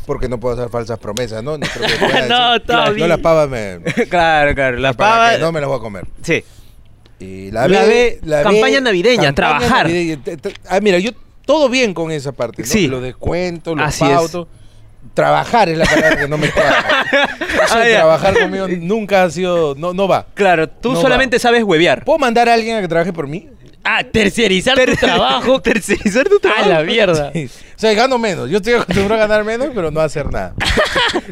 [SPEAKER 2] Porque no puedo hacer falsas promesas, ¿no? No, creo
[SPEAKER 3] [LAUGHS]
[SPEAKER 2] que pueda decir-
[SPEAKER 3] No, está
[SPEAKER 2] No,
[SPEAKER 3] bien.
[SPEAKER 2] las pavas
[SPEAKER 3] [LAUGHS]
[SPEAKER 2] me.
[SPEAKER 1] [LAUGHS] claro, claro. La
[SPEAKER 2] para
[SPEAKER 1] pava.
[SPEAKER 2] que no me las voy a comer.
[SPEAKER 1] Sí.
[SPEAKER 2] Y Eh, la B.
[SPEAKER 1] La B, campaña navideña, trabajar.
[SPEAKER 2] navideña, te- te- ah, mira, yo todo bien con esa parte. ¿no?
[SPEAKER 1] Sí.
[SPEAKER 2] Los descuentos, los
[SPEAKER 1] Así es.
[SPEAKER 2] pautos. Trabajar es la palabra que no
[SPEAKER 1] [LAUGHS]
[SPEAKER 2] me cuadra. Eso de
[SPEAKER 1] Ah, ya.
[SPEAKER 2] trabajar conmigo nunca ha sido. No, no va.
[SPEAKER 1] Claro, tú
[SPEAKER 2] No va.
[SPEAKER 1] solamente sabes
[SPEAKER 2] [LAUGHS]
[SPEAKER 1] huevear.
[SPEAKER 2] ¿Puedo mandar a alguien a que trabaje por mí?
[SPEAKER 3] Ah, tercerizar tu
[SPEAKER 1] Ter-
[SPEAKER 2] [LAUGHS]
[SPEAKER 1] [LAUGHS]
[SPEAKER 3] trabajo.
[SPEAKER 1] Tercerizar tu trabajo.
[SPEAKER 3] A [LAUGHS] la mierda.
[SPEAKER 2] Sí. [LAUGHS] O sea, gano menos. Yo estoy acostumbrado a ganar menos, pero no a hacer
[SPEAKER 1] [LAUGHS]
[SPEAKER 2] nada.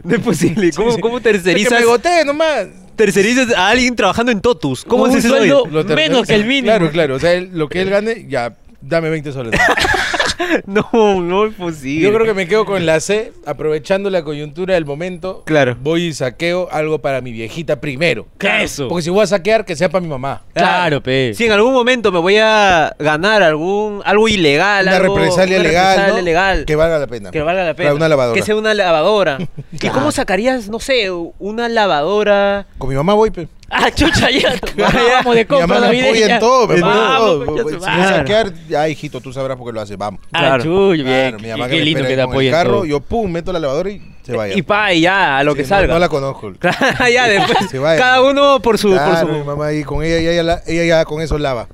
[SPEAKER 1] No es posible. pues ¿Cómo, cómo
[SPEAKER 2] Es Que
[SPEAKER 1] tercerizas,
[SPEAKER 2] me goté nomás.
[SPEAKER 1] tercerizas a alguien trabajando en Totus? ¿Cómo
[SPEAKER 3] Con
[SPEAKER 1] haces
[SPEAKER 3] un
[SPEAKER 1] eso?
[SPEAKER 3] sueldo
[SPEAKER 1] hoy?
[SPEAKER 2] Lo tercero-
[SPEAKER 3] menos que el mínimo.
[SPEAKER 2] Claro, claro. O sea, él- lo que él gane, ya, dame 20 soles.
[SPEAKER 1] [LAUGHS] No, no es posible.
[SPEAKER 2] Yo creo que me quedo con la C, aprovechando la coyuntura del momento.
[SPEAKER 1] Claro.
[SPEAKER 2] Voy y saqueo algo para mi viejita primero.
[SPEAKER 3] Claro. Eso.
[SPEAKER 2] Porque si voy a saquear, que sea para mi mamá.
[SPEAKER 3] Claro, pe.
[SPEAKER 1] Si en algún momento me voy a ganar algún algo ilegal,
[SPEAKER 2] Una
[SPEAKER 1] algo,
[SPEAKER 2] represalia
[SPEAKER 1] una
[SPEAKER 2] legal,
[SPEAKER 1] represalia
[SPEAKER 2] ¿no?
[SPEAKER 1] legal,
[SPEAKER 2] Que valga la pena.
[SPEAKER 1] que valga la pena,
[SPEAKER 2] Para una lavadora.
[SPEAKER 1] que sea una
[SPEAKER 2] [LAUGHS]
[SPEAKER 1] lavadora. ¿Y
[SPEAKER 3] Claro.
[SPEAKER 1] cómo sacarías, no sé, una lavadora?
[SPEAKER 2] Con mi mamá
[SPEAKER 1] [LAUGHS]
[SPEAKER 2] voy, pe.
[SPEAKER 3] Ah,
[SPEAKER 2] [LAUGHS]
[SPEAKER 3] chucha, ya. [LAUGHS] Vamos de
[SPEAKER 2] Mi mamá
[SPEAKER 3] compra
[SPEAKER 2] me apoya en
[SPEAKER 3] navideña.
[SPEAKER 2] todo, me
[SPEAKER 1] En
[SPEAKER 2] apoya en
[SPEAKER 3] todo.
[SPEAKER 2] todo.
[SPEAKER 3] Vamos,
[SPEAKER 2] Si voy
[SPEAKER 3] claro.
[SPEAKER 2] a saquear, ya, hijito, tú sabrás por qué lo haces. Vamos.
[SPEAKER 3] Ah,
[SPEAKER 1] Claro.
[SPEAKER 3] chuy, bien.
[SPEAKER 2] Claro, mi mamá
[SPEAKER 3] qué
[SPEAKER 2] que me
[SPEAKER 3] lindo
[SPEAKER 2] espera
[SPEAKER 3] que te
[SPEAKER 2] ahí con el
[SPEAKER 3] apoya en
[SPEAKER 2] carro,
[SPEAKER 3] todo.
[SPEAKER 2] Yo, pum, meto la lavadora y se vaya.
[SPEAKER 1] Y pa, y ya, a lo
[SPEAKER 2] Sí,
[SPEAKER 1] que
[SPEAKER 2] no-
[SPEAKER 1] salga.
[SPEAKER 2] No la conozco.
[SPEAKER 1] [LAUGHS] Claro, ya
[SPEAKER 2] [LAUGHS]
[SPEAKER 1] después,
[SPEAKER 2] Se vaya.
[SPEAKER 1] cada uno por su...
[SPEAKER 2] Claro,
[SPEAKER 1] por [LAUGHS]
[SPEAKER 2] mi
[SPEAKER 1] su...
[SPEAKER 2] mamá ahí con ella, y ella, la- ella ya con eso
[SPEAKER 1] [LAUGHS]
[SPEAKER 2] lava.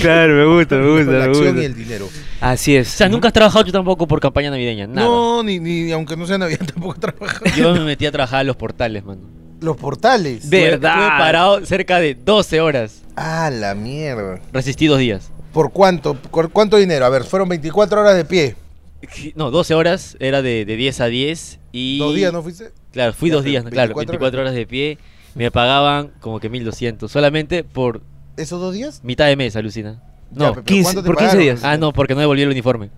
[SPEAKER 1] claro, me gusta, me
[SPEAKER 2] Con la
[SPEAKER 1] gusta, me
[SPEAKER 2] acción y el
[SPEAKER 1] gusta.
[SPEAKER 2] dinero.
[SPEAKER 1] Así
[SPEAKER 2] [LAUGHS]
[SPEAKER 1] es.
[SPEAKER 3] O sea, nunca has trabajado tú tampoco por campaña navideña. Nada.
[SPEAKER 2] No, ni, ni aunque no sea Navidad tampoco trabaja.
[SPEAKER 3] Yo me metí a trabajar a los portales, mano.
[SPEAKER 2] Los portales.
[SPEAKER 1] Ve-
[SPEAKER 3] Estuve-
[SPEAKER 1] ¿Verdad?
[SPEAKER 3] Estuve parado cerca de 12 horas.
[SPEAKER 2] Ah, la mierda.
[SPEAKER 3] Resistí dos días.
[SPEAKER 2] ¿Por cuánto? ¿Por cuánto dinero? A ver, fueron 24 horas de pie.
[SPEAKER 3] No, 12 horas era de, de 10 a 10 y...
[SPEAKER 2] ¿Dos días no fuiste?
[SPEAKER 3] Claro, fui
[SPEAKER 2] Ya,
[SPEAKER 3] dos
[SPEAKER 2] pero
[SPEAKER 3] días,
[SPEAKER 2] 24
[SPEAKER 3] claro, 24 horas de pie. Me pagaban como que 1200, solamente por
[SPEAKER 2] ¿Esos dos días?
[SPEAKER 3] mitad de mes, alucina.
[SPEAKER 2] Ya,
[SPEAKER 3] No.
[SPEAKER 2] pe- pero
[SPEAKER 1] 15
[SPEAKER 2] ¿cuánto te
[SPEAKER 1] por 15
[SPEAKER 2] pagaron?
[SPEAKER 1] días.
[SPEAKER 2] [LAUGHS]
[SPEAKER 3] Ah, no, porque no devolví el uniforme.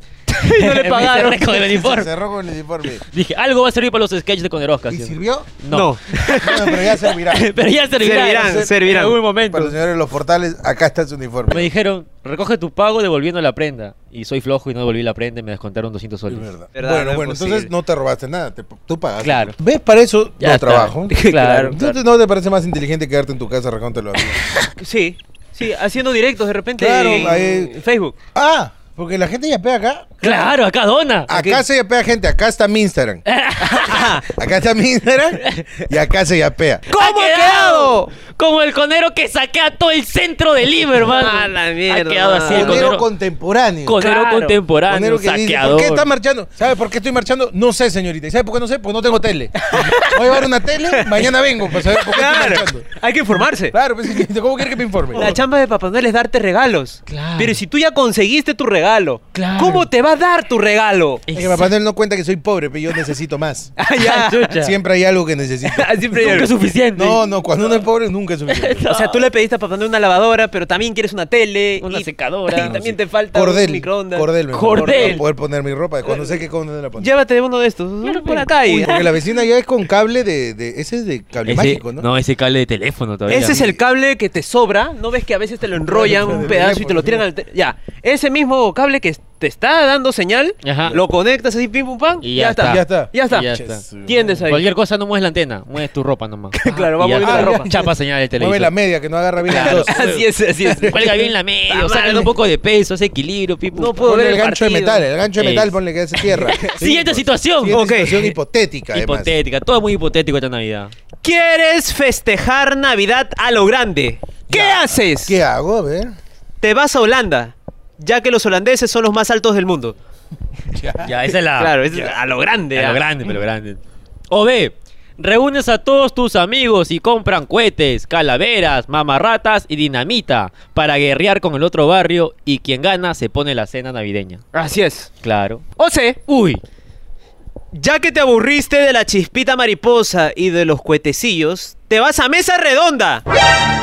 [SPEAKER 1] Y [LAUGHS] no le pagaron.
[SPEAKER 3] [LAUGHS] Me hice récord del
[SPEAKER 2] Se [LAUGHS]
[SPEAKER 3] uniforme.
[SPEAKER 2] cerró con el uniforme.
[SPEAKER 3] Dije, algo va a servir para los sketches de Conerosca.
[SPEAKER 2] ¿Y
[SPEAKER 3] ¿sí?
[SPEAKER 2] sirvió?
[SPEAKER 3] No.
[SPEAKER 1] no.
[SPEAKER 2] Bueno, pero ya servirá.
[SPEAKER 3] [LAUGHS] Pero ya servirá.
[SPEAKER 1] Servirán,
[SPEAKER 3] en algún-
[SPEAKER 1] servirán.
[SPEAKER 3] En algún
[SPEAKER 2] Para los
[SPEAKER 3] momento.
[SPEAKER 2] señores de los portales, acá está su
[SPEAKER 3] Me
[SPEAKER 2] uniforme.
[SPEAKER 3] dijeron, recoge tu pago devolviendo la prenda. Y soy flojo y no devolví la prenda y me descontaron 200
[SPEAKER 2] Es
[SPEAKER 3] soles.
[SPEAKER 2] verdad.
[SPEAKER 1] Verdad,
[SPEAKER 2] bueno,
[SPEAKER 1] no es
[SPEAKER 2] bueno,
[SPEAKER 1] posible.
[SPEAKER 2] entonces no te robaste nada, te- tú pagaste.
[SPEAKER 3] Claro.
[SPEAKER 2] ¿Ves? Para eso
[SPEAKER 3] Ya
[SPEAKER 2] no
[SPEAKER 3] está.
[SPEAKER 2] trabajo.
[SPEAKER 3] Claro.
[SPEAKER 2] Entonces, ¿no te parece más inteligente quedarte en tu casa arrancándotelo a mí?
[SPEAKER 1] Sí, sí, haciendo directos de repente
[SPEAKER 2] Claro,
[SPEAKER 1] en
[SPEAKER 2] ahí-
[SPEAKER 1] Facebook.
[SPEAKER 2] Ah, porque la gente ya pega acá.
[SPEAKER 3] Claro, acá dona.
[SPEAKER 2] Acá se yapea gente, acá está
[SPEAKER 1] [LAUGHS]
[SPEAKER 2] mi Instagram. acá está mi Instagram y acá se yapea.
[SPEAKER 1] ¿Cómo ha quedado?
[SPEAKER 3] Como el conero que saquea todo el centro de Lima, hermano.
[SPEAKER 1] Ah, la mierda,
[SPEAKER 3] Ha quedado así el
[SPEAKER 1] mano.
[SPEAKER 2] Conero
[SPEAKER 3] conero.
[SPEAKER 2] contemporáneo.
[SPEAKER 3] Conero
[SPEAKER 1] Claro.
[SPEAKER 3] contemporáneo,
[SPEAKER 2] Conero que dice,
[SPEAKER 3] saqueador.
[SPEAKER 2] ¿por qué está marchando? ¿Sabe por qué estoy marchando? No sé, señorita. ¿Y sabe por qué no sé? Porque no tengo tele. Voy a llevar una tele, mañana vengo para saber por qué estoy
[SPEAKER 1] Claro,
[SPEAKER 2] marchando.
[SPEAKER 1] hay que informarse.
[SPEAKER 2] Claro, pues, ¿cómo quieres que me informe?
[SPEAKER 1] La chamba de Papá Noel es darte regalos.
[SPEAKER 3] Claro.
[SPEAKER 1] Pero si tú ya conseguiste tu regalo,
[SPEAKER 3] Claro.
[SPEAKER 1] ¿cómo te va a dar tu
[SPEAKER 3] [LAUGHS]
[SPEAKER 1] regalo?
[SPEAKER 2] Es que Papá Noel no cuenta que soy pobre, pero yo necesito más.
[SPEAKER 1] Ah, ya.
[SPEAKER 3] Chucha.
[SPEAKER 2] Siempre hay algo que necesito.
[SPEAKER 1] [LAUGHS] Siempre
[SPEAKER 3] Nunca es suficiente.
[SPEAKER 2] No, no, cuando uno es pobre nunca
[SPEAKER 1] [LAUGHS]
[SPEAKER 2] es suficiente.
[SPEAKER 1] O sea, tú le pediste a Papá Noel una lavadora, pero también quieres una tele.
[SPEAKER 3] Una
[SPEAKER 1] y-
[SPEAKER 3] secadora.
[SPEAKER 1] Y [LAUGHS] también te falta un
[SPEAKER 2] Cordel,
[SPEAKER 1] microondas. Eh,
[SPEAKER 2] cordel, me
[SPEAKER 3] Cordel.
[SPEAKER 2] Para poder poner mi ropa, cuando sé que cómo la pongo.
[SPEAKER 1] Llévate uno de estos. uno por acá y...
[SPEAKER 2] Uy, porque la vecina ya es con cable de, de- ese es de cable
[SPEAKER 3] Ese-
[SPEAKER 2] mágico, ¿no?
[SPEAKER 3] ese cable de teléfono todavía.
[SPEAKER 1] Ese es el cable que te sobra, ¿no ves que a veces te lo enrollan
[SPEAKER 2] Claro,
[SPEAKER 1] un
[SPEAKER 2] claro,
[SPEAKER 1] pedazo y te lo
[SPEAKER 2] claro.
[SPEAKER 1] tiran al... te- Ya, ese mismo cable que te está dando señal,
[SPEAKER 3] Ajá.
[SPEAKER 1] lo conectas así, pim, pum, pam,
[SPEAKER 3] Y
[SPEAKER 1] y
[SPEAKER 3] ya
[SPEAKER 1] ya,
[SPEAKER 3] está.
[SPEAKER 1] está. Ya
[SPEAKER 2] Ya está.
[SPEAKER 1] está.
[SPEAKER 3] Y ya
[SPEAKER 2] Che,
[SPEAKER 3] está.
[SPEAKER 2] su-
[SPEAKER 1] Tiendes ahí.
[SPEAKER 3] Cualquier cosa no mueves la antena, mueves tu ropa nomás.
[SPEAKER 1] [LAUGHS] Claro, va
[SPEAKER 3] Y ya
[SPEAKER 1] moviendo
[SPEAKER 3] está.
[SPEAKER 1] la ropa.
[SPEAKER 3] Chapa señal del
[SPEAKER 2] Mueve
[SPEAKER 3] televisor.
[SPEAKER 2] la media que no agarra bien la
[SPEAKER 3] Claro.
[SPEAKER 1] [LAUGHS]
[SPEAKER 2] dos.
[SPEAKER 1] Así es, así es.
[SPEAKER 3] Cuelga bien la media,
[SPEAKER 1] Ah,
[SPEAKER 3] saca
[SPEAKER 1] madre.
[SPEAKER 3] un poco de peso, hace equilibrio, pipu.
[SPEAKER 1] No puedo
[SPEAKER 2] Ponle
[SPEAKER 1] ver
[SPEAKER 2] el
[SPEAKER 1] el
[SPEAKER 2] gancho de
[SPEAKER 1] partido.
[SPEAKER 2] metal, el gancho de
[SPEAKER 3] Ey.
[SPEAKER 2] metal ponle que es
[SPEAKER 1] [LAUGHS]
[SPEAKER 2] tierra. pues,
[SPEAKER 3] Siguiente situación.
[SPEAKER 2] Siguiente
[SPEAKER 1] Ok.
[SPEAKER 2] situación hipotética, además.
[SPEAKER 3] Hipotética, todo es muy hipotético esta Navidad.
[SPEAKER 1] ¿Quieres festejar Navidad a lo grande? ¿Qué
[SPEAKER 2] Ya.
[SPEAKER 1] haces?
[SPEAKER 2] ¿Qué hago? A ver.
[SPEAKER 1] Te vas a Holanda, ya que los holandeses son los más altos del mundo.
[SPEAKER 3] Ya, esa es la.
[SPEAKER 1] claro, es a lo grande.
[SPEAKER 3] Ah,
[SPEAKER 1] ah.
[SPEAKER 3] A lo grande, pero grande. O B, Reúnes a todos tus amigos y compran cohetes, calaveras, mamarratas y dinamita para guerrear con el otro barrio y quien gana se pone la cena navideña.
[SPEAKER 1] Así es.
[SPEAKER 3] Claro.
[SPEAKER 1] Once.
[SPEAKER 3] Uy,
[SPEAKER 1] Ya que te aburriste de la chispita mariposa y de los cuetecillos, te vas a mesa redonda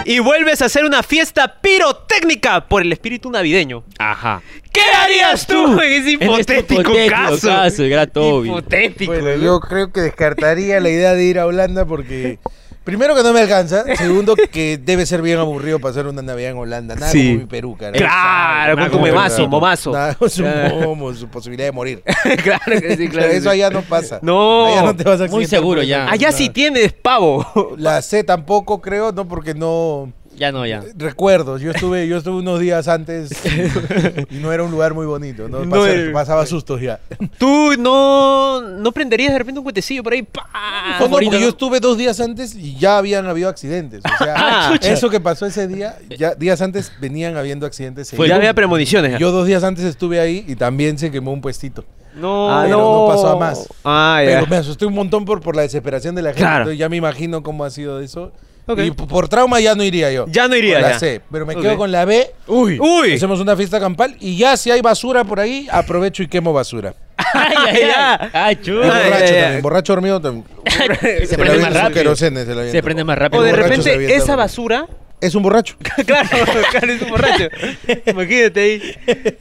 [SPEAKER 1] y vuelves a hacer una fiesta pirotécnica por el espíritu navideño.
[SPEAKER 3] ajá.
[SPEAKER 1] ¿Qué harías tú en ese
[SPEAKER 3] En este
[SPEAKER 1] hipotético caso?
[SPEAKER 3] caso, el gran Toby.
[SPEAKER 1] Hipotético.
[SPEAKER 2] Bueno, yo creo que descartaría la idea de ir a Holanda porque. Primero que no me [LAUGHS] alcanza, segundo que debe ser bien aburrido pasar una Navidad en Holanda, nada
[SPEAKER 1] Sí.
[SPEAKER 2] como en Perú, carajo.
[SPEAKER 1] Claro,
[SPEAKER 3] Nada
[SPEAKER 1] con
[SPEAKER 3] como
[SPEAKER 1] tu memazo,
[SPEAKER 3] Perú.
[SPEAKER 1] momazo.
[SPEAKER 2] Nada, con su momo, su posibilidad de morir.
[SPEAKER 1] [LAUGHS] claro que sí, claro. que
[SPEAKER 2] [LAUGHS] Eso
[SPEAKER 1] sí.
[SPEAKER 2] allá no pasa.
[SPEAKER 1] No.
[SPEAKER 2] allá no te vas a
[SPEAKER 3] Muy
[SPEAKER 2] accidentar
[SPEAKER 3] seguro
[SPEAKER 2] por
[SPEAKER 3] ya.
[SPEAKER 2] eso.
[SPEAKER 1] Allá sí tienes pavo. [LAUGHS]
[SPEAKER 2] La C tampoco creo, no porque no
[SPEAKER 3] Ya no,
[SPEAKER 2] [LAUGHS]
[SPEAKER 3] ya.
[SPEAKER 2] recuerdo. Yo estuve, yo estuve unos días antes y no era un lugar muy bonito. ¿no?
[SPEAKER 1] No
[SPEAKER 2] Pasé-
[SPEAKER 1] era-
[SPEAKER 2] pasaba sustos ya.
[SPEAKER 1] Tú no, no prenderías de repente un cuetecillo por ahí. ¡pa!
[SPEAKER 2] No, no,
[SPEAKER 3] bonito,
[SPEAKER 2] porque yo
[SPEAKER 3] ¿no?
[SPEAKER 2] estuve dos días antes y ya habían habido accidentes. O sea,
[SPEAKER 1] Ah, [LAUGHS] chucha.
[SPEAKER 2] eso que pasó ese día, ya días antes venían habiendo accidentes.
[SPEAKER 1] ya
[SPEAKER 3] Fue-
[SPEAKER 2] seguidos.
[SPEAKER 1] había premoniciones.
[SPEAKER 2] yo dos días antes estuve ahí y también se quemó un puestito.
[SPEAKER 1] Ah, no,
[SPEAKER 2] pero Ah, no pasó a más.
[SPEAKER 1] Ah, ya. [LAUGHS]
[SPEAKER 2] Pero me asusté un montón por, por la desesperación de la gente.
[SPEAKER 1] Claro.
[SPEAKER 2] Entonces ya me imagino cómo ha sido eso.
[SPEAKER 1] Ok.
[SPEAKER 2] Y p- por trauma ya no iría yo.
[SPEAKER 1] Ya no iría
[SPEAKER 2] Con la
[SPEAKER 1] ya.
[SPEAKER 2] C. Pero me
[SPEAKER 1] Ok.
[SPEAKER 2] quedo con la B. Uy.
[SPEAKER 1] Uy.
[SPEAKER 2] Hacemos una fiesta campal y ya si hay basura por ahí, aprovecho y quemo basura.
[SPEAKER 3] ay, ay, ay. Ay,
[SPEAKER 2] Y
[SPEAKER 3] chulo.
[SPEAKER 1] Ay,
[SPEAKER 2] borracho
[SPEAKER 1] ay, ay.
[SPEAKER 2] también. Borracho dormido también.
[SPEAKER 3] Se
[SPEAKER 2] la
[SPEAKER 3] prende
[SPEAKER 2] aviento
[SPEAKER 3] más
[SPEAKER 2] su
[SPEAKER 3] rápido.
[SPEAKER 2] querosene, se la aviento.
[SPEAKER 3] Se prende más rápido.
[SPEAKER 1] O de
[SPEAKER 2] El borracho se
[SPEAKER 1] repente
[SPEAKER 2] avienta,
[SPEAKER 1] esa
[SPEAKER 2] bro.
[SPEAKER 1] basura. [LAUGHS]
[SPEAKER 2] Es un borracho.
[SPEAKER 1] claro, claro, es un borracho. Imagínate ahí.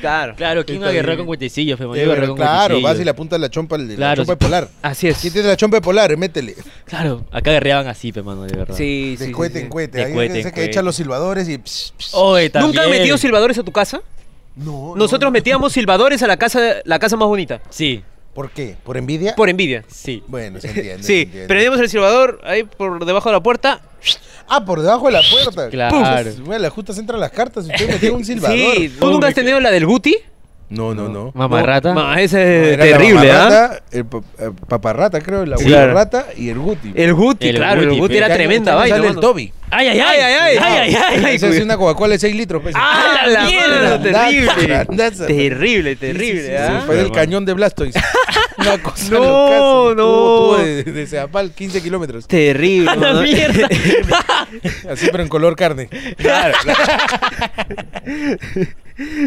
[SPEAKER 1] Claro.
[SPEAKER 3] Claro, ¿quién no
[SPEAKER 2] Está
[SPEAKER 3] agarró
[SPEAKER 2] bien.
[SPEAKER 3] con cuetecillos, fe,
[SPEAKER 2] Eh,
[SPEAKER 3] Yo agarré con
[SPEAKER 2] claro, vas y le
[SPEAKER 3] cuetecillos.
[SPEAKER 2] apuntas la chompa al
[SPEAKER 3] Claro,
[SPEAKER 2] la chompa
[SPEAKER 3] sí.
[SPEAKER 2] de polar.
[SPEAKER 1] Así es.
[SPEAKER 2] ¿Quién tiene la chompa de polar? Métele.
[SPEAKER 3] Claro, acá guerreaban así, pe, mano, de
[SPEAKER 2] Ah.
[SPEAKER 3] verdad.
[SPEAKER 1] Sí, sí,
[SPEAKER 2] De
[SPEAKER 1] sí,
[SPEAKER 2] cuete
[SPEAKER 1] sí.
[SPEAKER 2] en cuete.
[SPEAKER 3] De
[SPEAKER 2] Ahí
[SPEAKER 3] cuete
[SPEAKER 2] ese
[SPEAKER 3] en
[SPEAKER 2] que
[SPEAKER 3] cuete.
[SPEAKER 2] echa los silbadores y. pss, pss.
[SPEAKER 1] Oh,
[SPEAKER 3] Oye,
[SPEAKER 1] ¿Nunca han
[SPEAKER 3] también.
[SPEAKER 1] metido silbadores a tu casa?
[SPEAKER 2] No, no,
[SPEAKER 1] Nosotros
[SPEAKER 2] no.
[SPEAKER 1] metíamos silbadores a la casa, la casa más bonita.
[SPEAKER 3] Sí,
[SPEAKER 2] ¿Por qué? ¿Por envidia?
[SPEAKER 1] Por envidia.
[SPEAKER 3] sí.
[SPEAKER 1] [LAUGHS]
[SPEAKER 2] Bueno, se entiende. se
[SPEAKER 1] Sí,
[SPEAKER 2] entiende.
[SPEAKER 1] prendíamos el silbador ahí por debajo de la puerta.
[SPEAKER 2] Ah, por debajo de la puerta.
[SPEAKER 3] Claro.
[SPEAKER 2] Pum. Bueno, justo se entran las cartas. Usted metió un
[SPEAKER 1] [LAUGHS]
[SPEAKER 2] silbador.
[SPEAKER 1] Sí, ¿tú nunca has tenido la del Guti?
[SPEAKER 2] No, no, no.
[SPEAKER 3] Mamarrata.
[SPEAKER 1] Ma, ese es
[SPEAKER 2] Era la
[SPEAKER 1] terrible, ¿ah?
[SPEAKER 2] mamarrata, El pa- eh, paparrata, creo. La
[SPEAKER 1] Sí.
[SPEAKER 2] abuela rata y el guti.
[SPEAKER 1] El Guti,
[SPEAKER 3] El
[SPEAKER 1] claro,
[SPEAKER 3] Guti,
[SPEAKER 1] el Guti
[SPEAKER 3] pe.
[SPEAKER 1] era
[SPEAKER 2] Ya
[SPEAKER 1] tremenda
[SPEAKER 2] no
[SPEAKER 1] vaina.
[SPEAKER 2] Sale el
[SPEAKER 1] mano. [LAUGHS]
[SPEAKER 2] Toby.
[SPEAKER 3] Ay, ay, ay, ay, ay, ay, ay.
[SPEAKER 2] Esa es una Coca-Cola de 6 litros. pues.
[SPEAKER 1] ¡Ah, la mierda! Terrible.
[SPEAKER 2] Grandaza, pues.
[SPEAKER 1] Terrible, terrible,
[SPEAKER 2] Sí, sí, sí,
[SPEAKER 1] ¿ah?
[SPEAKER 2] Fue del
[SPEAKER 3] Hermano.
[SPEAKER 2] cañón de
[SPEAKER 1] [LAUGHS]
[SPEAKER 2] Blastoise. Una cosa
[SPEAKER 1] No,
[SPEAKER 2] locaza.
[SPEAKER 1] no.
[SPEAKER 2] Tuvo- tuvo de, de Seapal, 15 kilómetros. [LAUGHS]
[SPEAKER 1] Terrible.
[SPEAKER 3] La
[SPEAKER 1] mano.
[SPEAKER 3] mierda.
[SPEAKER 2] Así, pero en color carne.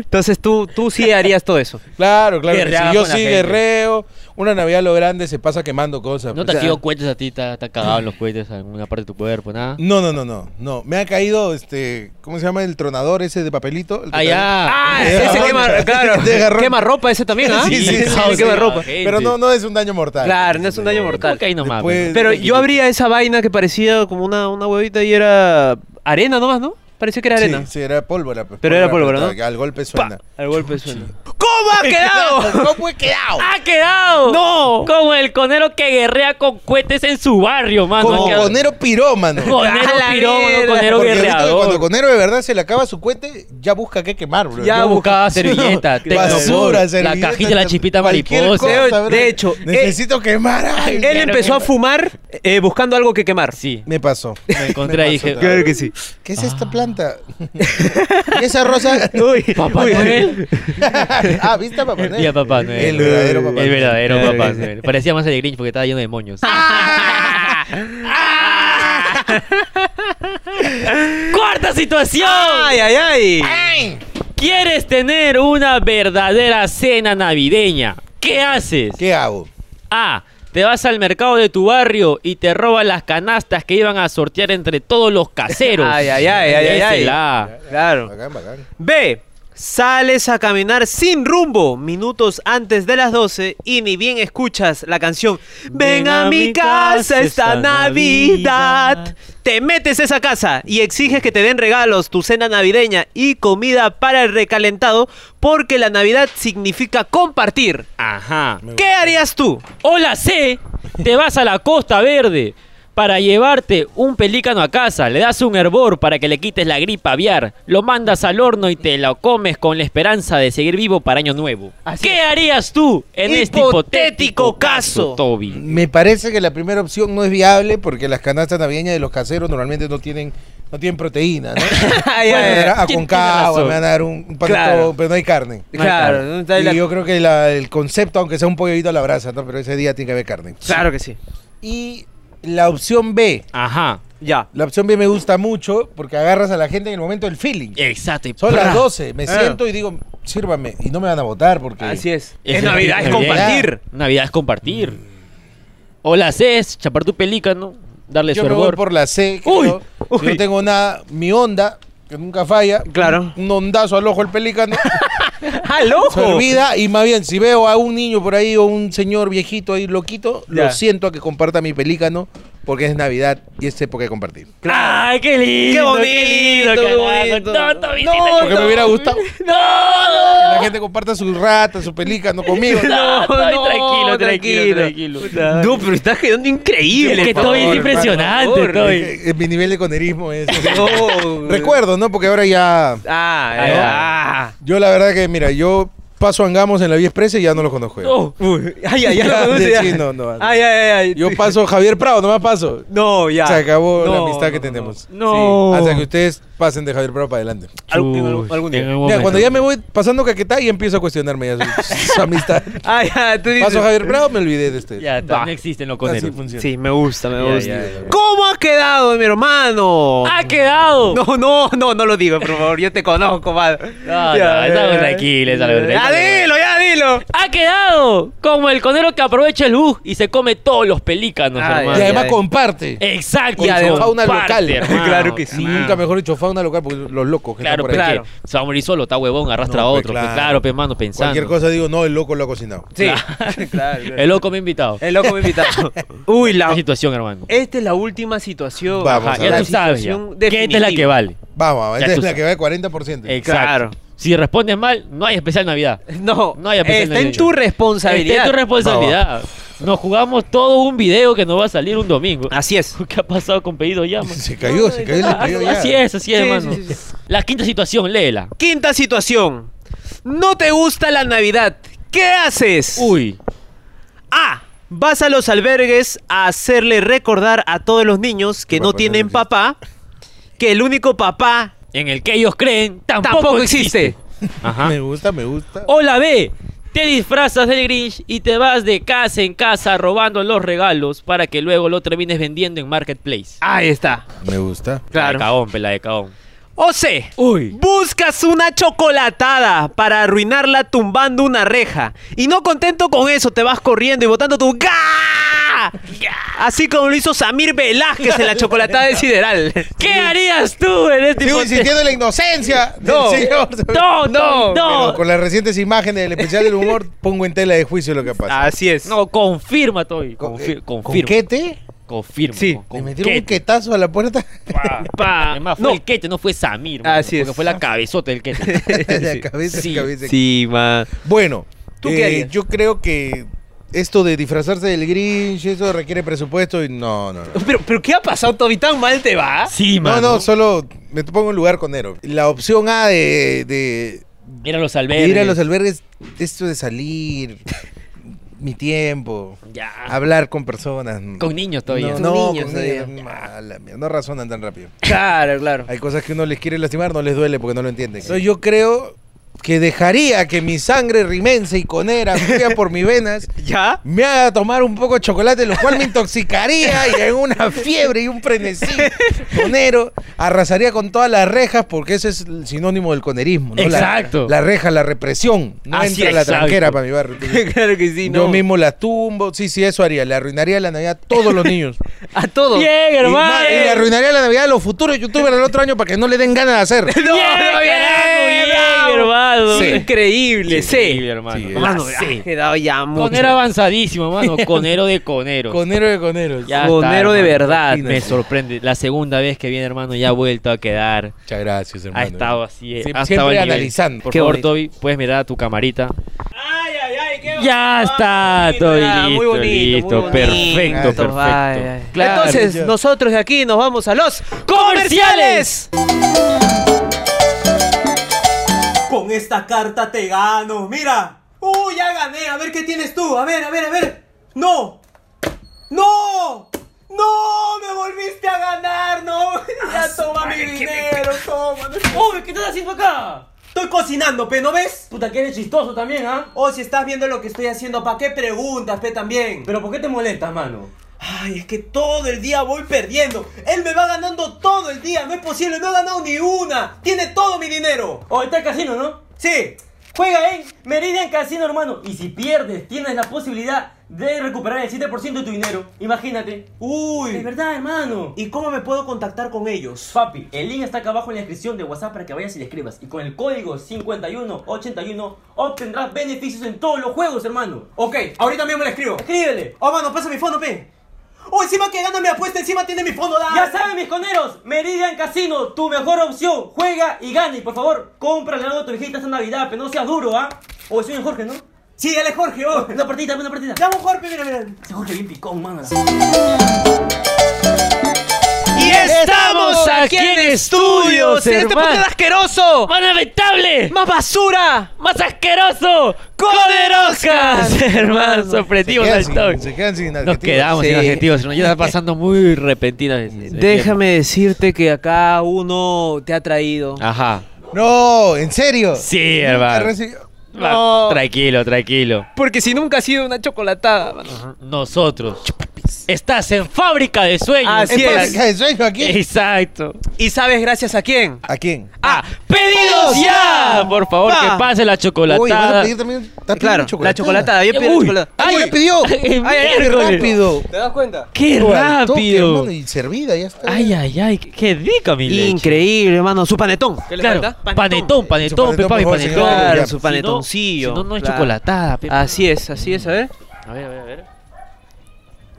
[SPEAKER 1] Entonces tú, tú sí harías todo eso.
[SPEAKER 2] Claro, claro. que sí.
[SPEAKER 3] Guerreaba
[SPEAKER 2] yo
[SPEAKER 3] con la
[SPEAKER 2] sí
[SPEAKER 3] gente.
[SPEAKER 2] guerreo. Una Navidad a lo grande se pasa quemando cosas.
[SPEAKER 3] ¿No
[SPEAKER 2] pues.
[SPEAKER 3] te han sido cohetes a ti? ¿Te ha te ha cagado en los cohetes en alguna parte de tu cuerpo? Nada.
[SPEAKER 2] No, no, no, no, no. Me ha caído este, ¿cómo se llama el tronador ese de papelito? El que trae-
[SPEAKER 3] Allá.
[SPEAKER 1] Ah,
[SPEAKER 2] de
[SPEAKER 1] ese
[SPEAKER 2] garrón. [LAUGHS]
[SPEAKER 1] quema, claro,
[SPEAKER 2] De garrón.
[SPEAKER 1] quema ropa ese también, ¿ah?
[SPEAKER 2] Sí, sí, sí,
[SPEAKER 1] Ah,
[SPEAKER 2] sí,
[SPEAKER 1] quema
[SPEAKER 2] sí.
[SPEAKER 1] ropa.
[SPEAKER 2] Pero no, no es un daño mortal.
[SPEAKER 1] Claro, no es un daño mortal.
[SPEAKER 3] Ok, nomás.
[SPEAKER 2] Después-
[SPEAKER 3] pe.
[SPEAKER 1] Pero yo abría esa vaina que parecía como una, una huevita y era arena nomás, ¿no? Parecía que era arena.
[SPEAKER 2] Sí, sí, era pólvora. pues,
[SPEAKER 1] Pero era pólvora,
[SPEAKER 2] pero Al golpe
[SPEAKER 1] Pa,
[SPEAKER 2] suena.
[SPEAKER 1] Al golpe suena. ¿Cómo ha quedado?
[SPEAKER 2] ¿Cómo he quedado?
[SPEAKER 3] ¡Ha quedado!
[SPEAKER 1] ¡No!
[SPEAKER 3] Como el conero que guerrea con cohetes en su barrio, mano.
[SPEAKER 2] Como
[SPEAKER 3] Ha quedado-
[SPEAKER 2] conero pirómano. [LAUGHS]
[SPEAKER 3] Conero
[SPEAKER 1] ¡A la
[SPEAKER 3] pirómano,
[SPEAKER 1] mierda!
[SPEAKER 2] Porque
[SPEAKER 3] conero
[SPEAKER 2] ahorita Cuando
[SPEAKER 3] guerreador.
[SPEAKER 2] Conero de verdad se le acaba su cohete, ya busca qué quemar, bro.
[SPEAKER 1] Ya
[SPEAKER 3] Yo buscaba servilleta,
[SPEAKER 2] [LAUGHS] basura,
[SPEAKER 3] tecnopor, la
[SPEAKER 2] servilleta,
[SPEAKER 3] cajita de la chispita
[SPEAKER 2] cualquier
[SPEAKER 3] mariposa. eh,
[SPEAKER 2] cosa,
[SPEAKER 1] De-
[SPEAKER 2] bro.
[SPEAKER 1] de hecho,
[SPEAKER 2] necesito quemar. ay,
[SPEAKER 1] Él empezó a fumar eh, buscando algo que quemar.
[SPEAKER 3] Sí,
[SPEAKER 2] [LAUGHS] Me pasó.
[SPEAKER 3] me encontré ahí. dije, "Ah".
[SPEAKER 1] Claro que sí.
[SPEAKER 2] ¿Qué es esta planta? [LAUGHS] ¿Y esa
[SPEAKER 3] [LAUGHS]
[SPEAKER 2] rosa?
[SPEAKER 1] Uy,
[SPEAKER 3] Papá
[SPEAKER 1] uy.
[SPEAKER 3] Noel.
[SPEAKER 2] [LAUGHS] ah, ¿viste a Papá Noel?
[SPEAKER 3] Y a Papá Noel.
[SPEAKER 2] El verdadero Papá
[SPEAKER 3] El
[SPEAKER 2] Noel.
[SPEAKER 3] verdadero
[SPEAKER 1] Claro
[SPEAKER 3] papá.
[SPEAKER 1] que sí.
[SPEAKER 3] Noel. Parecía más el Grinch porque estaba lleno
[SPEAKER 2] [LAUGHS]
[SPEAKER 3] de moños. [LAUGHS] ¡Ah! ¡Cuarta situación!
[SPEAKER 1] [LAUGHS]
[SPEAKER 2] Ah,
[SPEAKER 1] ¡Ay, ay, ay!
[SPEAKER 3] ¿Quieres tener una verdadera cena navideña? ¿Qué haces?
[SPEAKER 2] ¿Qué hago?
[SPEAKER 3] A. Te vas al mercado de tu barrio y te roban las canastas que iban a sortear entre todos los caseros.
[SPEAKER 1] [LAUGHS] Ay, ay, ay, ay, ay,
[SPEAKER 3] Esa es
[SPEAKER 1] ay.
[SPEAKER 3] la A.
[SPEAKER 1] Claro.
[SPEAKER 2] Bacán, bacán.
[SPEAKER 1] B. Sales a caminar sin rumbo minutos antes de las 12 y ni bien escuchas la canción Ven a mi casa esta Navidad. Te metes a esa casa y exiges que te den regalos, tu cena navideña y comida para el recalentado porque la Navidad significa compartir.
[SPEAKER 3] Ajá.
[SPEAKER 1] ¿Qué harías tú?
[SPEAKER 3] Hola C, te vas a la Costa Verde para llevarte un pelícano a casa, le das un hervor para que le quites la gripa aviar, lo mandas al horno y te lo comes con la esperanza de seguir vivo para Año Nuevo. ¿Qué harías tú en este hipotético
[SPEAKER 1] Hipotético
[SPEAKER 3] caso,
[SPEAKER 1] caso,
[SPEAKER 3] Toby?
[SPEAKER 2] Me parece que la primera opción no es viable porque las canastas navideñas de los caseros normalmente no tienen, no tienen proteína,
[SPEAKER 1] [LAUGHS]
[SPEAKER 2] ¿no?
[SPEAKER 1] Ay,
[SPEAKER 2] Bueno,
[SPEAKER 1] ay, ay.
[SPEAKER 2] era
[SPEAKER 3] ¿quién tiene
[SPEAKER 2] aconcagua,
[SPEAKER 3] razón?
[SPEAKER 2] me van a dar un, un paquete,
[SPEAKER 1] Claro.
[SPEAKER 2] pero no hay carne.
[SPEAKER 1] Claro, ¿dónde está
[SPEAKER 2] y
[SPEAKER 1] la-
[SPEAKER 2] yo creo que la- el concepto, aunque sea un pollo a la brasa, ¿no? pero ese día tiene que haber carne.
[SPEAKER 1] claro que sí.
[SPEAKER 2] Y la opción B.
[SPEAKER 3] Ajá.
[SPEAKER 1] Ya.
[SPEAKER 2] La opción B me gusta mucho porque agarras a la gente en el momento del feeling.
[SPEAKER 3] Exacto. y
[SPEAKER 2] Son
[SPEAKER 3] ¡prá!
[SPEAKER 2] las 12, me
[SPEAKER 1] Eh, Ah.
[SPEAKER 2] siento y digo, sírvame. Y no me van a votar porque...
[SPEAKER 9] Así es.
[SPEAKER 1] Es Navidad, es
[SPEAKER 3] Navidad.
[SPEAKER 1] compartir.
[SPEAKER 3] Navidad es compartir. O la C es chapar tu pelícano, darle
[SPEAKER 2] Yo
[SPEAKER 3] su
[SPEAKER 2] me voy
[SPEAKER 3] hervor.
[SPEAKER 2] por la C.
[SPEAKER 1] Uy,
[SPEAKER 2] creo.
[SPEAKER 1] uy.
[SPEAKER 2] Yo no tengo nada, mi onda, que nunca falla.
[SPEAKER 1] Claro.
[SPEAKER 2] Un, un ondazo al ojo
[SPEAKER 1] [LAUGHS]
[SPEAKER 2] el pelícano.
[SPEAKER 1] ¡Al
[SPEAKER 2] se
[SPEAKER 1] ojo!
[SPEAKER 2] olvida y más bien, si veo a un niño por ahí o un señor viejito ahí loquito,
[SPEAKER 1] Ya.
[SPEAKER 2] lo siento a que comparta mi pelícano porque es Navidad y es época de compartir.
[SPEAKER 3] ¡Ay, qué lindo!
[SPEAKER 1] Qué bonito,
[SPEAKER 3] lindo,
[SPEAKER 1] qué
[SPEAKER 3] guapo!
[SPEAKER 1] bonito.
[SPEAKER 3] Tonto,
[SPEAKER 1] Oh, No,
[SPEAKER 3] visita,
[SPEAKER 2] Porque me hubiera gustado que
[SPEAKER 3] ¡No!
[SPEAKER 2] la gente comparta su rata, su
[SPEAKER 1] [LAUGHS]
[SPEAKER 2] pelícano conmigo.
[SPEAKER 3] No, estoy
[SPEAKER 1] no,
[SPEAKER 3] tranquilo, tranquilo, tranquilo.
[SPEAKER 1] No, pero estás quedando increíble.
[SPEAKER 3] Es que
[SPEAKER 1] por
[SPEAKER 3] estoy
[SPEAKER 1] favor,
[SPEAKER 3] impresionante,
[SPEAKER 1] por favor.
[SPEAKER 3] estoy.
[SPEAKER 2] Eh, eh, mi nivel de
[SPEAKER 1] [LAUGHS]
[SPEAKER 2] conerismo es.
[SPEAKER 1] No.
[SPEAKER 2] Recuerdo, ¿no? Porque ahora ya.
[SPEAKER 1] Ah,
[SPEAKER 3] Ah,
[SPEAKER 1] ah.
[SPEAKER 2] Yo la verdad que, mira, yo paso angamos en la vía expresa y ya no los conozco.
[SPEAKER 3] Oh,
[SPEAKER 1] Uy, ay, ay, ay,
[SPEAKER 3] [LAUGHS]
[SPEAKER 2] Ya,
[SPEAKER 1] lo conoce ya.
[SPEAKER 2] sí, no, no, no.
[SPEAKER 1] Ay, ay, ay, ay.
[SPEAKER 2] Yo paso Javier Prado, nomás paso.
[SPEAKER 1] No, ya.
[SPEAKER 2] Se acabó la
[SPEAKER 1] No,
[SPEAKER 2] amistad
[SPEAKER 1] no,
[SPEAKER 2] que
[SPEAKER 1] no,
[SPEAKER 2] tenemos.
[SPEAKER 1] No.
[SPEAKER 2] Hasta que ustedes pasen de Javier Prado para adelante.
[SPEAKER 1] Algún, algún día.
[SPEAKER 2] Mira, cuando ya me voy pasando caquetá y empiezo a cuestionarme ya su, su amistad.
[SPEAKER 1] Ay, ya, tú dices.
[SPEAKER 2] Paso a Javier Prado, me olvidé de este.
[SPEAKER 3] Ya,
[SPEAKER 1] Va.
[SPEAKER 3] no existen los
[SPEAKER 2] Así
[SPEAKER 3] coneros.
[SPEAKER 2] funciona.
[SPEAKER 1] Sí, me gusta, me
[SPEAKER 3] Ya,
[SPEAKER 1] gusta.
[SPEAKER 3] ya, ya.
[SPEAKER 1] ¿Cómo ha quedado, mi hermano?
[SPEAKER 3] ¡Ha quedado!
[SPEAKER 1] No, no, no, no lo digo, por favor. Yo te conozco, padre.
[SPEAKER 3] No, no, es algo tranquilo, es algo
[SPEAKER 1] Ya
[SPEAKER 3] tranquilo.
[SPEAKER 1] dilo, ya dilo.
[SPEAKER 3] ¡Ha quedado! Como el conero que aprovecha el bus y se come todos los pelícanos,
[SPEAKER 1] Ay,
[SPEAKER 2] Y
[SPEAKER 3] hermano.
[SPEAKER 1] ay,
[SPEAKER 2] además
[SPEAKER 1] ay.
[SPEAKER 2] comparte.
[SPEAKER 3] Exacto.
[SPEAKER 2] Con su
[SPEAKER 3] comparte,
[SPEAKER 2] fauna local.
[SPEAKER 1] [LAUGHS]
[SPEAKER 3] hermano.
[SPEAKER 1] Claro que sí.
[SPEAKER 2] Nunca mejor dicho fauna local, porque los locos que
[SPEAKER 3] Claro,
[SPEAKER 2] están por ahí.
[SPEAKER 3] claro. Se va a morir solo, está huevón, arrastra
[SPEAKER 2] No,
[SPEAKER 3] a
[SPEAKER 2] pe,
[SPEAKER 3] otro. pe,
[SPEAKER 2] claro.
[SPEAKER 3] Claro, pe, mano, pensando.
[SPEAKER 2] Cualquier cosa digo, no, el loco lo ha cocinado.
[SPEAKER 1] Sí, [LAUGHS] claro.
[SPEAKER 3] El loco me ha invitado.
[SPEAKER 1] El loco me [LAUGHS] invitado. Uy,
[SPEAKER 3] La
[SPEAKER 1] la.
[SPEAKER 3] situación, hermano.
[SPEAKER 1] Esta es la última situación.
[SPEAKER 2] Vamos
[SPEAKER 3] Ajá,
[SPEAKER 2] a
[SPEAKER 3] ya
[SPEAKER 2] ver.
[SPEAKER 3] tú sabes. ya.
[SPEAKER 1] situación
[SPEAKER 3] Que esta es la que
[SPEAKER 1] definitiva.
[SPEAKER 3] vale.
[SPEAKER 2] Vamos,
[SPEAKER 3] Ya
[SPEAKER 2] esta es
[SPEAKER 3] tú
[SPEAKER 2] la
[SPEAKER 3] sabes.
[SPEAKER 2] que va de 40%.
[SPEAKER 3] Exacto.
[SPEAKER 1] Claro.
[SPEAKER 3] Si respondes mal, no hay especial Navidad.
[SPEAKER 1] No,
[SPEAKER 3] No hay especial
[SPEAKER 1] está en
[SPEAKER 3] navideño.
[SPEAKER 1] tu
[SPEAKER 3] Esta
[SPEAKER 1] responsabilidad.
[SPEAKER 3] es tu responsabilidad. Nos jugamos todo un video que nos va a salir un domingo.
[SPEAKER 1] Así es.
[SPEAKER 3] [LAUGHS] ¿Qué ha pasado con pedido ya, man?
[SPEAKER 2] Se cayó, se cayó, se
[SPEAKER 3] Ah,
[SPEAKER 2] cayó ya.
[SPEAKER 3] Así es, así es,
[SPEAKER 1] Sí,
[SPEAKER 3] hermano.
[SPEAKER 1] sí, sí, sí.
[SPEAKER 3] La quinta situación, léela.
[SPEAKER 1] Quinta situación. No te gusta la Navidad. ¿Qué haces?
[SPEAKER 3] Uy.
[SPEAKER 1] A. Vas a los albergues a hacerle recordar a todos los niños que
[SPEAKER 2] Tu
[SPEAKER 1] no
[SPEAKER 2] papá no
[SPEAKER 1] tienen
[SPEAKER 2] existe.
[SPEAKER 1] papá, que el único papá
[SPEAKER 3] En el que ellos creen, tampoco,
[SPEAKER 1] tampoco existe.
[SPEAKER 3] Ajá. Oh.
[SPEAKER 2] Me gusta, me gusta.
[SPEAKER 3] O la B. Te disfrazas del Grinch y te vas de casa en casa robando los regalos para que luego lo termines vendiendo en Marketplace.
[SPEAKER 1] Ahí está.
[SPEAKER 2] Me gusta.
[SPEAKER 3] La de
[SPEAKER 1] Claro.
[SPEAKER 3] Caón, pe, la de Caón.
[SPEAKER 1] O C.
[SPEAKER 3] Uy.
[SPEAKER 1] Buscas una chocolatada para arruinarla tumbando una reja. Y no contento con eso, te vas corriendo y botando tu ¡Ga! Así como lo hizo Samir Velázquez en la chocolatada de Sideral.
[SPEAKER 3] [LAUGHS] ¿Qué harías tú en este
[SPEAKER 2] Sigo
[SPEAKER 3] hipotético-
[SPEAKER 2] insistiendo en la inocencia del
[SPEAKER 1] No.
[SPEAKER 2] señor.
[SPEAKER 3] [LAUGHS] No, no, no.
[SPEAKER 2] Pero con las recientes imágenes del especial del
[SPEAKER 3] [LAUGHS]
[SPEAKER 2] humor, pongo en tela de juicio lo que
[SPEAKER 3] Ah,
[SPEAKER 2] pasa.
[SPEAKER 1] Así es.
[SPEAKER 3] No, confirma, Toby.
[SPEAKER 2] Con-
[SPEAKER 3] Confir-
[SPEAKER 2] eh,
[SPEAKER 3] confirma.
[SPEAKER 2] ¿Con quete?
[SPEAKER 3] Confirma.
[SPEAKER 1] Sí.
[SPEAKER 3] con-
[SPEAKER 2] ¿Le
[SPEAKER 3] con
[SPEAKER 2] metieron un
[SPEAKER 3] quete.
[SPEAKER 2] quetazo a la
[SPEAKER 3] [LAUGHS]
[SPEAKER 2] puerta?
[SPEAKER 3] Pa, pa. Además, fue
[SPEAKER 1] No.
[SPEAKER 3] el quete, no fue
[SPEAKER 2] Ah,
[SPEAKER 3] Samir. mano,
[SPEAKER 1] Así es.
[SPEAKER 3] Porque
[SPEAKER 2] [LAUGHS]
[SPEAKER 3] fue la cabezota del quete.
[SPEAKER 2] la cabeza,
[SPEAKER 3] Sí,
[SPEAKER 2] cabeza.
[SPEAKER 1] Sí, ma.
[SPEAKER 2] Bueno,
[SPEAKER 1] ¿Tú qué
[SPEAKER 2] eh,
[SPEAKER 1] harías?
[SPEAKER 2] yo creo que esto de disfrazarse del Grinch, eso requiere presupuesto y no, no, no.
[SPEAKER 3] [LAUGHS]
[SPEAKER 1] Pero, pero ¿qué ha pasado, Toby? ¿Tan mal te va?
[SPEAKER 3] sí,
[SPEAKER 2] No,
[SPEAKER 3] mano.
[SPEAKER 2] no, solo me pongo en lugar con Nero. La opción A de, de
[SPEAKER 3] Mira los albergues.
[SPEAKER 2] ir a los albergues, esto de salir, mi tiempo,
[SPEAKER 3] Ya.
[SPEAKER 2] hablar con personas.
[SPEAKER 3] Ah. Con niños todavía.
[SPEAKER 2] No,
[SPEAKER 1] Con
[SPEAKER 2] no,
[SPEAKER 1] niños
[SPEAKER 2] con
[SPEAKER 1] todavía.
[SPEAKER 2] niños, mala mía, no razonan tan rápido.
[SPEAKER 1] Claro, claro.
[SPEAKER 2] Hay cosas que uno les quiere lastimar, no les duele porque no lo entienden. Entonces, yo creo que dejaría que mi sangre rimense y conera fría por mis venas
[SPEAKER 1] ¿Ya?
[SPEAKER 2] me haga tomar un poco de chocolate, lo cual me intoxicaría y en una fiebre y un frenesí conero. Arrasaría con todas las rejas porque ese es el sinónimo del conerismo. ¿no? La-
[SPEAKER 3] Exacto.
[SPEAKER 2] La, reja, la represión. No
[SPEAKER 3] Así
[SPEAKER 2] entra
[SPEAKER 3] es,
[SPEAKER 2] la tranquera
[SPEAKER 3] exacto.
[SPEAKER 2] para mi barrio.
[SPEAKER 1] [LAUGHS] [LAUGHS] claro que sí,
[SPEAKER 2] Yo mismo las tumbo. Sí, sí, eso haría. Le arruinaría la Navidad a todos los niños.
[SPEAKER 1] A todos.
[SPEAKER 3] Bien,
[SPEAKER 2] Y,
[SPEAKER 3] hermano.
[SPEAKER 2] na- y le arruinaría la Navidad a los futuros youtubers del otro año para que no le den ganas de
[SPEAKER 3] [LAUGHS]
[SPEAKER 2] hacer.
[SPEAKER 1] No,
[SPEAKER 3] Bien,
[SPEAKER 1] no, bien,
[SPEAKER 3] carajo, bien,
[SPEAKER 1] Sí.
[SPEAKER 3] hermano. Sí.
[SPEAKER 1] Increíble, sí.
[SPEAKER 3] Increíble, hermano.
[SPEAKER 2] Sí,
[SPEAKER 1] Mano,
[SPEAKER 3] La
[SPEAKER 1] ha
[SPEAKER 3] C.
[SPEAKER 1] quedado ya mucho.
[SPEAKER 3] Conero avanzadísimo, mano. Conero de coneros.
[SPEAKER 2] Conero de coneros.
[SPEAKER 3] Ya
[SPEAKER 1] Conero de
[SPEAKER 3] hermano.
[SPEAKER 1] verdad.
[SPEAKER 3] Me sorprende. La segunda vez que viene, hermano, ya ha vuelto a quedar.
[SPEAKER 2] Muchas gracias, hermano.
[SPEAKER 3] Ha estado así. eh,
[SPEAKER 2] Sie-
[SPEAKER 3] ha estado
[SPEAKER 2] siempre
[SPEAKER 3] al nivel.
[SPEAKER 2] analizando.
[SPEAKER 3] Por
[SPEAKER 1] Qué
[SPEAKER 3] favor,
[SPEAKER 1] bonito.
[SPEAKER 3] Toby, puedes mirar a tu camarita.
[SPEAKER 1] Ay, ay, ay, qué Ah,
[SPEAKER 3] Ya está, Toby.
[SPEAKER 1] ya,
[SPEAKER 3] Listo, listo. perfecto,
[SPEAKER 2] Gracias.
[SPEAKER 3] perfecto.
[SPEAKER 1] Vaya, ya.
[SPEAKER 3] Claro.
[SPEAKER 1] Entonces,
[SPEAKER 2] Ya.
[SPEAKER 1] nosotros de aquí nos vamos a los comerciales. Ah, Con esta carta te gano, mira. ¡Uh, ya gané! A ver qué tienes tú. A ver, a ver, a ver. ¡No! ¡No! ¡No! ¡Me volviste a ganar!
[SPEAKER 7] [LAUGHS]
[SPEAKER 1] ¡No!
[SPEAKER 7] Ah,
[SPEAKER 1] ¡Ya toma mi dinero! ¡Toma!
[SPEAKER 7] Uy, ¿qué estás haciendo acá?
[SPEAKER 1] Estoy cocinando, pe, ¿no ves?
[SPEAKER 7] Puta, que eres chistoso también, ¿ah?
[SPEAKER 1] O si estás viendo lo que estoy haciendo, ¿para qué preguntas, pe, también?
[SPEAKER 7] Pero ¿por qué te molestas, mano? Ay, es que todo el día voy perdiendo. Él me va ganando todo el día. No es posible, no ha ganado ni una. Tiene todo mi dinero. O Oh, está el casino, ¿no? Sí. Juega en Meridian Casino, hermano. Y si pierdes, tienes la posibilidad de recuperar el 7% de tu dinero. Imagínate. Uy. Es verdad, hermano.
[SPEAKER 1] ¿Y cómo me puedo contactar con ellos?
[SPEAKER 7] Papi, el link está acá abajo en la descripción de WhatsApp para que vayas y le escribas. Y con el código 5181 obtendrás beneficios en todos los juegos, hermano.
[SPEAKER 1] Ok, ahorita mismo le escribo.
[SPEAKER 7] Escríbele.
[SPEAKER 1] Oh, mano, pasa mi fondo, pe. Oh, encima que gana mi apuesta, encima tiene mi fondo, da.
[SPEAKER 7] Ya saben, mis coneros, Meridian Casino, tu mejor opción. Juega y gana. Y por favor, cómprale algo a tu hijita esta Navidad, pero no seas duro, ¿ah? O soy el Jorge, ¿no?
[SPEAKER 1] Sí, él es Jorge, oh.
[SPEAKER 7] Una partida, una partida.
[SPEAKER 1] Llamo Jorge, mira, mira.
[SPEAKER 7] Ese Jorge bien picón, mano.
[SPEAKER 1] Y estamos aquí en estudios, en este
[SPEAKER 3] hermano.
[SPEAKER 1] podcast asqueroso,
[SPEAKER 3] ¡Más lamentable!
[SPEAKER 1] más basura,
[SPEAKER 3] ¡Más asqueroso! ¡Coderoscas! Hermano, sorprendimos
[SPEAKER 2] quedan
[SPEAKER 3] al
[SPEAKER 2] sin-
[SPEAKER 3] toque.
[SPEAKER 2] se quedan sin
[SPEAKER 3] Nos
[SPEAKER 2] adjetivos.
[SPEAKER 3] quedamos sin
[SPEAKER 1] Sí.
[SPEAKER 3] adjetivos, hermano. Ya está pasando muy repentina.
[SPEAKER 1] Déjame decirte que acá uno te ha traído.
[SPEAKER 3] Ajá.
[SPEAKER 2] No, en serio.
[SPEAKER 3] Sí,
[SPEAKER 2] Ha
[SPEAKER 3] hermano.
[SPEAKER 2] recibido-
[SPEAKER 3] Va,
[SPEAKER 1] No.
[SPEAKER 3] Tranquilo, tranquilo.
[SPEAKER 1] Porque si nunca ha sido una chocolatada, mano.
[SPEAKER 3] Nosotros. Estás en fábrica de sueños.
[SPEAKER 1] Así
[SPEAKER 2] ¿Para
[SPEAKER 1] es.
[SPEAKER 2] qué de sueño aquí?
[SPEAKER 3] Exacto.
[SPEAKER 1] ¿Y sabes gracias a quién?
[SPEAKER 2] ¿A quién?
[SPEAKER 3] ¡Ah! ¡Pedidos ya! Por favor,
[SPEAKER 1] Va.
[SPEAKER 3] que
[SPEAKER 2] Uy,
[SPEAKER 3] pase la
[SPEAKER 2] ¿van a
[SPEAKER 3] chocolatada.
[SPEAKER 2] pedir también? ¿Estás pidiendo
[SPEAKER 1] Claro, la chocolatada. Yo
[SPEAKER 3] Eh,
[SPEAKER 1] pido
[SPEAKER 3] uy.
[SPEAKER 1] chocolatada.
[SPEAKER 2] ¡Ay,
[SPEAKER 3] Ay,
[SPEAKER 2] ya pidió!
[SPEAKER 3] ay,
[SPEAKER 2] ¡Qué
[SPEAKER 3] miércoles.
[SPEAKER 2] rápido!
[SPEAKER 4] ¿Te das cuenta?
[SPEAKER 3] ¡Qué
[SPEAKER 2] Al toque,
[SPEAKER 3] rápido!
[SPEAKER 2] hermano, y servida, ya está.
[SPEAKER 3] Ay, ay, ay, qué- qué rica mi leche.
[SPEAKER 1] Increíble, hermano. Su panetón.
[SPEAKER 4] ¿Qué le
[SPEAKER 3] Claro,
[SPEAKER 4] falta?
[SPEAKER 3] panetón, panetón,
[SPEAKER 2] Su
[SPEAKER 3] pe,
[SPEAKER 2] panetón,
[SPEAKER 3] papi,
[SPEAKER 2] por favor,
[SPEAKER 3] panetón.
[SPEAKER 2] señor.
[SPEAKER 1] Claro,
[SPEAKER 2] ya.
[SPEAKER 1] su
[SPEAKER 3] Si
[SPEAKER 1] panetoncillo.
[SPEAKER 3] no, si no, no es
[SPEAKER 1] Claro.
[SPEAKER 3] chocolatada, pe.
[SPEAKER 1] Así es, así es, a ver.
[SPEAKER 3] A ver, a ver, a ver.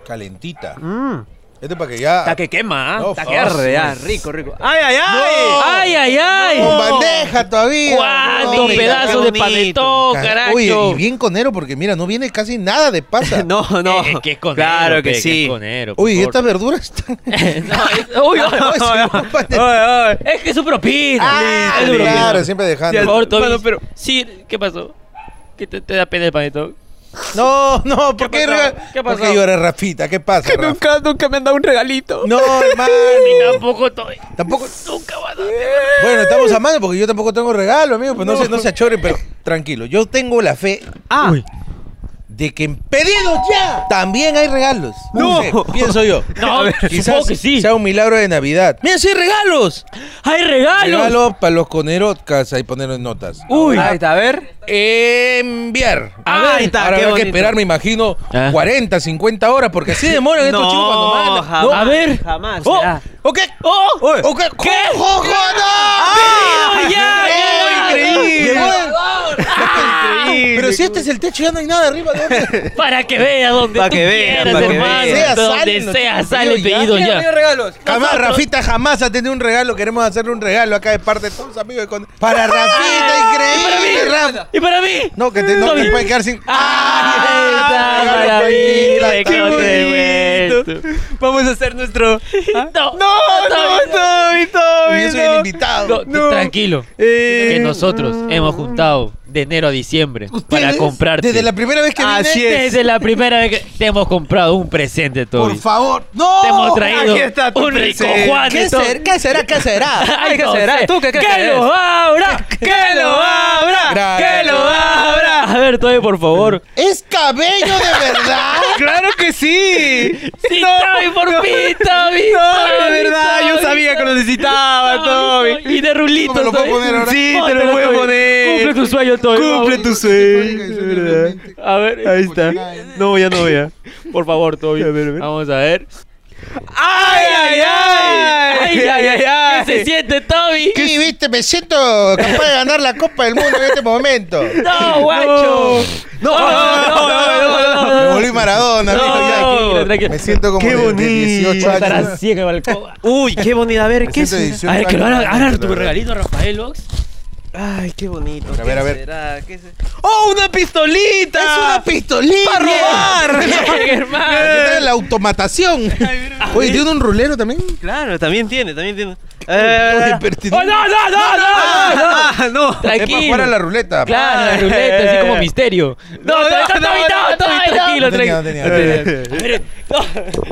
[SPEAKER 2] Calentita.
[SPEAKER 1] Mm.
[SPEAKER 2] Este para que ya...
[SPEAKER 1] Está que quema, ¿ah?
[SPEAKER 2] No,
[SPEAKER 1] Está que
[SPEAKER 2] fácil.
[SPEAKER 1] arde, ah, rico, rico. ¡Ay, ay, ay! [LAUGHS]
[SPEAKER 3] ¡Ay, ay, ay!
[SPEAKER 2] ¡Con bandeja todavía!
[SPEAKER 3] ¡Oh! ¡Cuánto
[SPEAKER 2] No, mira,
[SPEAKER 3] pedazo
[SPEAKER 1] qué
[SPEAKER 3] de
[SPEAKER 1] bonito.
[SPEAKER 3] panetón,
[SPEAKER 2] Ca-
[SPEAKER 3] carajo!
[SPEAKER 2] Oye, y bien conero porque mira, no viene casi nada de
[SPEAKER 3] [LAUGHS]
[SPEAKER 2] pasa.
[SPEAKER 1] No, no.
[SPEAKER 3] Eh, que es conero,
[SPEAKER 1] claro que
[SPEAKER 3] pe,
[SPEAKER 1] sí.
[SPEAKER 3] es conero, por
[SPEAKER 2] Oye,
[SPEAKER 3] favor.
[SPEAKER 2] estas verduras
[SPEAKER 3] [LAUGHS]
[SPEAKER 2] están...
[SPEAKER 3] No, es- uy, uy,
[SPEAKER 2] No,
[SPEAKER 3] uy,
[SPEAKER 2] es un panetón.
[SPEAKER 1] Ay, ay.
[SPEAKER 3] es que es su
[SPEAKER 2] [LAUGHS]
[SPEAKER 3] propina.
[SPEAKER 2] Ah,
[SPEAKER 3] es su propina.
[SPEAKER 2] claro, siempre
[SPEAKER 3] Por
[SPEAKER 2] dejando.
[SPEAKER 3] favor, Toby.
[SPEAKER 1] Mano, pero-
[SPEAKER 3] Sí, ¿qué pasó? ¿Qué te, te da pena el panetón?
[SPEAKER 2] No, no, ¿por qué?
[SPEAKER 3] pasó?
[SPEAKER 2] rega-
[SPEAKER 3] ¿Qué
[SPEAKER 2] ¿Por
[SPEAKER 3] pasó?
[SPEAKER 2] qué llora Rafita? ¿Qué pasa,
[SPEAKER 1] Que
[SPEAKER 2] Rafa?
[SPEAKER 1] nunca, nunca me han dado un regalito.
[SPEAKER 2] No, hermano.
[SPEAKER 3] Ni tampoco, Toby.
[SPEAKER 2] Tampoco...
[SPEAKER 3] Nunca va a dar.
[SPEAKER 2] Bueno, estamos a mano porque yo tampoco tengo regalo, amigo. Pues no, se, no se achoren, pero tranquilo. Yo tengo la fe
[SPEAKER 1] Ah,
[SPEAKER 2] de que en pedidos ya también hay regalos.
[SPEAKER 1] No.
[SPEAKER 2] sé, pienso yo.
[SPEAKER 3] No, [LAUGHS] supongo que sí.
[SPEAKER 2] sea un milagro de Navidad. ¡Mira, sí, hay regalos!
[SPEAKER 3] ¡Hay regalos!
[SPEAKER 2] Regalos Uh. para los conerotcas, ahí poner en notas.
[SPEAKER 1] uy. Ahí está, a ver.
[SPEAKER 2] Enviar.
[SPEAKER 1] A ver, ahí está,
[SPEAKER 2] Ahora
[SPEAKER 1] qué
[SPEAKER 2] habrá que
[SPEAKER 1] bonito.
[SPEAKER 2] esperar, me imagino,
[SPEAKER 3] Ah.
[SPEAKER 2] 40, 50 horas, porque así demoran [LAUGHS] estos chicos cuando mandan.
[SPEAKER 1] jamás,
[SPEAKER 2] No.
[SPEAKER 3] A ver.
[SPEAKER 1] Jamás.
[SPEAKER 3] Oh.
[SPEAKER 1] será.
[SPEAKER 2] ¿O qué?
[SPEAKER 3] ¡Oh!
[SPEAKER 2] ¿O qué? ¿Qué? ¡Ojo,
[SPEAKER 3] ¡Pedido ya! ya!
[SPEAKER 2] increíble! [LAUGHS]
[SPEAKER 1] Increíble.
[SPEAKER 2] Pero si este es el techo, ya no hay nada arriba. ¿dónde?
[SPEAKER 3] Para que vea donde
[SPEAKER 1] Para
[SPEAKER 3] tú
[SPEAKER 1] que vea,
[SPEAKER 3] quieras,
[SPEAKER 1] para que
[SPEAKER 3] hermano.
[SPEAKER 2] vea. Sea,
[SPEAKER 3] donde
[SPEAKER 2] salen los
[SPEAKER 3] sea,
[SPEAKER 2] chicos,
[SPEAKER 3] sale
[SPEAKER 2] pedido ya.
[SPEAKER 3] pedido
[SPEAKER 4] ¿Quién me dio
[SPEAKER 3] ya.
[SPEAKER 4] [LAUGHS] regalos?
[SPEAKER 2] [LAUGHS] Jamás, Rafita jamás ha tenido un regalo. Queremos hacerle un regalo acá de parte de todos los amigos. de Con... [LAUGHS] Para Rafita, increíble, Rafa.
[SPEAKER 3] ¿Y para mí?
[SPEAKER 2] No, que te, no,
[SPEAKER 3] Toby.
[SPEAKER 2] te puede quedar sin...
[SPEAKER 3] ¡Ah!
[SPEAKER 2] Regalo
[SPEAKER 3] para mí!
[SPEAKER 2] para ti,
[SPEAKER 3] recontra
[SPEAKER 1] bonito.
[SPEAKER 3] devuelto.
[SPEAKER 1] Vamos a hacer nuestro.
[SPEAKER 3] No,
[SPEAKER 1] No,
[SPEAKER 3] no,
[SPEAKER 1] no,
[SPEAKER 3] Toby, no.
[SPEAKER 1] Toby,
[SPEAKER 2] Y
[SPEAKER 1] Toby.
[SPEAKER 2] yo soy el invitado.
[SPEAKER 3] No, Tranquilo.
[SPEAKER 1] Eh,
[SPEAKER 3] Que nosotros hemos juntado de enero a diciembre para
[SPEAKER 2] Ustedes,
[SPEAKER 3] comprarte.
[SPEAKER 2] Desde la primera vez que vine,
[SPEAKER 1] Así es.
[SPEAKER 3] Desde la primera vez que te hemos comprado un presente, Toby.
[SPEAKER 2] por favor. ¡No!
[SPEAKER 3] Te hemos traído
[SPEAKER 1] aquí está tu
[SPEAKER 3] un rico
[SPEAKER 1] presente.
[SPEAKER 3] Juan.
[SPEAKER 2] ¿Qué, ser- qué será? ¿Qué será?
[SPEAKER 3] Ay,
[SPEAKER 1] ¿qué
[SPEAKER 3] no
[SPEAKER 1] será?
[SPEAKER 3] sé.
[SPEAKER 1] ¿Tú qué crees que
[SPEAKER 3] ¡Que lo
[SPEAKER 1] eres?
[SPEAKER 3] abra! ¡Que lo abra!
[SPEAKER 2] Gracias.
[SPEAKER 3] ¡Que lo abra! A ver, Toby, por favor.
[SPEAKER 2] ¿Es cabello de verdad?
[SPEAKER 1] [LAUGHS] ¡Claro que sí!
[SPEAKER 3] ¡Sí,
[SPEAKER 1] No,
[SPEAKER 3] Toby, por
[SPEAKER 1] no.
[SPEAKER 3] fin, Toby!
[SPEAKER 1] No, de
[SPEAKER 2] Ah,
[SPEAKER 3] Toby,
[SPEAKER 1] verdad, yo
[SPEAKER 3] Toby,
[SPEAKER 1] sabía que lo
[SPEAKER 3] Toby,
[SPEAKER 1] necesitaba, Toby.
[SPEAKER 3] Y de rulito,
[SPEAKER 2] No me lo puedo
[SPEAKER 3] Toby.
[SPEAKER 2] poner ahora.
[SPEAKER 1] Sí, te lo
[SPEAKER 3] Póntelo,
[SPEAKER 1] puedo
[SPEAKER 3] Toby.
[SPEAKER 1] poner.
[SPEAKER 3] Cumple tu sueño, Toby.
[SPEAKER 1] Cumple
[SPEAKER 3] vamos.
[SPEAKER 1] tu sueño, es verdad.
[SPEAKER 3] A ver,
[SPEAKER 1] Ahí está. No, ya no vea.
[SPEAKER 3] por favor, Toby.
[SPEAKER 1] A ver, a ver.
[SPEAKER 3] Vamos a ver.
[SPEAKER 1] ¡Ay, ay, ay! ¡Ay, ay, ay! ay.
[SPEAKER 3] ¿Qué se siente, Toby?
[SPEAKER 2] Sí, viste, me siento capaz de ganar la Copa del Mundo en este momento. [LAUGHS]
[SPEAKER 3] ¡No, guacho!
[SPEAKER 1] No, no, no, no, no, no.
[SPEAKER 2] Me volví Maradona,
[SPEAKER 3] No.
[SPEAKER 2] amigo, ya.
[SPEAKER 3] Tranquilo, tranquilo.
[SPEAKER 2] Me siento como
[SPEAKER 1] Qué
[SPEAKER 2] de- de,
[SPEAKER 1] bonito.
[SPEAKER 2] 18
[SPEAKER 3] Estará
[SPEAKER 2] años.
[SPEAKER 3] ciega de balcón.
[SPEAKER 1] Uy, qué bonito. A ver, ¿qué
[SPEAKER 2] Me
[SPEAKER 1] es?
[SPEAKER 2] siento 18
[SPEAKER 3] A ver, que lo
[SPEAKER 2] años.
[SPEAKER 3] haga. Ahora tu regalito, Rafael [LAUGHS] Ox.
[SPEAKER 1] Ay, qué bonito.
[SPEAKER 2] A ver, a ver.
[SPEAKER 1] ¿Qué será? ¿Qué se- ¡Oh, una pistolita!
[SPEAKER 2] ¡Es una pistolita!
[SPEAKER 1] ¡Para robar!
[SPEAKER 2] ¿Qué
[SPEAKER 3] hermano!
[SPEAKER 1] [LAUGHS]
[SPEAKER 2] tal La automatación. Oye, ¿tiene un rulero también?
[SPEAKER 1] claro, también tiene, también tiene. Eh,
[SPEAKER 3] ¡Oh, no, no, no, no! no, no!
[SPEAKER 1] ah, no.
[SPEAKER 5] Es para
[SPEAKER 3] Tranquilo.
[SPEAKER 5] jugar a la ruleta.
[SPEAKER 3] Claro, la ruleta, así como misterio. No,
[SPEAKER 1] No,
[SPEAKER 3] no,
[SPEAKER 1] no, no,
[SPEAKER 3] no,
[SPEAKER 1] no,
[SPEAKER 3] no, tranquilo,
[SPEAKER 5] No tenía,
[SPEAKER 3] tranquilo.
[SPEAKER 5] no tenía.
[SPEAKER 1] Eh,
[SPEAKER 3] Pero, no.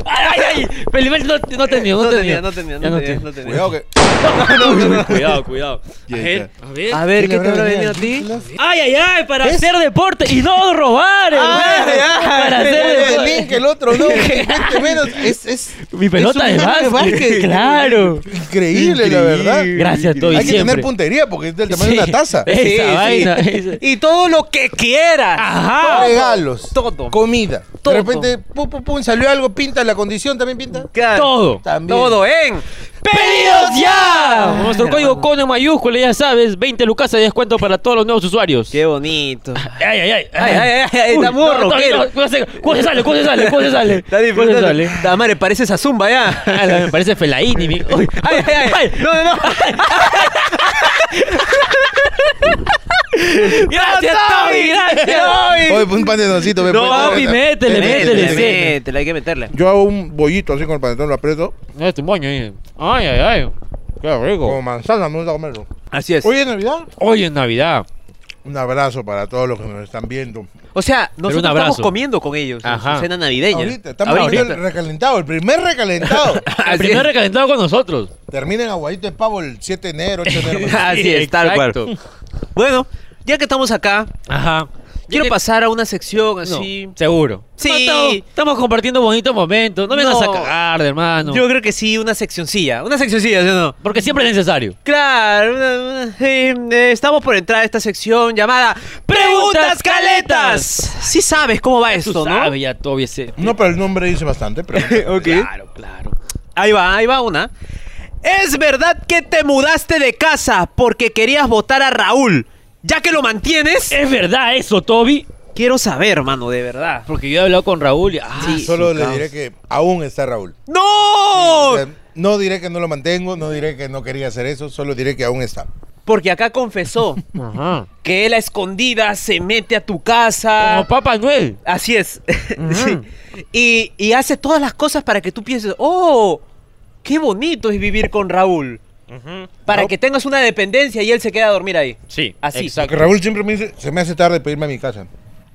[SPEAKER 3] Ay, ay, ay. Felipe no, no tenía, no,
[SPEAKER 1] No tenía,
[SPEAKER 3] tenía.
[SPEAKER 1] no tenía,
[SPEAKER 3] Ya
[SPEAKER 1] no tenía, no tenía.
[SPEAKER 2] Cuidado que.
[SPEAKER 3] Cuidado, cuidado. A
[SPEAKER 2] Ya
[SPEAKER 3] ver,
[SPEAKER 2] está.
[SPEAKER 3] a ver.
[SPEAKER 1] A ver, ¿qué te habrá
[SPEAKER 5] habrá
[SPEAKER 1] venido a ti?
[SPEAKER 5] venido
[SPEAKER 3] Ay, ay, ay, para hacer deporte y no robar, hermano.
[SPEAKER 1] ay,
[SPEAKER 3] para hacer
[SPEAKER 5] Uno de
[SPEAKER 3] deporte.
[SPEAKER 5] link, el otro no.
[SPEAKER 1] [LAUGHS]
[SPEAKER 5] Vente menos. Es, es
[SPEAKER 3] Mi pelota de
[SPEAKER 5] Es un
[SPEAKER 3] básquet.
[SPEAKER 5] juego de básquet.
[SPEAKER 3] [LAUGHS] Claro.
[SPEAKER 5] increíble, la verdad.
[SPEAKER 3] Gracias, Toy.
[SPEAKER 5] Hay que
[SPEAKER 3] siempre.
[SPEAKER 5] tener puntería porque es del tamaño de
[SPEAKER 3] Sí.
[SPEAKER 5] una
[SPEAKER 3] [LAUGHS]
[SPEAKER 5] taza.
[SPEAKER 3] Esa
[SPEAKER 1] Sí, sí.
[SPEAKER 3] vaina. esa- Ah,
[SPEAKER 1] Y todo lo que quieras.
[SPEAKER 3] Ajá.
[SPEAKER 5] Regalos.
[SPEAKER 1] Todo.
[SPEAKER 5] Comida.
[SPEAKER 1] Todo.
[SPEAKER 5] De repente, pum, pum, pum, salió algo, pinta la condición, también pinta.
[SPEAKER 1] Claro.
[SPEAKER 3] Todo.
[SPEAKER 5] También.
[SPEAKER 1] Todo en.
[SPEAKER 3] ¡Pedidos ya! Nuestro código con en mayúscula, ya sabes, 20 lucas de descuento para todos los nuevos usuarios.
[SPEAKER 1] Qué bonito.
[SPEAKER 3] Ay, ay, ay.
[SPEAKER 1] Ay, ay, ay, ay, está muy rockero.
[SPEAKER 3] ¿Cómo se cuándo se sale? ¿Cómo se sale? ¿Cómo se
[SPEAKER 1] [LAUGHS]
[SPEAKER 3] sale?
[SPEAKER 1] Está
[SPEAKER 3] ¿Cuándo se
[SPEAKER 1] disfrutando.
[SPEAKER 3] sale?
[SPEAKER 1] Da madre, parece esa zumba
[SPEAKER 3] [LAUGHS]
[SPEAKER 1] ya.
[SPEAKER 3] Ah, la- Me parece Felaini. mi-
[SPEAKER 1] [LAUGHS]
[SPEAKER 3] Uy.
[SPEAKER 1] Ay, ay, ay. No, no, no.
[SPEAKER 3] ¡Gracias, Toby! ¡Gracias!
[SPEAKER 1] Ay.
[SPEAKER 2] Oye, pues un panetoncito. ve,
[SPEAKER 3] No,
[SPEAKER 2] pues,
[SPEAKER 3] papi,
[SPEAKER 2] buena.
[SPEAKER 3] métele, métele,
[SPEAKER 1] Métele,
[SPEAKER 3] sí.
[SPEAKER 1] métele, hay que meterle.
[SPEAKER 2] Yo hago un bollito así con el panetón, lo aprieto.
[SPEAKER 3] No es tu moño, eh. Ay, ay, ay. Qué
[SPEAKER 2] Como
[SPEAKER 3] rico.
[SPEAKER 2] manzana, me gusta comerlo.
[SPEAKER 1] Así es.
[SPEAKER 2] Hoy es Navidad.
[SPEAKER 3] Hoy es Navidad.
[SPEAKER 2] Un abrazo para todos los que nos están viendo.
[SPEAKER 1] O sea, nosotros estamos
[SPEAKER 3] abrazo.
[SPEAKER 1] comiendo con ellos. en
[SPEAKER 3] Ajá.
[SPEAKER 1] Su cena navideña.
[SPEAKER 2] Ahorita, estamos
[SPEAKER 1] Ahorita.
[SPEAKER 2] viendo el recalentado, el primer recalentado. [LAUGHS]
[SPEAKER 3] El
[SPEAKER 1] [LAUGHS] Así
[SPEAKER 3] primer
[SPEAKER 1] es.
[SPEAKER 3] recalentado con nosotros.
[SPEAKER 2] Termina en aguadito de pavo el 7 de enero, 8 de
[SPEAKER 3] [LAUGHS]
[SPEAKER 1] [LAUGHS]
[SPEAKER 2] enero.
[SPEAKER 3] Ah,
[SPEAKER 1] Así es, tal cual.
[SPEAKER 3] Exacto.
[SPEAKER 1] Bueno, ya que estamos acá,
[SPEAKER 3] Ajá.
[SPEAKER 1] quiero
[SPEAKER 3] que-
[SPEAKER 1] pasar a una sección
[SPEAKER 3] No,
[SPEAKER 1] así.
[SPEAKER 3] seguro.
[SPEAKER 1] Sí.
[SPEAKER 3] No, estamos- estamos compartiendo bonitos momentos. No vengas
[SPEAKER 1] No.
[SPEAKER 3] a cagar, hermano.
[SPEAKER 1] Yo creo que sí, una seccioncilla. Una seccioncilla, ¿sí o no?
[SPEAKER 3] Porque siempre es necesario.
[SPEAKER 1] Claro, una- una- eh, eh, estamos por entrar a esta sección llamada Preguntas
[SPEAKER 3] Preguntas
[SPEAKER 1] Caletas.
[SPEAKER 3] Caletas.
[SPEAKER 1] Sí sabes cómo va esto,
[SPEAKER 3] Tú
[SPEAKER 1] ¿no?
[SPEAKER 3] sabes ya, Toby, ese.
[SPEAKER 2] No, pero el nombre dice bastante. Pero
[SPEAKER 1] Ok.
[SPEAKER 3] Claro, claro.
[SPEAKER 1] Ahí va, ahí va una. ¿Es verdad que te mudaste de casa porque querías votar a Raúl? Ya que lo mantienes,
[SPEAKER 3] ¿Es verdad eso, Toby?
[SPEAKER 1] quiero saber, mano, de verdad.
[SPEAKER 3] Porque yo he hablado con Raúl y. Ah,
[SPEAKER 1] Sí.
[SPEAKER 2] solo
[SPEAKER 1] su
[SPEAKER 2] le
[SPEAKER 1] caos.
[SPEAKER 2] diré que aún está Raúl.
[SPEAKER 1] ¡No!
[SPEAKER 2] O sea, No diré que no lo mantengo, no diré que no quería hacer eso, solo diré que aún está.
[SPEAKER 1] Porque acá
[SPEAKER 3] [LAUGHS]
[SPEAKER 1] confesó
[SPEAKER 3] Ajá.
[SPEAKER 1] que él a escondida se mete a tu
[SPEAKER 2] Ah.
[SPEAKER 1] casa.
[SPEAKER 3] Como Papá Noel.
[SPEAKER 1] Así es. [LAUGHS]
[SPEAKER 3] Ujú.
[SPEAKER 1] Sí. Y, y hace todas las cosas para que tú pienses, oh, qué bonito es vivir con Raúl. Para
[SPEAKER 2] Raúl-
[SPEAKER 1] que tengas una dependencia y él se queda a dormir ahí.
[SPEAKER 3] Sí,
[SPEAKER 1] Así.
[SPEAKER 2] Porque Raúl siempre me dice, se me hace tarde pedirme a mi casa.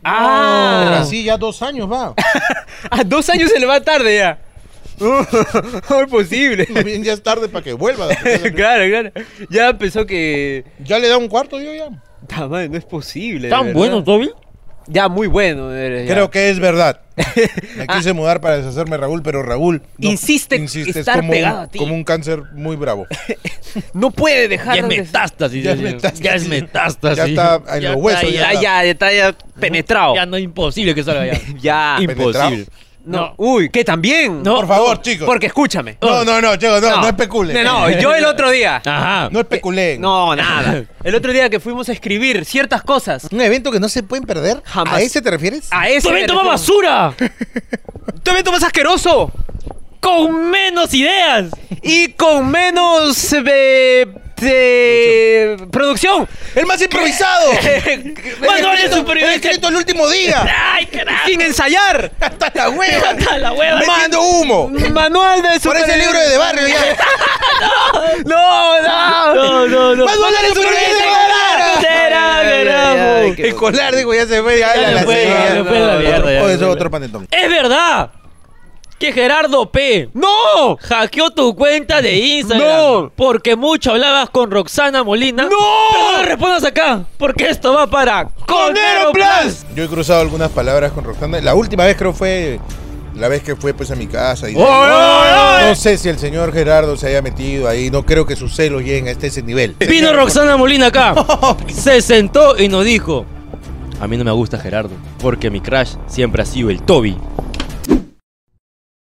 [SPEAKER 2] Pero
[SPEAKER 1] Ah,
[SPEAKER 2] así ya dos años
[SPEAKER 1] [LAUGHS]
[SPEAKER 2] va.
[SPEAKER 1] a dos años se le va tarde
[SPEAKER 2] [LAUGHS]
[SPEAKER 1] ya. no [LAUGHS] es posible.
[SPEAKER 2] Más bien ya es tarde para que vuelva.
[SPEAKER 1] claro, claro. Ya empezó que...
[SPEAKER 2] Ya le da un cuarto yo ya.
[SPEAKER 1] Ta madre, no es posible. de
[SPEAKER 3] ¿Tan
[SPEAKER 1] verdad.
[SPEAKER 3] bueno, Toby?
[SPEAKER 1] Ya, muy bueno. eres, ya.
[SPEAKER 2] Creo que
[SPEAKER 1] [LAUGHS]
[SPEAKER 2] es verdad. Me quise mudar para deshacerme de Raúl, pero Raúl no-
[SPEAKER 1] Ah. Insiste
[SPEAKER 2] insiste,
[SPEAKER 1] estar
[SPEAKER 2] es como,
[SPEAKER 1] pegado
[SPEAKER 2] un,
[SPEAKER 1] a ti.
[SPEAKER 2] como un cáncer muy bravo.
[SPEAKER 1] No puede
[SPEAKER 3] Ya
[SPEAKER 1] dejar
[SPEAKER 3] es
[SPEAKER 1] de-
[SPEAKER 3] metástasis.
[SPEAKER 2] Ya es
[SPEAKER 3] señor.
[SPEAKER 2] metástasis.
[SPEAKER 3] Ya es metástasis.
[SPEAKER 2] Ya está en
[SPEAKER 3] Ya
[SPEAKER 2] los
[SPEAKER 3] está
[SPEAKER 2] huesos,
[SPEAKER 3] ahí,
[SPEAKER 1] Ya, ya, está ya penetrado.
[SPEAKER 3] Ya no es imposible que
[SPEAKER 2] [LAUGHS]
[SPEAKER 3] salga ya.
[SPEAKER 1] [LAUGHS] Ya.
[SPEAKER 3] imposible.
[SPEAKER 1] No. Uy, que también.
[SPEAKER 3] No,
[SPEAKER 2] Por favor, chicos.
[SPEAKER 1] Porque escúchame.
[SPEAKER 2] No, no, no, chicos, no, no, especulen.
[SPEAKER 1] No, no, yo el otro
[SPEAKER 3] [LAUGHS]
[SPEAKER 1] día.
[SPEAKER 3] Ajá.
[SPEAKER 2] No especulen.
[SPEAKER 1] No, nada. El otro día que fuimos a escribir ciertas cosas.
[SPEAKER 2] Un evento que no se pueden perder.
[SPEAKER 1] Jamás.
[SPEAKER 2] ¿A ese te refieres?
[SPEAKER 3] Ah.
[SPEAKER 1] A ese.
[SPEAKER 3] ¡Toby
[SPEAKER 1] me
[SPEAKER 3] toma
[SPEAKER 1] refiero.
[SPEAKER 3] basura!
[SPEAKER 1] ¡Tu evento más asqueroso!
[SPEAKER 3] ¡Con menos ideas!
[SPEAKER 1] Y con menos. eh, de- producción.
[SPEAKER 2] ¡El más
[SPEAKER 3] [LAUGHS]
[SPEAKER 1] [LAUGHS]
[SPEAKER 2] improvisado!
[SPEAKER 3] ¡Más vale
[SPEAKER 2] ¡El
[SPEAKER 3] supervivencia!
[SPEAKER 2] escrito el último
[SPEAKER 3] [LAUGHS]
[SPEAKER 2] día!
[SPEAKER 3] ¡Ay, carajo!
[SPEAKER 1] Sin ensayar.
[SPEAKER 2] ¡Hasta la
[SPEAKER 3] [LAUGHS]
[SPEAKER 2] hueva!
[SPEAKER 3] ¡A la hueva!
[SPEAKER 2] ¡Metiendo humo!
[SPEAKER 1] Manual de
[SPEAKER 2] ¡Parece
[SPEAKER 1] supervivencia.
[SPEAKER 2] libro de barrio
[SPEAKER 3] [LAUGHS]
[SPEAKER 2] ya!
[SPEAKER 1] No, no.
[SPEAKER 3] No, no, no.
[SPEAKER 2] ¡Más vale supervivencia escolar!
[SPEAKER 1] Será, veramos.
[SPEAKER 2] Escolar, digo, ya se fue. Ya,
[SPEAKER 3] Ya
[SPEAKER 2] la- la
[SPEAKER 3] le fue,
[SPEAKER 2] señora.
[SPEAKER 3] ya le fue la mierda, ya
[SPEAKER 2] Oh,
[SPEAKER 3] le
[SPEAKER 2] eso
[SPEAKER 3] fue.
[SPEAKER 2] es otro panetón.
[SPEAKER 3] ¡Es verdad! Que Gerardo P. ¡No! Hackeó tu cuenta de Instagram.
[SPEAKER 1] ¡No!
[SPEAKER 3] Porque mucho hablabas con Roxana Molina. ¡No! Pero no le respondas acá. Porque esto va para.
[SPEAKER 1] Conero Plus.
[SPEAKER 2] Yo he cruzado algunas palabras con Roxana. La última vez creo fue la vez que fue pues a mi casa. Y no sé si el señor Gerardo se haya metido ahí. No creo que sus celos lleguen a este ese nivel.
[SPEAKER 3] Vino Roxana Molina acá. Se sentó y nos dijo: A mí no me gusta Gerardo. Porque mi crush siempre ha sido el Toby.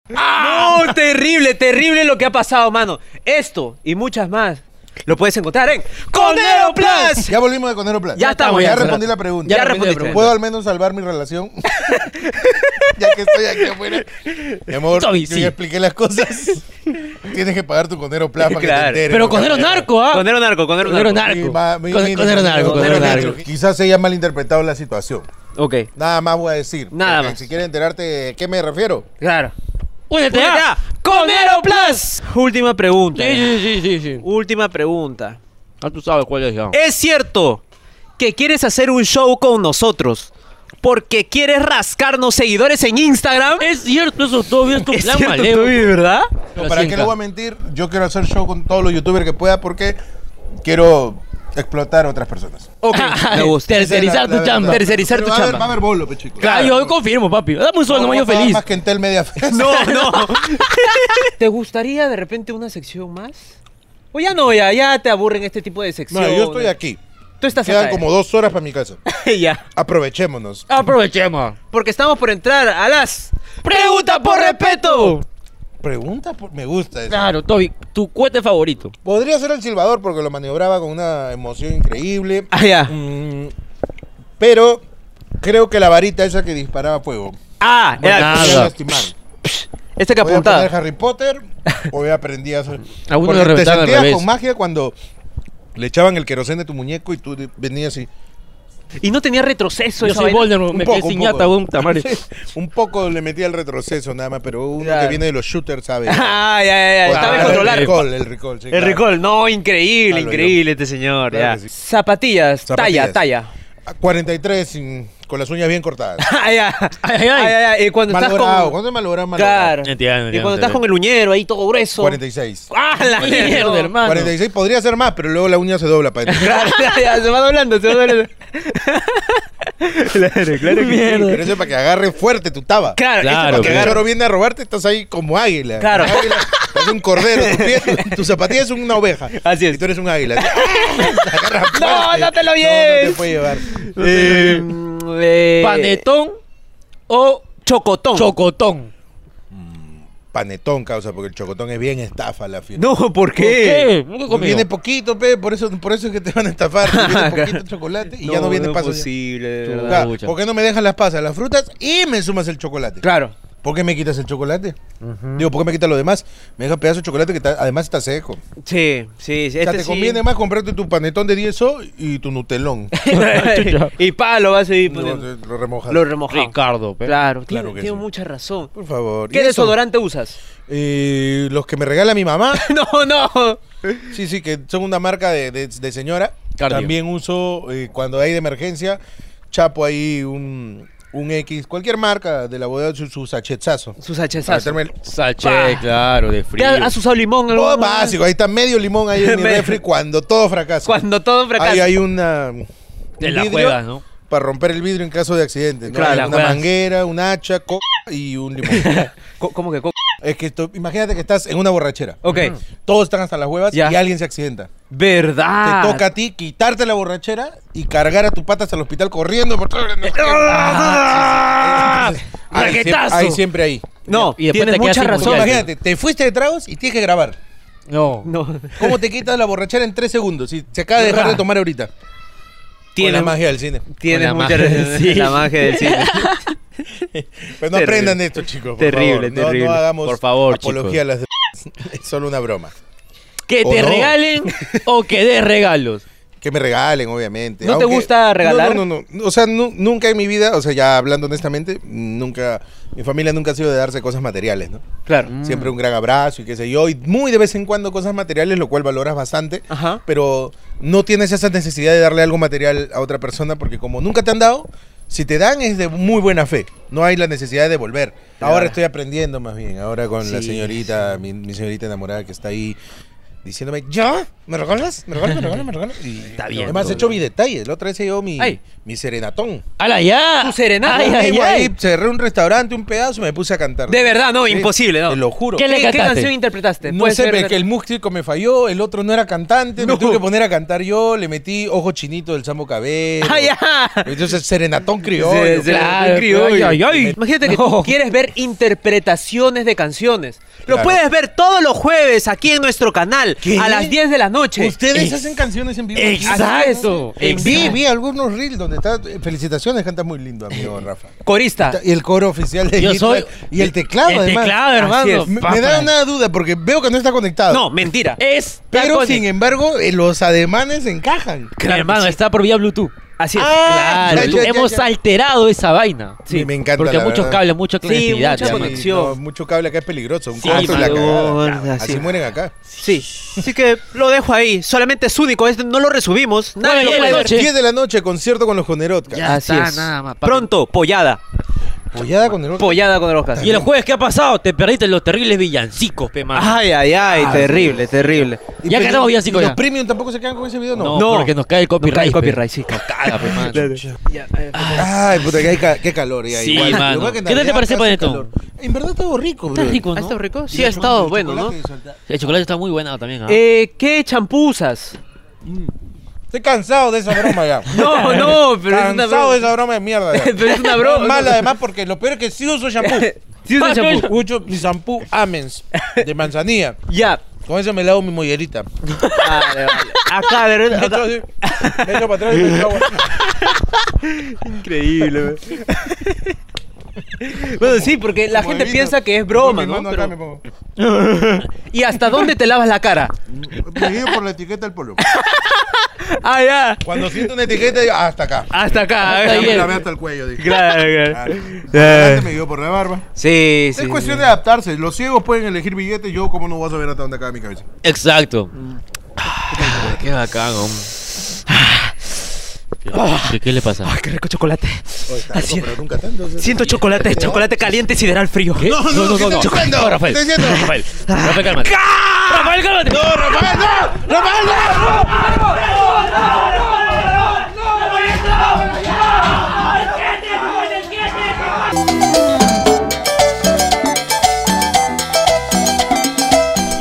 [SPEAKER 1] No, terrible, terrible lo que ha pasado, mano. Esto y muchas más lo puedes encontrar en Conero Plus.
[SPEAKER 2] [LAUGHS] Ya volvimos de Conero Plan.
[SPEAKER 1] Ya estamos,
[SPEAKER 2] Ya
[SPEAKER 1] ya.
[SPEAKER 2] respondí la pregunta.
[SPEAKER 1] Ya
[SPEAKER 3] respondí la
[SPEAKER 1] respondiste.
[SPEAKER 2] ¿Puedo al menos salvar mi relación? [LAUGHS] ya que estoy aquí afuera. Mi amor,
[SPEAKER 3] Toby,
[SPEAKER 2] yo
[SPEAKER 3] sí.
[SPEAKER 2] ya expliqué las cosas. [LAUGHS] Tienes que pagar tu conero plasma que
[SPEAKER 1] Claro.
[SPEAKER 2] te enteres.
[SPEAKER 3] Pero Conero Narco, ¿ah?
[SPEAKER 1] Conero Narco, Conero
[SPEAKER 3] Conero
[SPEAKER 1] Narco.
[SPEAKER 2] Mi
[SPEAKER 3] Narco.
[SPEAKER 2] ma- mi- mi-
[SPEAKER 3] Con- Conero Narco, Conero Narco.
[SPEAKER 2] Quizás se haya malinterpretado la situación.
[SPEAKER 1] Ok,
[SPEAKER 2] Nada más voy a decir.
[SPEAKER 1] Nada
[SPEAKER 2] Porque
[SPEAKER 1] más.
[SPEAKER 2] Si quieres enterarte de qué me refiero.
[SPEAKER 1] claro.
[SPEAKER 3] Únete
[SPEAKER 1] Únete a
[SPEAKER 3] a
[SPEAKER 1] con Aeroplus. Última pregunta.
[SPEAKER 3] Sí, sí, sí, sí, sí.
[SPEAKER 1] Última pregunta.
[SPEAKER 3] Ya tú sabes cuál es ya.
[SPEAKER 1] Es cierto que quieres hacer un show con nosotros porque quieres rascarnos seguidores en Instagram.
[SPEAKER 3] Es cierto, eso todavía es tu
[SPEAKER 1] Es
[SPEAKER 3] plan
[SPEAKER 1] cierto,
[SPEAKER 3] malevo.
[SPEAKER 1] Toby, ¿verdad?
[SPEAKER 2] No, ¿Para qué le voy a mentir? Yo quiero hacer show con todos los youtubers que pueda porque quiero explotar a otras personas.
[SPEAKER 1] Ok, me gusta.
[SPEAKER 2] Esa
[SPEAKER 3] Tercerizar
[SPEAKER 2] es la-
[SPEAKER 3] tu
[SPEAKER 2] la
[SPEAKER 3] chamba.
[SPEAKER 2] verdad.
[SPEAKER 1] Tercerizar
[SPEAKER 2] Pero
[SPEAKER 1] tu
[SPEAKER 2] va a haber-
[SPEAKER 1] chamba.
[SPEAKER 2] Va a haber bolo, pues, chicos.
[SPEAKER 3] Claro, yo confirmo, papi. Dame un
[SPEAKER 2] No,
[SPEAKER 3] sueldo, no, yo
[SPEAKER 2] va a pagar
[SPEAKER 3] feliz.
[SPEAKER 2] Más que en Telmedia Fest.
[SPEAKER 1] No, no. ¿Te gustaría de repente una sección más? O ya no, ya, ya te aburren este tipo de
[SPEAKER 2] No,
[SPEAKER 1] secciones.
[SPEAKER 2] yo estoy aquí.
[SPEAKER 1] Tú estás
[SPEAKER 2] Quedan
[SPEAKER 1] acá,
[SPEAKER 2] como dos horas para mi casa.
[SPEAKER 1] eh. [LAUGHS] ya.
[SPEAKER 2] Aprovechémonos.
[SPEAKER 3] Aprovechemos.
[SPEAKER 1] Porque estamos por entrar a las preguntas por respeto.
[SPEAKER 2] Pregunta, por- me gusta eso.
[SPEAKER 3] Claro, Toby, tu cohete favorito.
[SPEAKER 2] Podría ser El Silbador porque lo maniobraba con una emoción increíble.
[SPEAKER 1] Ah, ya.
[SPEAKER 2] Mm, pero creo que la varita esa que disparaba fuego.
[SPEAKER 1] Ah, era-
[SPEAKER 2] Podía
[SPEAKER 3] Nada.
[SPEAKER 2] lastimar.
[SPEAKER 1] este que
[SPEAKER 2] Podía poner
[SPEAKER 1] apuntaba.
[SPEAKER 2] Harry Potter o ya aprendía a hacer.
[SPEAKER 3] A uno
[SPEAKER 2] Porque te
[SPEAKER 3] lo reventaban al
[SPEAKER 2] sentías
[SPEAKER 3] revés.
[SPEAKER 2] con magia cuando le echaban el queroseno de tu muñeco y tú de- venías así.
[SPEAKER 1] Y no tenía retroceso
[SPEAKER 3] Yo
[SPEAKER 1] esa
[SPEAKER 3] soy
[SPEAKER 1] vaina. [LAUGHS]
[SPEAKER 3] Voldemort,
[SPEAKER 2] Un
[SPEAKER 3] me
[SPEAKER 2] poco,
[SPEAKER 3] quedé sin
[SPEAKER 2] un poco.
[SPEAKER 3] ñata,
[SPEAKER 2] [LAUGHS]
[SPEAKER 3] weón, tamales.
[SPEAKER 2] Un poco le metía el retroceso nada más, pero uno
[SPEAKER 1] Claro.
[SPEAKER 2] que viene de los shooters sabe.
[SPEAKER 1] [LAUGHS] Ah, ya, ya, ya.
[SPEAKER 2] Podía
[SPEAKER 1] Estaba en
[SPEAKER 2] hacer
[SPEAKER 1] controlar.
[SPEAKER 2] El [LAUGHS] recall, el recall. sí,
[SPEAKER 1] El
[SPEAKER 2] claro.
[SPEAKER 1] recall, no, increíble,
[SPEAKER 2] Claro,
[SPEAKER 1] increíble este señor.
[SPEAKER 2] Ah, Claro
[SPEAKER 1] ya.
[SPEAKER 2] que sí.
[SPEAKER 1] Zapatillas,
[SPEAKER 2] Zapatillas.
[SPEAKER 1] talla, talla. [LAUGHS]
[SPEAKER 2] 43 sin- con las uñas bien cortadas.
[SPEAKER 1] Ay, ay,
[SPEAKER 3] Ay, ay.
[SPEAKER 1] ay, ay, Y [LAUGHS] cuando estás
[SPEAKER 2] malogrado.
[SPEAKER 1] con.
[SPEAKER 2] ¿Cuándo es malogrado? malogrado?
[SPEAKER 1] Claro. Y
[SPEAKER 3] Entiendo, entiendo,
[SPEAKER 1] cuando estás
[SPEAKER 3] entiendo.
[SPEAKER 1] con el uñero ahí todo grueso.
[SPEAKER 2] 46.
[SPEAKER 1] ¡Ah, la
[SPEAKER 3] Mierda,
[SPEAKER 1] mierda, hermano!
[SPEAKER 3] hermano.
[SPEAKER 2] 46 podría ser más, pero luego la uña se dobla
[SPEAKER 1] [LAUGHS]
[SPEAKER 2] para
[SPEAKER 1] Claro, ya, ya, se va doblando, se va doblando. claro, claro que
[SPEAKER 3] Mierda.
[SPEAKER 2] Pero eso es para que agarre fuerte tu taba.
[SPEAKER 1] Claro,
[SPEAKER 3] Claro,
[SPEAKER 1] esto
[SPEAKER 2] Para que
[SPEAKER 1] porque
[SPEAKER 2] el
[SPEAKER 1] agarro-
[SPEAKER 2] choro viene a robarte, estás ahí como águila.
[SPEAKER 1] Claro.
[SPEAKER 2] Como águila, es un cordero. Tu, pie- tu zapatilla es una oveja.
[SPEAKER 1] Así es.
[SPEAKER 2] Y tú eres
[SPEAKER 1] [LAUGHS]
[SPEAKER 2] un águila. Agarra
[SPEAKER 1] No,
[SPEAKER 2] fuerte.
[SPEAKER 1] no te lo
[SPEAKER 2] No, no te
[SPEAKER 1] lleves.
[SPEAKER 2] puede llevar.
[SPEAKER 1] Eh, eh,
[SPEAKER 3] Panetón o
[SPEAKER 1] Chocotón.
[SPEAKER 3] chocotón.
[SPEAKER 2] Panetón, causa, porque el chocotón es bien estafa la fiesta.
[SPEAKER 1] no, ¿por qué?
[SPEAKER 3] ¿Por qué? Nunca he comido.
[SPEAKER 2] Viene poquito, pe, por eso, por eso es que te van a estafar.
[SPEAKER 1] [LAUGHS]
[SPEAKER 2] Viene poquito chocolate y ya no viene
[SPEAKER 1] es
[SPEAKER 2] paso.
[SPEAKER 1] posible, de
[SPEAKER 3] Chuta.
[SPEAKER 1] verdad.
[SPEAKER 2] Claro,
[SPEAKER 3] Pucha.
[SPEAKER 2] ¿Por qué no me dejas las pasas, las frutas y me sumas el chocolate?
[SPEAKER 1] Claro.
[SPEAKER 2] ¿Por qué me quitas el chocolate? Digo, ¿por qué me quitas lo demás? Me dejas pedazo de chocolate que está- además está seco.
[SPEAKER 1] Sí, sí, sí.
[SPEAKER 2] o sea,
[SPEAKER 1] este
[SPEAKER 2] te
[SPEAKER 1] sí. [LAUGHS]
[SPEAKER 2] conviene más comprarte tu panetón de 10 o y tu nutelón.
[SPEAKER 1] y palo va a seguir poniendo.
[SPEAKER 2] No, lo remojas.
[SPEAKER 1] pues, Lo remojado.
[SPEAKER 3] Ricardo, pe.
[SPEAKER 1] Claro,
[SPEAKER 2] ¿eh? Claro
[SPEAKER 1] tiene,
[SPEAKER 2] que
[SPEAKER 1] tiene
[SPEAKER 2] sí.
[SPEAKER 1] mucha razón.
[SPEAKER 2] Por favor.
[SPEAKER 1] ¿Qué
[SPEAKER 2] ¿Y eso?
[SPEAKER 1] desodorante usas? [LAUGHS]
[SPEAKER 2] Eh, los que me regala mi mamá.
[SPEAKER 1] no, no.
[SPEAKER 2] Sí, sí, que son una marca de, de- de señora.
[SPEAKER 3] Cardio.
[SPEAKER 2] También uso eh, cuando hay de emergencia, chapo ahí un, un X, cualquier marca de la bodega, su, su sachetazo.
[SPEAKER 1] Sus
[SPEAKER 2] Para
[SPEAKER 1] hachazas.
[SPEAKER 2] meterme el-
[SPEAKER 3] Sachet,
[SPEAKER 1] Pa.
[SPEAKER 3] claro, de
[SPEAKER 1] ¿Te
[SPEAKER 3] frío.
[SPEAKER 1] has usado limón?
[SPEAKER 2] Todo
[SPEAKER 1] alguna vez?
[SPEAKER 2] básico, ahí está medio limón ahí
[SPEAKER 1] [LAUGHS]
[SPEAKER 2] en mi
[SPEAKER 1] Medio.
[SPEAKER 2] refri cuando todo fracasa.
[SPEAKER 1] Cuando todo fracasa.
[SPEAKER 2] Ahí hay una.
[SPEAKER 3] Te
[SPEAKER 2] un
[SPEAKER 3] la
[SPEAKER 2] vidrio
[SPEAKER 3] juegas, ¿no?
[SPEAKER 2] Para romper el vidrio en caso de accidente. ¿no?
[SPEAKER 1] Claro,
[SPEAKER 2] Hay
[SPEAKER 1] la
[SPEAKER 2] una
[SPEAKER 3] juegas.
[SPEAKER 2] manguera, un hacha, co y un limón.
[SPEAKER 1] [LAUGHS] Co- ¿Cómo que? co-
[SPEAKER 2] es que Ah. esto- imagínate que estás en una borrachera.
[SPEAKER 1] Ok.
[SPEAKER 2] Todos están hasta las huevas
[SPEAKER 1] Ya.
[SPEAKER 2] y alguien se accidenta.
[SPEAKER 1] ¿Verdad?
[SPEAKER 2] Te toca a ti quitarte la borrachera y cargar a tu pata hasta el hospital corriendo. Por...
[SPEAKER 1] [LAUGHS] Ah, sí, sí.
[SPEAKER 2] Entonces, ahí, siempre,
[SPEAKER 1] Raquetazo.
[SPEAKER 2] ahí siempre ahí.
[SPEAKER 1] No,
[SPEAKER 3] Y después
[SPEAKER 1] tienes
[SPEAKER 3] te quedas
[SPEAKER 1] mucha
[SPEAKER 3] sin
[SPEAKER 1] razón.
[SPEAKER 3] mundial.
[SPEAKER 2] Imagínate, te fuiste de tragos y tienes que grabar.
[SPEAKER 3] No.
[SPEAKER 1] No.
[SPEAKER 2] ¿Cómo te quitas la borrachera en tres segundos? Si se acaba de dejar de tomar ahorita. Tiene
[SPEAKER 1] Tienes,
[SPEAKER 2] la magia del cine. Pues
[SPEAKER 1] tienes
[SPEAKER 3] Con la
[SPEAKER 1] mucha
[SPEAKER 3] magia del
[SPEAKER 1] razón.
[SPEAKER 2] [LAUGHS]
[SPEAKER 3] cine.
[SPEAKER 1] La magia del cine.
[SPEAKER 2] Pero no
[SPEAKER 1] Terrible.
[SPEAKER 2] aprendan esto, chicos. por
[SPEAKER 1] Terrible,
[SPEAKER 2] favor.
[SPEAKER 1] terrible.
[SPEAKER 2] No, no hagamos
[SPEAKER 3] Por favor,
[SPEAKER 2] apología a las [LAUGHS] Es solo una broma.
[SPEAKER 3] Que
[SPEAKER 2] O
[SPEAKER 3] te
[SPEAKER 2] no.
[SPEAKER 3] regalen o que des regalos.
[SPEAKER 2] Que me regalen, obviamente.
[SPEAKER 1] ¿No te gusta regalar?
[SPEAKER 2] No, no, no. O sea, nu- nunca en mi vida, o sea, ya hablando honestamente, nunca. Mi familia nunca ha sido de darse cosas materiales, ¿no?
[SPEAKER 1] Claro.
[SPEAKER 2] Siempre un gran abrazo y qué sé yo. Y muy de vez en cuando cosas materiales, lo cual valoras bastante.
[SPEAKER 1] Ajá.
[SPEAKER 2] Pero no tienes esa necesidad de darle algo material a otra persona porque como nunca te han dado, si te dan es de muy buena fe. No hay la necesidad de devolver. Ahora estoy aprendiendo más bien. Ahora con la
[SPEAKER 1] Sí,
[SPEAKER 2] señorita, mi, mi señorita enamorada que está ahí diciéndome, ¿yo? ¿Me regalas? ¿Me regalas? ¿Me regalas? ¿Me regalas? Y
[SPEAKER 3] Está bien,
[SPEAKER 2] Además, he
[SPEAKER 3] bro.
[SPEAKER 2] hecho mi detalle. La otra vez he llevado mi,
[SPEAKER 3] Ay.
[SPEAKER 2] mi serenatón.
[SPEAKER 3] ¡Hala ya!
[SPEAKER 1] Tu serenata.
[SPEAKER 3] Ay, ay,
[SPEAKER 2] Vivo
[SPEAKER 3] ay.
[SPEAKER 2] ahí, cerré un restaurante, un pedazo y me puse a cantar.
[SPEAKER 1] De verdad, no,
[SPEAKER 2] Sí,
[SPEAKER 1] imposible, no.
[SPEAKER 2] Te lo juro.
[SPEAKER 3] ¿Qué le
[SPEAKER 1] ¿Qué
[SPEAKER 3] cantaste?
[SPEAKER 1] canción
[SPEAKER 3] Este,
[SPEAKER 1] interpretaste?
[SPEAKER 2] No
[SPEAKER 1] Puede
[SPEAKER 2] sé,
[SPEAKER 1] ser-
[SPEAKER 2] pero es que el músico me falló, el otro no era cantante,
[SPEAKER 1] No.
[SPEAKER 2] me tuve que poner a cantar yo, le metí Ojo Chinito del Sambo Cabello.
[SPEAKER 1] ¡Ah, ya!
[SPEAKER 2] Entonces, serenatón
[SPEAKER 1] Se-
[SPEAKER 2] criollo.
[SPEAKER 1] se-
[SPEAKER 3] claro,
[SPEAKER 1] un criollo.
[SPEAKER 3] ay, ay,
[SPEAKER 2] Eh,
[SPEAKER 3] ay.
[SPEAKER 1] Imagínate que
[SPEAKER 3] No.
[SPEAKER 1] tú quieres ver interpretaciones de canciones. Lo
[SPEAKER 2] Claro.
[SPEAKER 1] puedes ver todos los jueves aquí en nuestro canal
[SPEAKER 2] ¿Qué?
[SPEAKER 1] a las 10 de la noche. Eh,
[SPEAKER 2] ¿Ustedes
[SPEAKER 3] Ex-
[SPEAKER 2] hacen canciones en vivo? Ah,
[SPEAKER 3] ¡Exacto!
[SPEAKER 2] En vivo,
[SPEAKER 3] ¡Exacto!
[SPEAKER 2] vi algunos reels donde está. eh, Felicitaciones, cantas muy lindo, amigo Rafa.
[SPEAKER 1] Corista.
[SPEAKER 2] Y el coro oficial de
[SPEAKER 3] Eh, Yo
[SPEAKER 2] Hit
[SPEAKER 3] soy-
[SPEAKER 2] Live. Y el teclado,
[SPEAKER 3] el
[SPEAKER 2] además.
[SPEAKER 3] teclado, hermano,
[SPEAKER 2] Así es. Me, me da
[SPEAKER 3] papá.
[SPEAKER 2] una duda porque veo que no está conectado.
[SPEAKER 1] No, mentira.
[SPEAKER 3] Es
[SPEAKER 2] Pero sin embargo, eh, los ademanes encajan.
[SPEAKER 3] hermano, está por vía Bluetooth.
[SPEAKER 1] Así es.
[SPEAKER 3] Ah,
[SPEAKER 2] claro.
[SPEAKER 3] lo-
[SPEAKER 2] Ya, ya,
[SPEAKER 3] hemos
[SPEAKER 2] ya.
[SPEAKER 3] alterado esa vaina.
[SPEAKER 2] Sí, me encanta,
[SPEAKER 3] Porque
[SPEAKER 2] la
[SPEAKER 3] muchos
[SPEAKER 2] verdad.
[SPEAKER 3] cables, mucha
[SPEAKER 1] Sí,
[SPEAKER 3] conectividad.
[SPEAKER 1] mucha
[SPEAKER 3] ya,
[SPEAKER 2] Sí,
[SPEAKER 3] man.
[SPEAKER 1] conexión.
[SPEAKER 2] mucho cable acá es peligroso. Un
[SPEAKER 3] Sí,
[SPEAKER 2] corto y la
[SPEAKER 3] mano.
[SPEAKER 2] cagada.
[SPEAKER 1] Gorda,
[SPEAKER 2] Así
[SPEAKER 1] sí.
[SPEAKER 2] mueren acá.
[SPEAKER 1] Sí. Así que lo dejo ahí. Solamente es único. este no lo resubimos. Nadie
[SPEAKER 3] Bueno,
[SPEAKER 1] lo
[SPEAKER 3] ya
[SPEAKER 1] puede
[SPEAKER 3] la
[SPEAKER 1] ver.
[SPEAKER 3] noche.
[SPEAKER 2] 10 de la noche, concierto con los Jonerotca.
[SPEAKER 3] Ya
[SPEAKER 1] Así
[SPEAKER 3] está,
[SPEAKER 1] es.
[SPEAKER 3] nada más, papi.
[SPEAKER 1] Pronto, pollada.
[SPEAKER 2] Apoyada con el otro.
[SPEAKER 1] Pollada con el Oscar.
[SPEAKER 3] Y el jueves, ¿qué ha pasado? Te perdiste los terribles villancicos, pe man.
[SPEAKER 1] Ay, ay, ay. terrible, terrible.
[SPEAKER 2] Y
[SPEAKER 3] ya
[SPEAKER 2] pues,
[SPEAKER 3] ganamos villancicos.
[SPEAKER 2] ¿Los
[SPEAKER 3] ya.
[SPEAKER 2] premium tampoco se quedan con ese video? No.
[SPEAKER 3] No, porque nos cae el
[SPEAKER 1] No cae
[SPEAKER 3] copyright.
[SPEAKER 1] el
[SPEAKER 3] pe.
[SPEAKER 1] copyright, sí, ca-
[SPEAKER 3] Caga, pe, man.
[SPEAKER 2] Ay, puta, que hay ca- qué calor. ya,
[SPEAKER 3] Sí,
[SPEAKER 2] igual. Lo
[SPEAKER 3] mano.
[SPEAKER 2] bueno que en
[SPEAKER 3] ¿Qué tal te
[SPEAKER 2] Navidad
[SPEAKER 3] parece,
[SPEAKER 2] hace
[SPEAKER 3] Panetón?
[SPEAKER 2] calor. En verdad todo rico, bro.
[SPEAKER 3] Está rico,
[SPEAKER 1] ¿Ha
[SPEAKER 3] ¿no?
[SPEAKER 1] estado rico?
[SPEAKER 2] Y
[SPEAKER 1] ¿Ah? Sí,
[SPEAKER 2] el
[SPEAKER 1] ha estado
[SPEAKER 2] chocolate
[SPEAKER 1] bueno, ¿no?
[SPEAKER 2] de salta-
[SPEAKER 3] El chocolate está muy bueno también. ¿ah?
[SPEAKER 1] Eh, ¿Qué champuzas?
[SPEAKER 5] Estoy cansado de esa broma ya.
[SPEAKER 1] No, no, pero es una
[SPEAKER 5] cansado
[SPEAKER 1] broma.
[SPEAKER 5] de esa broma de mierda. ya.
[SPEAKER 1] Pero es una broma.
[SPEAKER 5] Mal además porque lo peor es que sí uso shampoo.
[SPEAKER 1] [LAUGHS] Sí, es un champú.
[SPEAKER 5] Uso mi shampoo Amens de manzanilla.
[SPEAKER 1] Ya.
[SPEAKER 5] Con eso me lavo mi mollerita. Me
[SPEAKER 1] Vale, vale. Acá, de verdad.
[SPEAKER 2] [LAUGHS]
[SPEAKER 5] echo
[SPEAKER 1] acá.
[SPEAKER 5] así, me echo para atrás y me lavo.
[SPEAKER 1] Increíble, [LAUGHS] güey. Bueno, sí, porque la
[SPEAKER 2] Como
[SPEAKER 1] gente
[SPEAKER 2] bebida.
[SPEAKER 1] piensa que es
[SPEAKER 2] Con
[SPEAKER 1] broma,
[SPEAKER 2] mi
[SPEAKER 1] ¿no?
[SPEAKER 2] mano
[SPEAKER 1] Pero-
[SPEAKER 2] acá me pongo.
[SPEAKER 1] ¿Y hasta dónde te lavas la cara?
[SPEAKER 2] Medido por la etiqueta del polo.
[SPEAKER 1] [LAUGHS] Ah, ya.
[SPEAKER 2] Cuando siento una etiqueta, digo, "Ah, hasta acá.
[SPEAKER 1] Hasta acá.
[SPEAKER 3] Hasta
[SPEAKER 1] eh.
[SPEAKER 3] ahí.
[SPEAKER 2] Me
[SPEAKER 3] bien.
[SPEAKER 2] la veo hasta el cuello, dije.
[SPEAKER 1] Claro,
[SPEAKER 2] Ah,
[SPEAKER 1] claro. Eh.
[SPEAKER 2] adelante me guió por la barba.
[SPEAKER 1] Sí, sí.
[SPEAKER 2] es cuestión
[SPEAKER 1] sí.
[SPEAKER 2] de adaptarse. Los ciegos pueden elegir billetes. Yo, como no voy a saber hasta dónde acaba mi cabeza.
[SPEAKER 3] Exacto. Ah, Qué bacán, hombre. ¿Qué- ¿Qué, qué le pasa?
[SPEAKER 1] Ay, qué rico chocolate. Así es.
[SPEAKER 2] pero nunca tanto.
[SPEAKER 1] Siento chocolate, chocolate caliente y sideral frío.
[SPEAKER 3] ¿Qué?
[SPEAKER 2] No, no, no, no, no,
[SPEAKER 3] No, Rafael.
[SPEAKER 2] estoy diciendo.
[SPEAKER 3] Rafael. Rafael, cálmate. Rafael, cálmate.
[SPEAKER 2] ¡Rafael, no! ¡Rafael, no!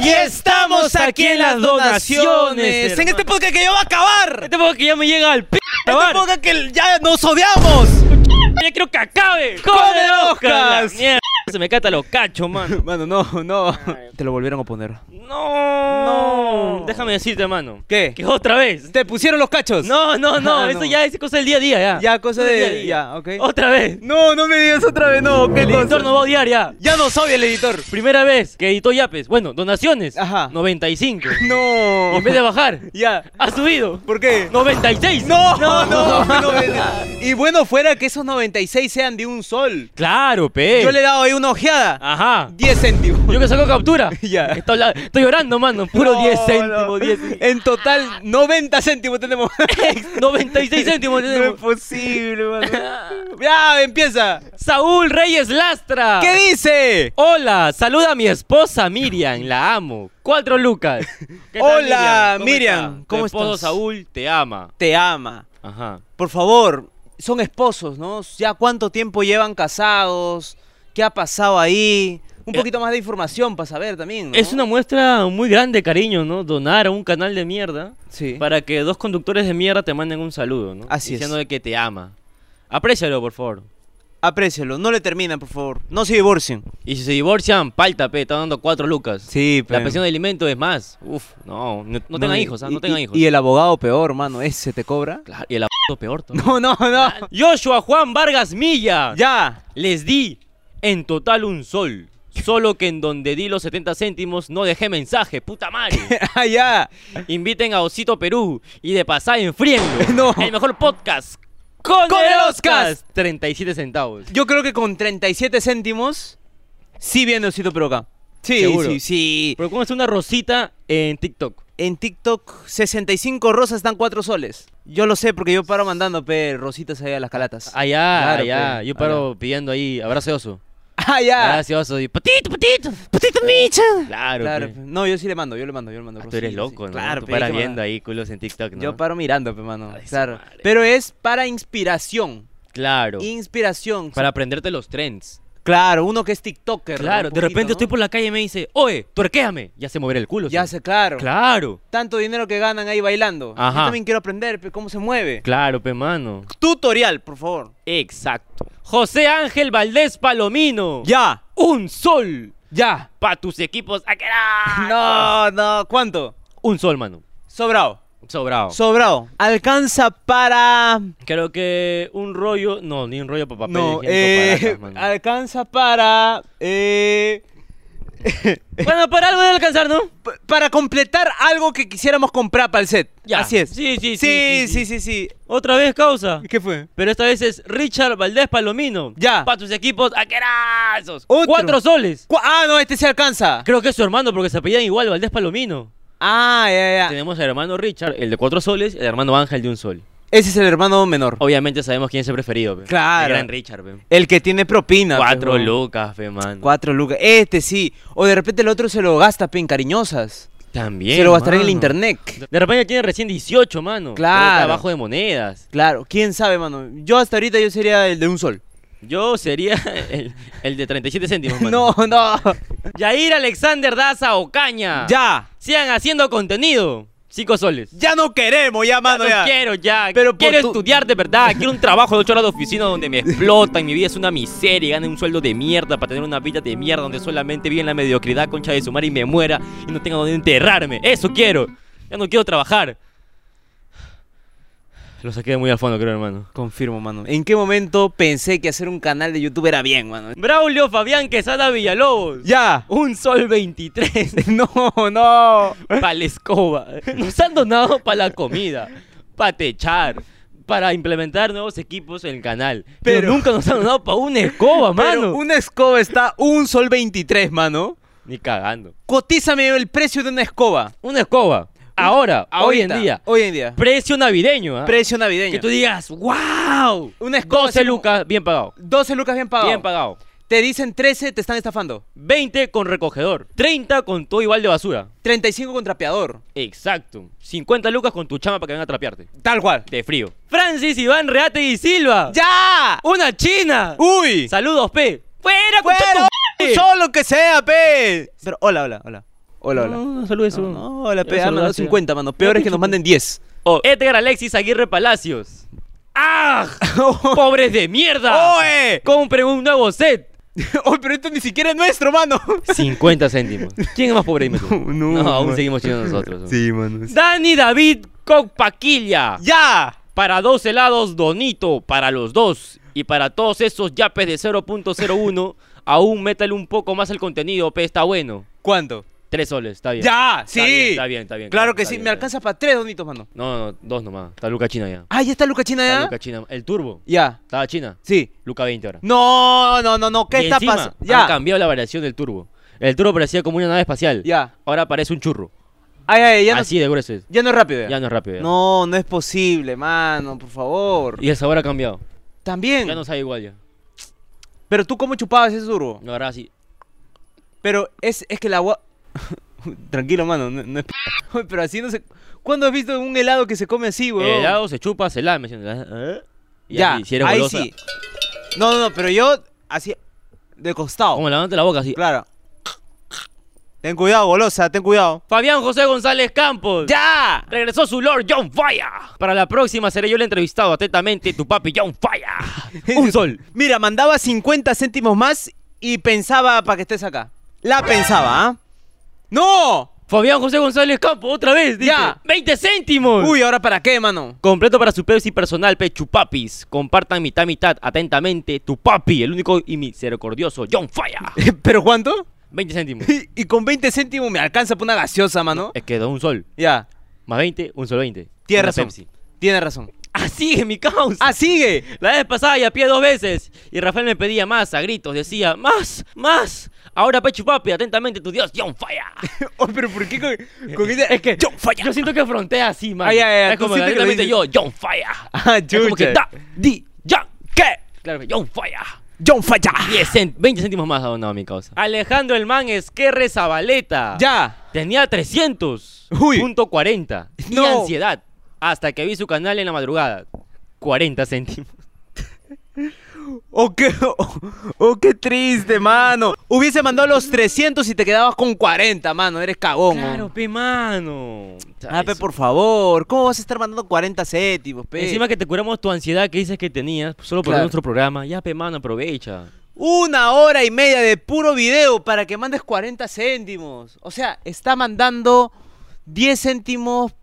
[SPEAKER 1] Y estamos aquí en las donaciones. En este podcast que ya va a acabar.
[SPEAKER 3] Este poco que ya me llega al p.
[SPEAKER 1] Este
[SPEAKER 3] Rafael.
[SPEAKER 1] podcast que ya nos odiamos.
[SPEAKER 3] Ya quiero que acabe.
[SPEAKER 1] ¡Come
[SPEAKER 3] ¡Come
[SPEAKER 1] Oscars!
[SPEAKER 3] La mierda. Se me cata los cachos, mano.
[SPEAKER 1] [LAUGHS] Mano, no, no. Te lo volvieron a poner.
[SPEAKER 3] No.
[SPEAKER 1] No.
[SPEAKER 3] Déjame decirte, mano.
[SPEAKER 1] ¿Qué?
[SPEAKER 3] Que otra vez.
[SPEAKER 1] ¿Te pusieron los cachos?
[SPEAKER 3] No, no, no.
[SPEAKER 1] Ah,
[SPEAKER 3] Eso
[SPEAKER 1] no.
[SPEAKER 3] ya es cosa del día a día, ya.
[SPEAKER 1] Ya, cosa
[SPEAKER 3] del
[SPEAKER 1] de-
[SPEAKER 3] día a día.
[SPEAKER 1] ya, ok.
[SPEAKER 3] Otra vez.
[SPEAKER 1] No, no me digas otra vez, no. ¿Qué
[SPEAKER 3] El
[SPEAKER 1] cosa?
[SPEAKER 3] editor nos va a odiar ya.
[SPEAKER 1] Ya nos odia el editor.
[SPEAKER 3] Primera vez que editó Yapes. Bueno, donaciones.
[SPEAKER 1] Ajá.
[SPEAKER 3] 95.
[SPEAKER 1] [LAUGHS]
[SPEAKER 3] Y
[SPEAKER 1] No.
[SPEAKER 3] en vez de bajar,
[SPEAKER 1] Ya.
[SPEAKER 3] ha subido.
[SPEAKER 1] ¿Por qué?
[SPEAKER 3] 96.
[SPEAKER 1] No,
[SPEAKER 3] [LAUGHS]
[SPEAKER 1] no, no. no, y bueno fuera que esos 96 sean de un sol.
[SPEAKER 3] Claro, pe.
[SPEAKER 1] Yo le he dado ahí una ojeada.
[SPEAKER 3] Ajá.
[SPEAKER 1] 10 céntimos.
[SPEAKER 3] Yo que saco captura.
[SPEAKER 1] [LAUGHS] Ya.
[SPEAKER 3] Está habla- Estoy llorando, mano. Puro
[SPEAKER 1] No,
[SPEAKER 3] 10
[SPEAKER 1] no.
[SPEAKER 3] céntimos, 10 céntimos.
[SPEAKER 1] En total, 90 céntimos
[SPEAKER 3] [LAUGHS]
[SPEAKER 1] tenemos.
[SPEAKER 3] 96 céntimos.
[SPEAKER 1] No [LAUGHS] es
[SPEAKER 3] [LAUGHS]
[SPEAKER 1] posible, mano. Ya, empieza.
[SPEAKER 3] Saúl Reyes Lastra.
[SPEAKER 1] ¿Qué dice?
[SPEAKER 3] Hola, saluda a mi esposa Miriam, la amo. Cuatro lucas. ¿Qué tal,
[SPEAKER 1] Hola, Miriam,
[SPEAKER 3] estás?
[SPEAKER 1] ¿cómo
[SPEAKER 3] Tu esposo
[SPEAKER 1] estás?
[SPEAKER 3] Saúl te ama.
[SPEAKER 1] Te ama.
[SPEAKER 3] Ajá.
[SPEAKER 1] Por favor, son esposos, ¿no? ¿Ya cuánto tiempo llevan casados? ¿Qué ha pasado ahí? Un
[SPEAKER 3] Eh,
[SPEAKER 1] poquito más de información para saber también. ¿no?
[SPEAKER 3] Es una muestra muy grande, cariño, ¿no? Donar a un canal de mierda
[SPEAKER 1] Sí.
[SPEAKER 3] para que dos conductores de mierda te manden un saludo, ¿no?
[SPEAKER 1] Así es.
[SPEAKER 3] Diciendo de que te ama. Aprécialo, por favor.
[SPEAKER 1] Aprécialo, no le terminan, por favor. No se divorcien.
[SPEAKER 3] Y si se divorcian, palta, pe, están dando cuatro lucas.
[SPEAKER 1] Sí,
[SPEAKER 3] La pensión de alimento es más. Uf, no, no, no tengan hijos, ¿ah? no tengan hijos.
[SPEAKER 1] Y el abogado peor, mano, ese te cobra. [LAUGHS]
[SPEAKER 3] Claro, y el a- peor todavía.
[SPEAKER 1] No, no,
[SPEAKER 3] [LAUGHS]
[SPEAKER 1] no.
[SPEAKER 3] Joshua Juan Vargas Milla.
[SPEAKER 1] Ya. [LAUGHS]
[SPEAKER 3] Les di en total un sol. Solo que en donde di los 70 céntimos no dejé mensaje, puta madre.
[SPEAKER 1] [LAUGHS] Ah, ya.
[SPEAKER 3] Inviten a Osito Perú y de pasar [LAUGHS] enfriendo.
[SPEAKER 1] No.
[SPEAKER 3] El mejor podcast con,
[SPEAKER 1] Con
[SPEAKER 3] el
[SPEAKER 1] el
[SPEAKER 3] Oscar.
[SPEAKER 1] Oscar.
[SPEAKER 3] 37 centavos.
[SPEAKER 1] Yo creo que con 37 céntimos sí viene Osito Pero acá. Sí,
[SPEAKER 3] Seguro.
[SPEAKER 1] sí, sí.
[SPEAKER 3] Pero ¿cómo es una rosita en TikTok?
[SPEAKER 1] En TikTok 65 rosas están 4 soles. Yo lo sé porque yo paro mandando pe, rositas ahí a las calatas.
[SPEAKER 3] Allá,
[SPEAKER 1] Claro,
[SPEAKER 3] allá.
[SPEAKER 1] pues,
[SPEAKER 3] Yo paro pidiendo ahí abrazo de oso.
[SPEAKER 1] Ah, ya.
[SPEAKER 3] Abrazo de oso y patito, patito.
[SPEAKER 1] Putito Micha.
[SPEAKER 3] Claro, pues.
[SPEAKER 1] Claro,
[SPEAKER 3] pe.
[SPEAKER 1] pe. No, yo sí le mando, yo le mando, yo le mando.
[SPEAKER 3] Ah, Tú eres
[SPEAKER 1] rositas, sí.
[SPEAKER 3] loco, ¿no?
[SPEAKER 1] Claro,
[SPEAKER 3] Tú
[SPEAKER 1] pe,
[SPEAKER 3] paras
[SPEAKER 1] ¿qué más?
[SPEAKER 3] viendo ahí culos en TikTok, ¿no?
[SPEAKER 1] Yo paro mirando, pe, mano.
[SPEAKER 3] Ay, su
[SPEAKER 1] claro.
[SPEAKER 3] madre.
[SPEAKER 1] Pero es para inspiración.
[SPEAKER 3] Claro.
[SPEAKER 1] Inspiración.
[SPEAKER 3] Para aprenderte los trends.
[SPEAKER 1] Claro, uno que es TikToker. ¿no?
[SPEAKER 3] Claro,
[SPEAKER 1] Un
[SPEAKER 3] de
[SPEAKER 1] poquito,
[SPEAKER 3] repente
[SPEAKER 1] ¿no?
[SPEAKER 3] estoy por la calle y me dice, oye, tuerquéame. Ya se moverá el culo.
[SPEAKER 1] Ya
[SPEAKER 3] sí.
[SPEAKER 1] sé, claro.
[SPEAKER 3] Claro.
[SPEAKER 1] Tanto dinero que ganan ahí bailando.
[SPEAKER 3] Ajá.
[SPEAKER 1] Yo también quiero aprender pe, cómo se mueve.
[SPEAKER 3] Claro, pe mano.
[SPEAKER 1] Tutorial, por favor.
[SPEAKER 3] Exacto. José Ángel Valdés Palomino.
[SPEAKER 1] Ya,
[SPEAKER 3] Un sol.
[SPEAKER 1] ya.
[SPEAKER 3] Pa' tus equipos. ¡Aquera!
[SPEAKER 1] No, no, ¿cuánto?
[SPEAKER 3] Un sol, mano.
[SPEAKER 1] Sobrado.
[SPEAKER 3] Sobrado.
[SPEAKER 1] Sobrado. Alcanza para.
[SPEAKER 3] Creo que un rollo. No, ni un rollo para papel.
[SPEAKER 1] no,
[SPEAKER 3] higiénico
[SPEAKER 1] eh,
[SPEAKER 3] para acá, mano.
[SPEAKER 1] alcanza para. Eh, [LAUGHS]
[SPEAKER 7] Bueno, por algo debe alcanzar, ¿no?
[SPEAKER 1] P- para completar algo que quisiéramos comprar para el set.
[SPEAKER 3] Ya.
[SPEAKER 1] Así es.
[SPEAKER 3] Sí,
[SPEAKER 1] Sí,
[SPEAKER 3] sí, sí, sí,
[SPEAKER 1] sí,
[SPEAKER 3] sí.
[SPEAKER 1] sí, sí.
[SPEAKER 3] Otra vez causa.
[SPEAKER 1] ¿Qué fue?
[SPEAKER 3] Pero esta vez es Richard Valdés Palomino.
[SPEAKER 1] Ya.
[SPEAKER 3] Para tus equipos aquerazos.
[SPEAKER 1] Otro.
[SPEAKER 3] Cuatro soles.
[SPEAKER 1] Cu- Ah, no, este se alcanza.
[SPEAKER 3] Creo que es su hermano porque se apellidan igual, Valdés Palomino.
[SPEAKER 1] Ah, ya, ya.
[SPEAKER 3] Tenemos al hermano Richard, el de cuatro soles, el hermano Ángel de un sol.
[SPEAKER 1] Ese es el hermano menor.
[SPEAKER 3] Obviamente sabemos quién es el preferido, pe.
[SPEAKER 1] Claro.
[SPEAKER 3] El gran Richard, pe.
[SPEAKER 1] El que tiene propina.
[SPEAKER 3] Cuatro
[SPEAKER 1] pues, weón.
[SPEAKER 3] lucas, pe, man.
[SPEAKER 1] Cuatro lucas. Este sí. O de repente el otro se lo gasta, pe, en cariñosas.
[SPEAKER 3] También,
[SPEAKER 1] se lo gastará en el
[SPEAKER 3] mano.
[SPEAKER 1] internet.
[SPEAKER 3] De repente tiene recién 18, mano.
[SPEAKER 1] Claro.
[SPEAKER 3] Pero está abajo de monedas.
[SPEAKER 1] Claro, quién sabe, mano. Yo hasta ahorita yo sería el de un sol.
[SPEAKER 3] Yo sería [LAUGHS] el, el de 37 céntimos, mano.
[SPEAKER 1] [LAUGHS] No, no.
[SPEAKER 3] Yair Alexander Daza Ocaña.
[SPEAKER 1] ya.
[SPEAKER 3] Sigan haciendo contenido. Cinco soles.
[SPEAKER 1] Ya no queremos, ya, mano,
[SPEAKER 3] No
[SPEAKER 1] ya.
[SPEAKER 3] quiero ya.
[SPEAKER 1] Pero por
[SPEAKER 3] quiero
[SPEAKER 1] tu-
[SPEAKER 3] estudiar de verdad. Quiero un trabajo de 8 horas de oficina donde me explotan. Mi vida es una miseria. y Gane un sueldo de mierda para tener una vida de mierda donde solamente vive en la mediocridad, concha de su madre y me muera y no tenga donde enterrarme. Eso quiero. Ya no quiero trabajar. Lo saqué muy al fondo, creo, hermano.
[SPEAKER 1] Confirmo, mano. ¿En qué momento pensé que hacer un canal de YouTube era bien, mano?
[SPEAKER 3] Braulio Fabián Quesada Villalobos.
[SPEAKER 1] Ya. [LAUGHS]
[SPEAKER 3] Un sol 23. [LAUGHS]
[SPEAKER 1] No, no.
[SPEAKER 3] para la escoba. Nos han donado para la comida, para techar, para implementar nuevos equipos en el canal. Pero,
[SPEAKER 1] Pero-
[SPEAKER 3] nunca nos han donado para una escoba, mano.
[SPEAKER 1] Pero una escoba está un sol 23, mano.
[SPEAKER 3] Ni cagando.
[SPEAKER 1] Cotízame el precio de una escoba.
[SPEAKER 3] Una escoba. Ahora, hoy en
[SPEAKER 1] Ahorita,
[SPEAKER 3] día.
[SPEAKER 1] Hoy en día.
[SPEAKER 3] Precio navideño. ¿ah?
[SPEAKER 1] Precio
[SPEAKER 3] Que
[SPEAKER 1] navideño.
[SPEAKER 3] tú digas, wow.
[SPEAKER 1] Una escoba
[SPEAKER 3] 12
[SPEAKER 1] así como-
[SPEAKER 3] lucas, bien pagado.
[SPEAKER 1] 12 lucas bien pagado.
[SPEAKER 3] Bien pagado.
[SPEAKER 1] Te dicen 13, te están estafando.
[SPEAKER 3] 20 con recogedor. 30 con todo igual de basura.
[SPEAKER 1] 35 con trapeador.
[SPEAKER 3] Exacto. 50 lucas con tu chama para que venga a trapearte.
[SPEAKER 1] Tal cual.
[SPEAKER 3] De frío. Francis Iván Reate y Silva.
[SPEAKER 1] ¡Ya!
[SPEAKER 3] ¡Una china!
[SPEAKER 1] ¡Uy!
[SPEAKER 3] Saludos, P. Fuera, con
[SPEAKER 1] ¡Fuera! ¡Solo que sea, pe! Pero hola, hola, hola. Hola, hola.
[SPEAKER 3] No, no, saludos.
[SPEAKER 1] No, no, hola,
[SPEAKER 3] Ya
[SPEAKER 1] pe. Han mandado
[SPEAKER 3] saludaste.
[SPEAKER 1] 50, mano. Peor es que nos manden
[SPEAKER 3] [LAUGHS]
[SPEAKER 1] 10.
[SPEAKER 3] Oh, Edgar Alexis
[SPEAKER 1] [LAUGHS]
[SPEAKER 3] Aguirre Palacios. ¡Ah! ¡Pobres de mierda!
[SPEAKER 1] ¡Oe!
[SPEAKER 3] ¡Compren un nuevo set!
[SPEAKER 1] ¡Oh, pero esto ni siquiera es nuestro,
[SPEAKER 3] [LAUGHS]
[SPEAKER 1] mano! [LAUGHS]
[SPEAKER 3] 50 céntimos. ¿Quién es más pobre? Dime tú.
[SPEAKER 1] No, no,
[SPEAKER 3] aún
[SPEAKER 1] man.
[SPEAKER 3] seguimos siendo nosotros.
[SPEAKER 1] Sí, mano.
[SPEAKER 3] Dani David Copaquilla.
[SPEAKER 1] ¡Ya!
[SPEAKER 3] Para dos helados, Donito, para los dos. Y para todos esos yapes de
[SPEAKER 1] [LAUGHS]
[SPEAKER 3] 0.01, aún métale un poco más al contenido, P. Está bueno.
[SPEAKER 1] ¿Cuánto?
[SPEAKER 3] Tres soles, está bien.
[SPEAKER 1] ¡Ya!
[SPEAKER 3] Está
[SPEAKER 1] ¡Sí!
[SPEAKER 3] bien, está bien, está bien,
[SPEAKER 1] Claro que
[SPEAKER 3] está
[SPEAKER 1] sí.
[SPEAKER 3] bien,
[SPEAKER 1] Me
[SPEAKER 3] está
[SPEAKER 1] alcanza para tres donitos, mano.
[SPEAKER 3] No, no, no, dos nomás. Está Luca China ya.
[SPEAKER 1] ¡Ah, ya está Luca China
[SPEAKER 3] Está
[SPEAKER 1] ya!
[SPEAKER 3] Luca China. El turbo.
[SPEAKER 1] Ya.
[SPEAKER 3] Estaba China.
[SPEAKER 1] Sí.
[SPEAKER 3] Luca 20 ahora.
[SPEAKER 1] No, no, no, no. ¿Qué
[SPEAKER 3] Y
[SPEAKER 1] está
[SPEAKER 3] encima,
[SPEAKER 1] pasando?
[SPEAKER 3] Han
[SPEAKER 1] Ya.
[SPEAKER 3] cambiado la variación del turbo. El turbo parecía como una nave espacial.
[SPEAKER 1] Ya.
[SPEAKER 3] Ahora parece un churro.
[SPEAKER 1] Ay, ay, ya no,
[SPEAKER 3] Así de grueso es.
[SPEAKER 1] ya no es rápido. ya.
[SPEAKER 3] Ya no es rápido. ya.
[SPEAKER 1] No, no es posible, mano, por favor.
[SPEAKER 3] Y el sabor ha cambiado.
[SPEAKER 1] También.
[SPEAKER 3] Ya no sabe igual ya.
[SPEAKER 1] Pero tú cómo chupabas ese turbo.
[SPEAKER 3] No, Ahora sí.
[SPEAKER 1] Pero es, es que el agua... [LAUGHS] Tranquilo, mano, no, no es... [LAUGHS] p- Pero así no se... ¿Cuándo has visto un helado que se come así, weón?
[SPEAKER 3] El helado se chupa, se lame. se- ¿Eh? Y
[SPEAKER 1] Uh. Ya,
[SPEAKER 3] así, si eres
[SPEAKER 1] ahí
[SPEAKER 3] golosa,
[SPEAKER 1] sí. No, no, no, pero yo así... De costado.
[SPEAKER 3] Como lavándote la boca así.
[SPEAKER 1] Claro. Ten cuidado, golosa, ten cuidado.
[SPEAKER 3] Fabián José González Campos.
[SPEAKER 1] ¡Ya!
[SPEAKER 3] Regresó su Lord John Fire. Para la próxima seré yo el entrevistado atentamente, tu papi John
[SPEAKER 1] [LAUGHS]
[SPEAKER 3] Fire. Un sol.
[SPEAKER 1] Mira, mandaba 50 céntimos más y pensaba para que estés acá. La pensaba, ¿ah? ¡No!
[SPEAKER 3] Fabián José González Campos, otra vez. dice.
[SPEAKER 1] Ya.
[SPEAKER 3] 20 céntimos.
[SPEAKER 1] Uy, ¿ahora para qué, mano?
[SPEAKER 3] Completo para su Pepsi personal, pe chupapis. Compartan mitad mitad atentamente. Tu papi, el único y misericordioso John [LAUGHS] Falla.
[SPEAKER 1] [LAUGHS] ¿Pero cuánto?
[SPEAKER 3] 20 céntimos.
[SPEAKER 1] Y, y con 20 céntimos me alcanza para una gaseosa, mano.
[SPEAKER 3] Es que da un sol.
[SPEAKER 1] Ya,
[SPEAKER 3] Más 20, un sol 20.
[SPEAKER 1] tienes
[SPEAKER 3] Una
[SPEAKER 1] razón.
[SPEAKER 3] Pepsi.
[SPEAKER 1] Tienes razón.
[SPEAKER 3] Así es mi causa.
[SPEAKER 1] ¡Ah, sigue!
[SPEAKER 3] La vez pasada ya pie dos veces. Y Rafael me pedía más a gritos. Decía, más, más. Ahora pe chupapi, atentamente tu Dios John Falla.
[SPEAKER 1] [LAUGHS] Oh, pero ¿por qué con, con esa- Es que.
[SPEAKER 3] John Ah, Falla. Yo siento que frontea así, man.
[SPEAKER 1] Ay, ay, ay,
[SPEAKER 3] es
[SPEAKER 1] tú
[SPEAKER 3] como
[SPEAKER 1] sientes que lo
[SPEAKER 3] directamente yo,
[SPEAKER 1] dices.
[SPEAKER 3] John Falla.
[SPEAKER 1] Ah,
[SPEAKER 3] Es como que
[SPEAKER 1] chucha.
[SPEAKER 3] da, di, ya, ¿qué? Claro que John Falla.
[SPEAKER 1] John Falla.
[SPEAKER 3] 10 cent- 20 céntimos más ha donado mi causa. Alejandro el man Esquerre Zabaleta.
[SPEAKER 1] Ya.
[SPEAKER 3] Tenía 300.
[SPEAKER 1] Uy.
[SPEAKER 3] Punto 40. Y
[SPEAKER 1] No.
[SPEAKER 3] ansiedad. Hasta que vi su canal en la madrugada. 40 céntimos.
[SPEAKER 1] Oh qué, oh, oh, qué triste, mano. Hubiese mandado los 300 y te quedabas con 40, mano. Eres cagón.
[SPEAKER 3] [LAUGHS] Claro,
[SPEAKER 1] Claro.
[SPEAKER 3] pe, mano.
[SPEAKER 1] Ah, pe,
[SPEAKER 3] Eso.
[SPEAKER 1] por favor. ¿Cómo vas a estar mandando 40 céntimos, pe?
[SPEAKER 3] Encima que te curamos tu ansiedad que dices que tenías solo por ver
[SPEAKER 1] Claro.
[SPEAKER 3] nuestro programa. Ya, pe, mano, aprovecha.
[SPEAKER 1] Una hora y media de puro video para que mandes 40 céntimos. O sea, está mandando 10 céntimos.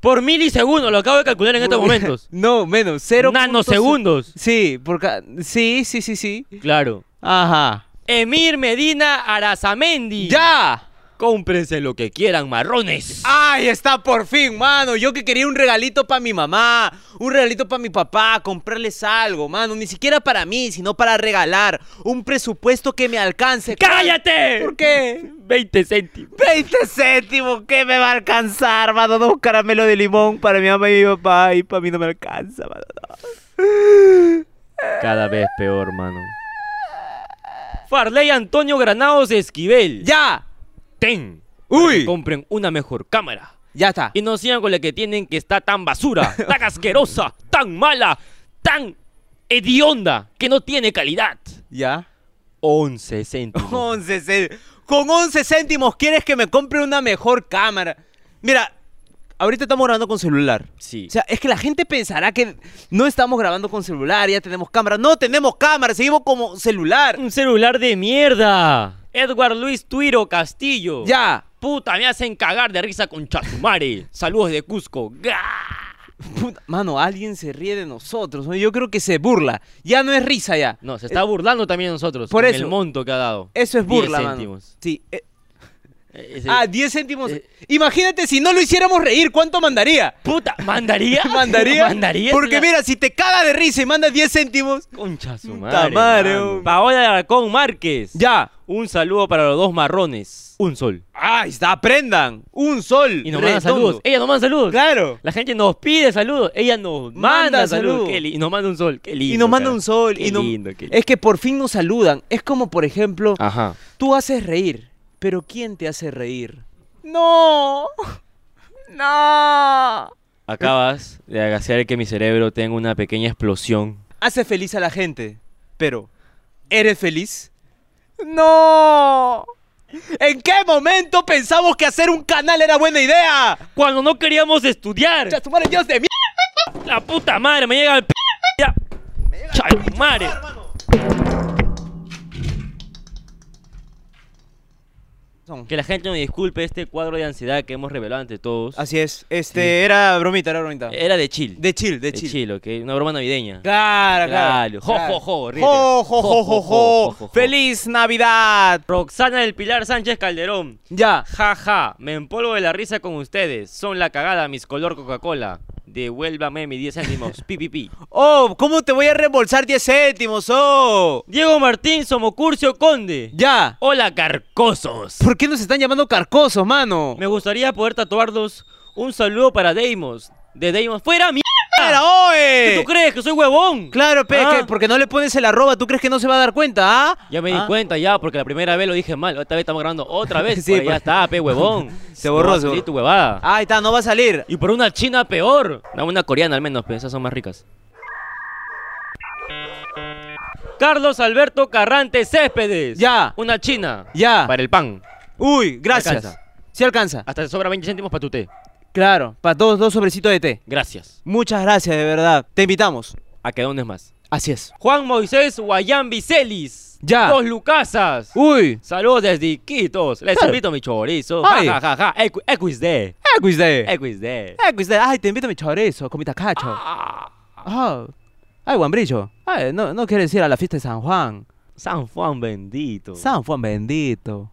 [SPEAKER 3] Por milisegundos, lo acabo de calcular en estos momentos.
[SPEAKER 1] [LAUGHS] No, menos, 0.
[SPEAKER 3] Nanosegundos.
[SPEAKER 1] Sí, porque. Sí, sí, sí, sí.
[SPEAKER 3] Claro.
[SPEAKER 1] Ajá.
[SPEAKER 3] Emir Medina Arazamendi.
[SPEAKER 1] ¡Ya! Ah,
[SPEAKER 3] Cómprense lo que quieran, marrones.
[SPEAKER 1] ¡Ay, está por fin, mano! Yo que quería un regalito para mi mamá, un regalito para mi papá, comprarles algo, mano. Ni siquiera para mí, sino para regalar. Un presupuesto que me alcance.
[SPEAKER 3] ¡Cállate!
[SPEAKER 1] ¿Por qué?
[SPEAKER 3] 20 céntimos.
[SPEAKER 1] 20 céntimos, ¿qué me va a alcanzar, mano? Dos caramelos de limón para mi mamá y mi papá y para mí no me alcanza, mano.
[SPEAKER 10] Cada vez peor, mano.
[SPEAKER 3] Farley Antonio Granados Esquivel.
[SPEAKER 1] ¡Ya!
[SPEAKER 3] Ten.
[SPEAKER 1] ¡Uy!
[SPEAKER 3] Compren una mejor cámara.
[SPEAKER 1] Ya está.
[SPEAKER 3] Y no sigan con la que tienen que está tan basura, tan asquerosa, tan mala, tan hedionda, que no tiene calidad.
[SPEAKER 1] ¿Ya?
[SPEAKER 3] 11 [LAUGHS] céntimos.
[SPEAKER 1] 11 céntimos. Con 11 céntimos quieres que me compre una mejor cámara. Mira, ahorita estamos grabando con celular.
[SPEAKER 3] Sí.
[SPEAKER 1] O sea, es que la gente pensará que no estamos grabando con celular, ya tenemos cámara. No tenemos cámara, seguimos como celular.
[SPEAKER 3] Un celular de mierda. Edward Luis Tuiro Castillo.
[SPEAKER 1] Ya.
[SPEAKER 3] Puta, me hacen cagar de risa con Chasumare. Saludos de Cusco. Ga.
[SPEAKER 1] Puta, mano, alguien se ríe de nosotros. ¿no? Yo creo que se burla. Ya no es risa ya.
[SPEAKER 3] No, se está burlando también de nosotros.
[SPEAKER 1] Eh, por
[SPEAKER 3] con
[SPEAKER 1] eso.
[SPEAKER 3] El monto que ha dado.
[SPEAKER 1] Eso es
[SPEAKER 3] 10
[SPEAKER 1] burla, mano.
[SPEAKER 3] céntimos.
[SPEAKER 1] Sí. eh,
[SPEAKER 3] Eh, ese-
[SPEAKER 1] Ah, 10 céntimos.
[SPEAKER 3] eh.
[SPEAKER 1] Imagínate si no lo hiciéramos reír, ¿cuánto
[SPEAKER 3] [LAUGHS]
[SPEAKER 1] mandaría?
[SPEAKER 3] puta,
[SPEAKER 1] [LAUGHS]
[SPEAKER 3] ¿mandaría?
[SPEAKER 1] ¿Mandaría?
[SPEAKER 3] ¿Mandaría?
[SPEAKER 1] Porque
[SPEAKER 3] Es una-
[SPEAKER 1] mira, si te caga de risa y mandas 10 céntimos.
[SPEAKER 3] Concha su
[SPEAKER 1] Puta
[SPEAKER 3] madre.
[SPEAKER 1] madre,
[SPEAKER 3] mano.
[SPEAKER 1] hombre.
[SPEAKER 3] Paola Alarcón Márquez.
[SPEAKER 1] Ya.
[SPEAKER 3] Un saludo para los dos marrones. Un sol.
[SPEAKER 1] Ahí Ah, está, aprendan. Un sol.
[SPEAKER 3] Y nos
[SPEAKER 1] redondo.
[SPEAKER 3] manda
[SPEAKER 1] Eh,
[SPEAKER 3] saludos. Ella nos manda saludos.
[SPEAKER 1] Claro.
[SPEAKER 3] La gente nos pide saludos. Ella nos
[SPEAKER 1] Manda
[SPEAKER 3] manda, saludos.
[SPEAKER 1] saludos.
[SPEAKER 3] Qué li- y nos manda un sol. Qué lindo.
[SPEAKER 1] y nos manda
[SPEAKER 3] cara.
[SPEAKER 1] un sol.
[SPEAKER 3] Qué
[SPEAKER 1] y no-
[SPEAKER 3] lindo, qué Ah. lindo.
[SPEAKER 1] Es que por fin nos saludan. Es como, por ejemplo,
[SPEAKER 3] Ajá.
[SPEAKER 1] tú haces reír, pero ¿quién te hace reír?
[SPEAKER 3] [LAUGHS]
[SPEAKER 1] No. No.
[SPEAKER 3] Acabas de agasear que mi cerebro tenga una pequeña explosión.
[SPEAKER 1] Hace feliz a la gente, pero ¿eres feliz? No. ¿En qué momento pensamos que hacer un canal era buena idea?
[SPEAKER 3] Cuando no queríamos estudiar.
[SPEAKER 1] Ya, tu madre, Dios de mierda.
[SPEAKER 3] La puta madre, me llega el p. Ya. Chayumare. Que la gente nos disculpe este cuadro de ansiedad que hemos revelado ante todos.
[SPEAKER 1] Así es. Este era bromita, era bromita.
[SPEAKER 3] Era de chill.
[SPEAKER 1] De chill, de
[SPEAKER 3] Eh, De
[SPEAKER 1] chill.
[SPEAKER 3] chill, ok. Una broma navideña.
[SPEAKER 1] Claro, claro.
[SPEAKER 3] Claro. Jo,
[SPEAKER 1] claro.
[SPEAKER 3] jo, jo, ríete.
[SPEAKER 1] Jo, jo, jo,
[SPEAKER 3] Jo,
[SPEAKER 1] jo,
[SPEAKER 3] jo,
[SPEAKER 1] jo.
[SPEAKER 3] jo, jo, jo.
[SPEAKER 1] ¡Feliz Navidad!
[SPEAKER 3] Roxana del Pilar Sánchez Calderón.
[SPEAKER 1] Ya.
[SPEAKER 3] Ja, ja, me empolvo de la risa con ustedes. Son la cagada, mis color Coca-Cola. Devuélvame mis 10 céntimos.
[SPEAKER 1] [LAUGHS]
[SPEAKER 3] Pi, pi, pi.
[SPEAKER 1] Oh, ¿cómo te voy a reembolsar 10 céntimos? Oh.
[SPEAKER 3] Diego Martín Somocurcio Conde.
[SPEAKER 1] Ya.
[SPEAKER 3] Hola, carcosos.
[SPEAKER 1] ¿Por qué nos están llamando carcosos, mano?
[SPEAKER 3] Me gustaría poder tatuarlos. Un saludo para Deimos. De Deimos. ¡Fuera mierda!
[SPEAKER 1] ¡Mira, oe!
[SPEAKER 3] ¿Tú crees que soy huevón?
[SPEAKER 1] Eh. Claro, pe,
[SPEAKER 3] Ah.
[SPEAKER 1] que porque no le pones el arroba, ¿tú crees que no se va a dar cuenta, ah?
[SPEAKER 3] Ya me
[SPEAKER 1] Ah.
[SPEAKER 3] di cuenta ya, porque la primera vez lo dije mal. Esta vez estamos grabando otra
[SPEAKER 1] [LAUGHS]
[SPEAKER 3] vez.
[SPEAKER 1] Sí,
[SPEAKER 3] Pero
[SPEAKER 1] por-
[SPEAKER 3] ya está, pe huevón.
[SPEAKER 1] [LAUGHS] Se borró,
[SPEAKER 3] No,
[SPEAKER 1] se borró.
[SPEAKER 3] sí, tu huevada.
[SPEAKER 1] Ahí está, no va a salir.
[SPEAKER 3] Y por una china peor. No, una coreana al menos, pero esas son más ricas. Carlos Alberto Carrante Céspedes.
[SPEAKER 1] Ya.
[SPEAKER 3] Una china.
[SPEAKER 1] Ya.
[SPEAKER 3] Para el pan.
[SPEAKER 1] Uy, gracias.
[SPEAKER 3] Alcanza.
[SPEAKER 1] Sí alcanza.
[SPEAKER 3] Hasta te sobra 20 céntimos para tu té.
[SPEAKER 1] Claro, para todos dos sobrecitos de té.
[SPEAKER 3] Gracias.
[SPEAKER 1] Muchas gracias, de verdad. Te invitamos.
[SPEAKER 3] A que dones más.
[SPEAKER 1] Así es.
[SPEAKER 3] Juan Moisés Guayán Vicelis.
[SPEAKER 1] Ya. Uh.
[SPEAKER 3] Dos Lucasas.
[SPEAKER 1] Uy.
[SPEAKER 3] Saludos desde
[SPEAKER 1] [LAUGHS]
[SPEAKER 3] Iquitos. Les
[SPEAKER 1] Claro.
[SPEAKER 3] invito mi chorizo.
[SPEAKER 1] Ay.
[SPEAKER 3] Ja, ja, ja, ja. Equi- Equisde.
[SPEAKER 1] Eh, quiz day.
[SPEAKER 3] Equisde.
[SPEAKER 1] Eh, quiz day. Ay, te invito a mi chorizo, comita cacho. Ah. Ay, guambrillo. Ay, eh, no, no quieres ir a la fiesta de San Juan.
[SPEAKER 3] San Juan bendito.
[SPEAKER 1] San Juan bendito.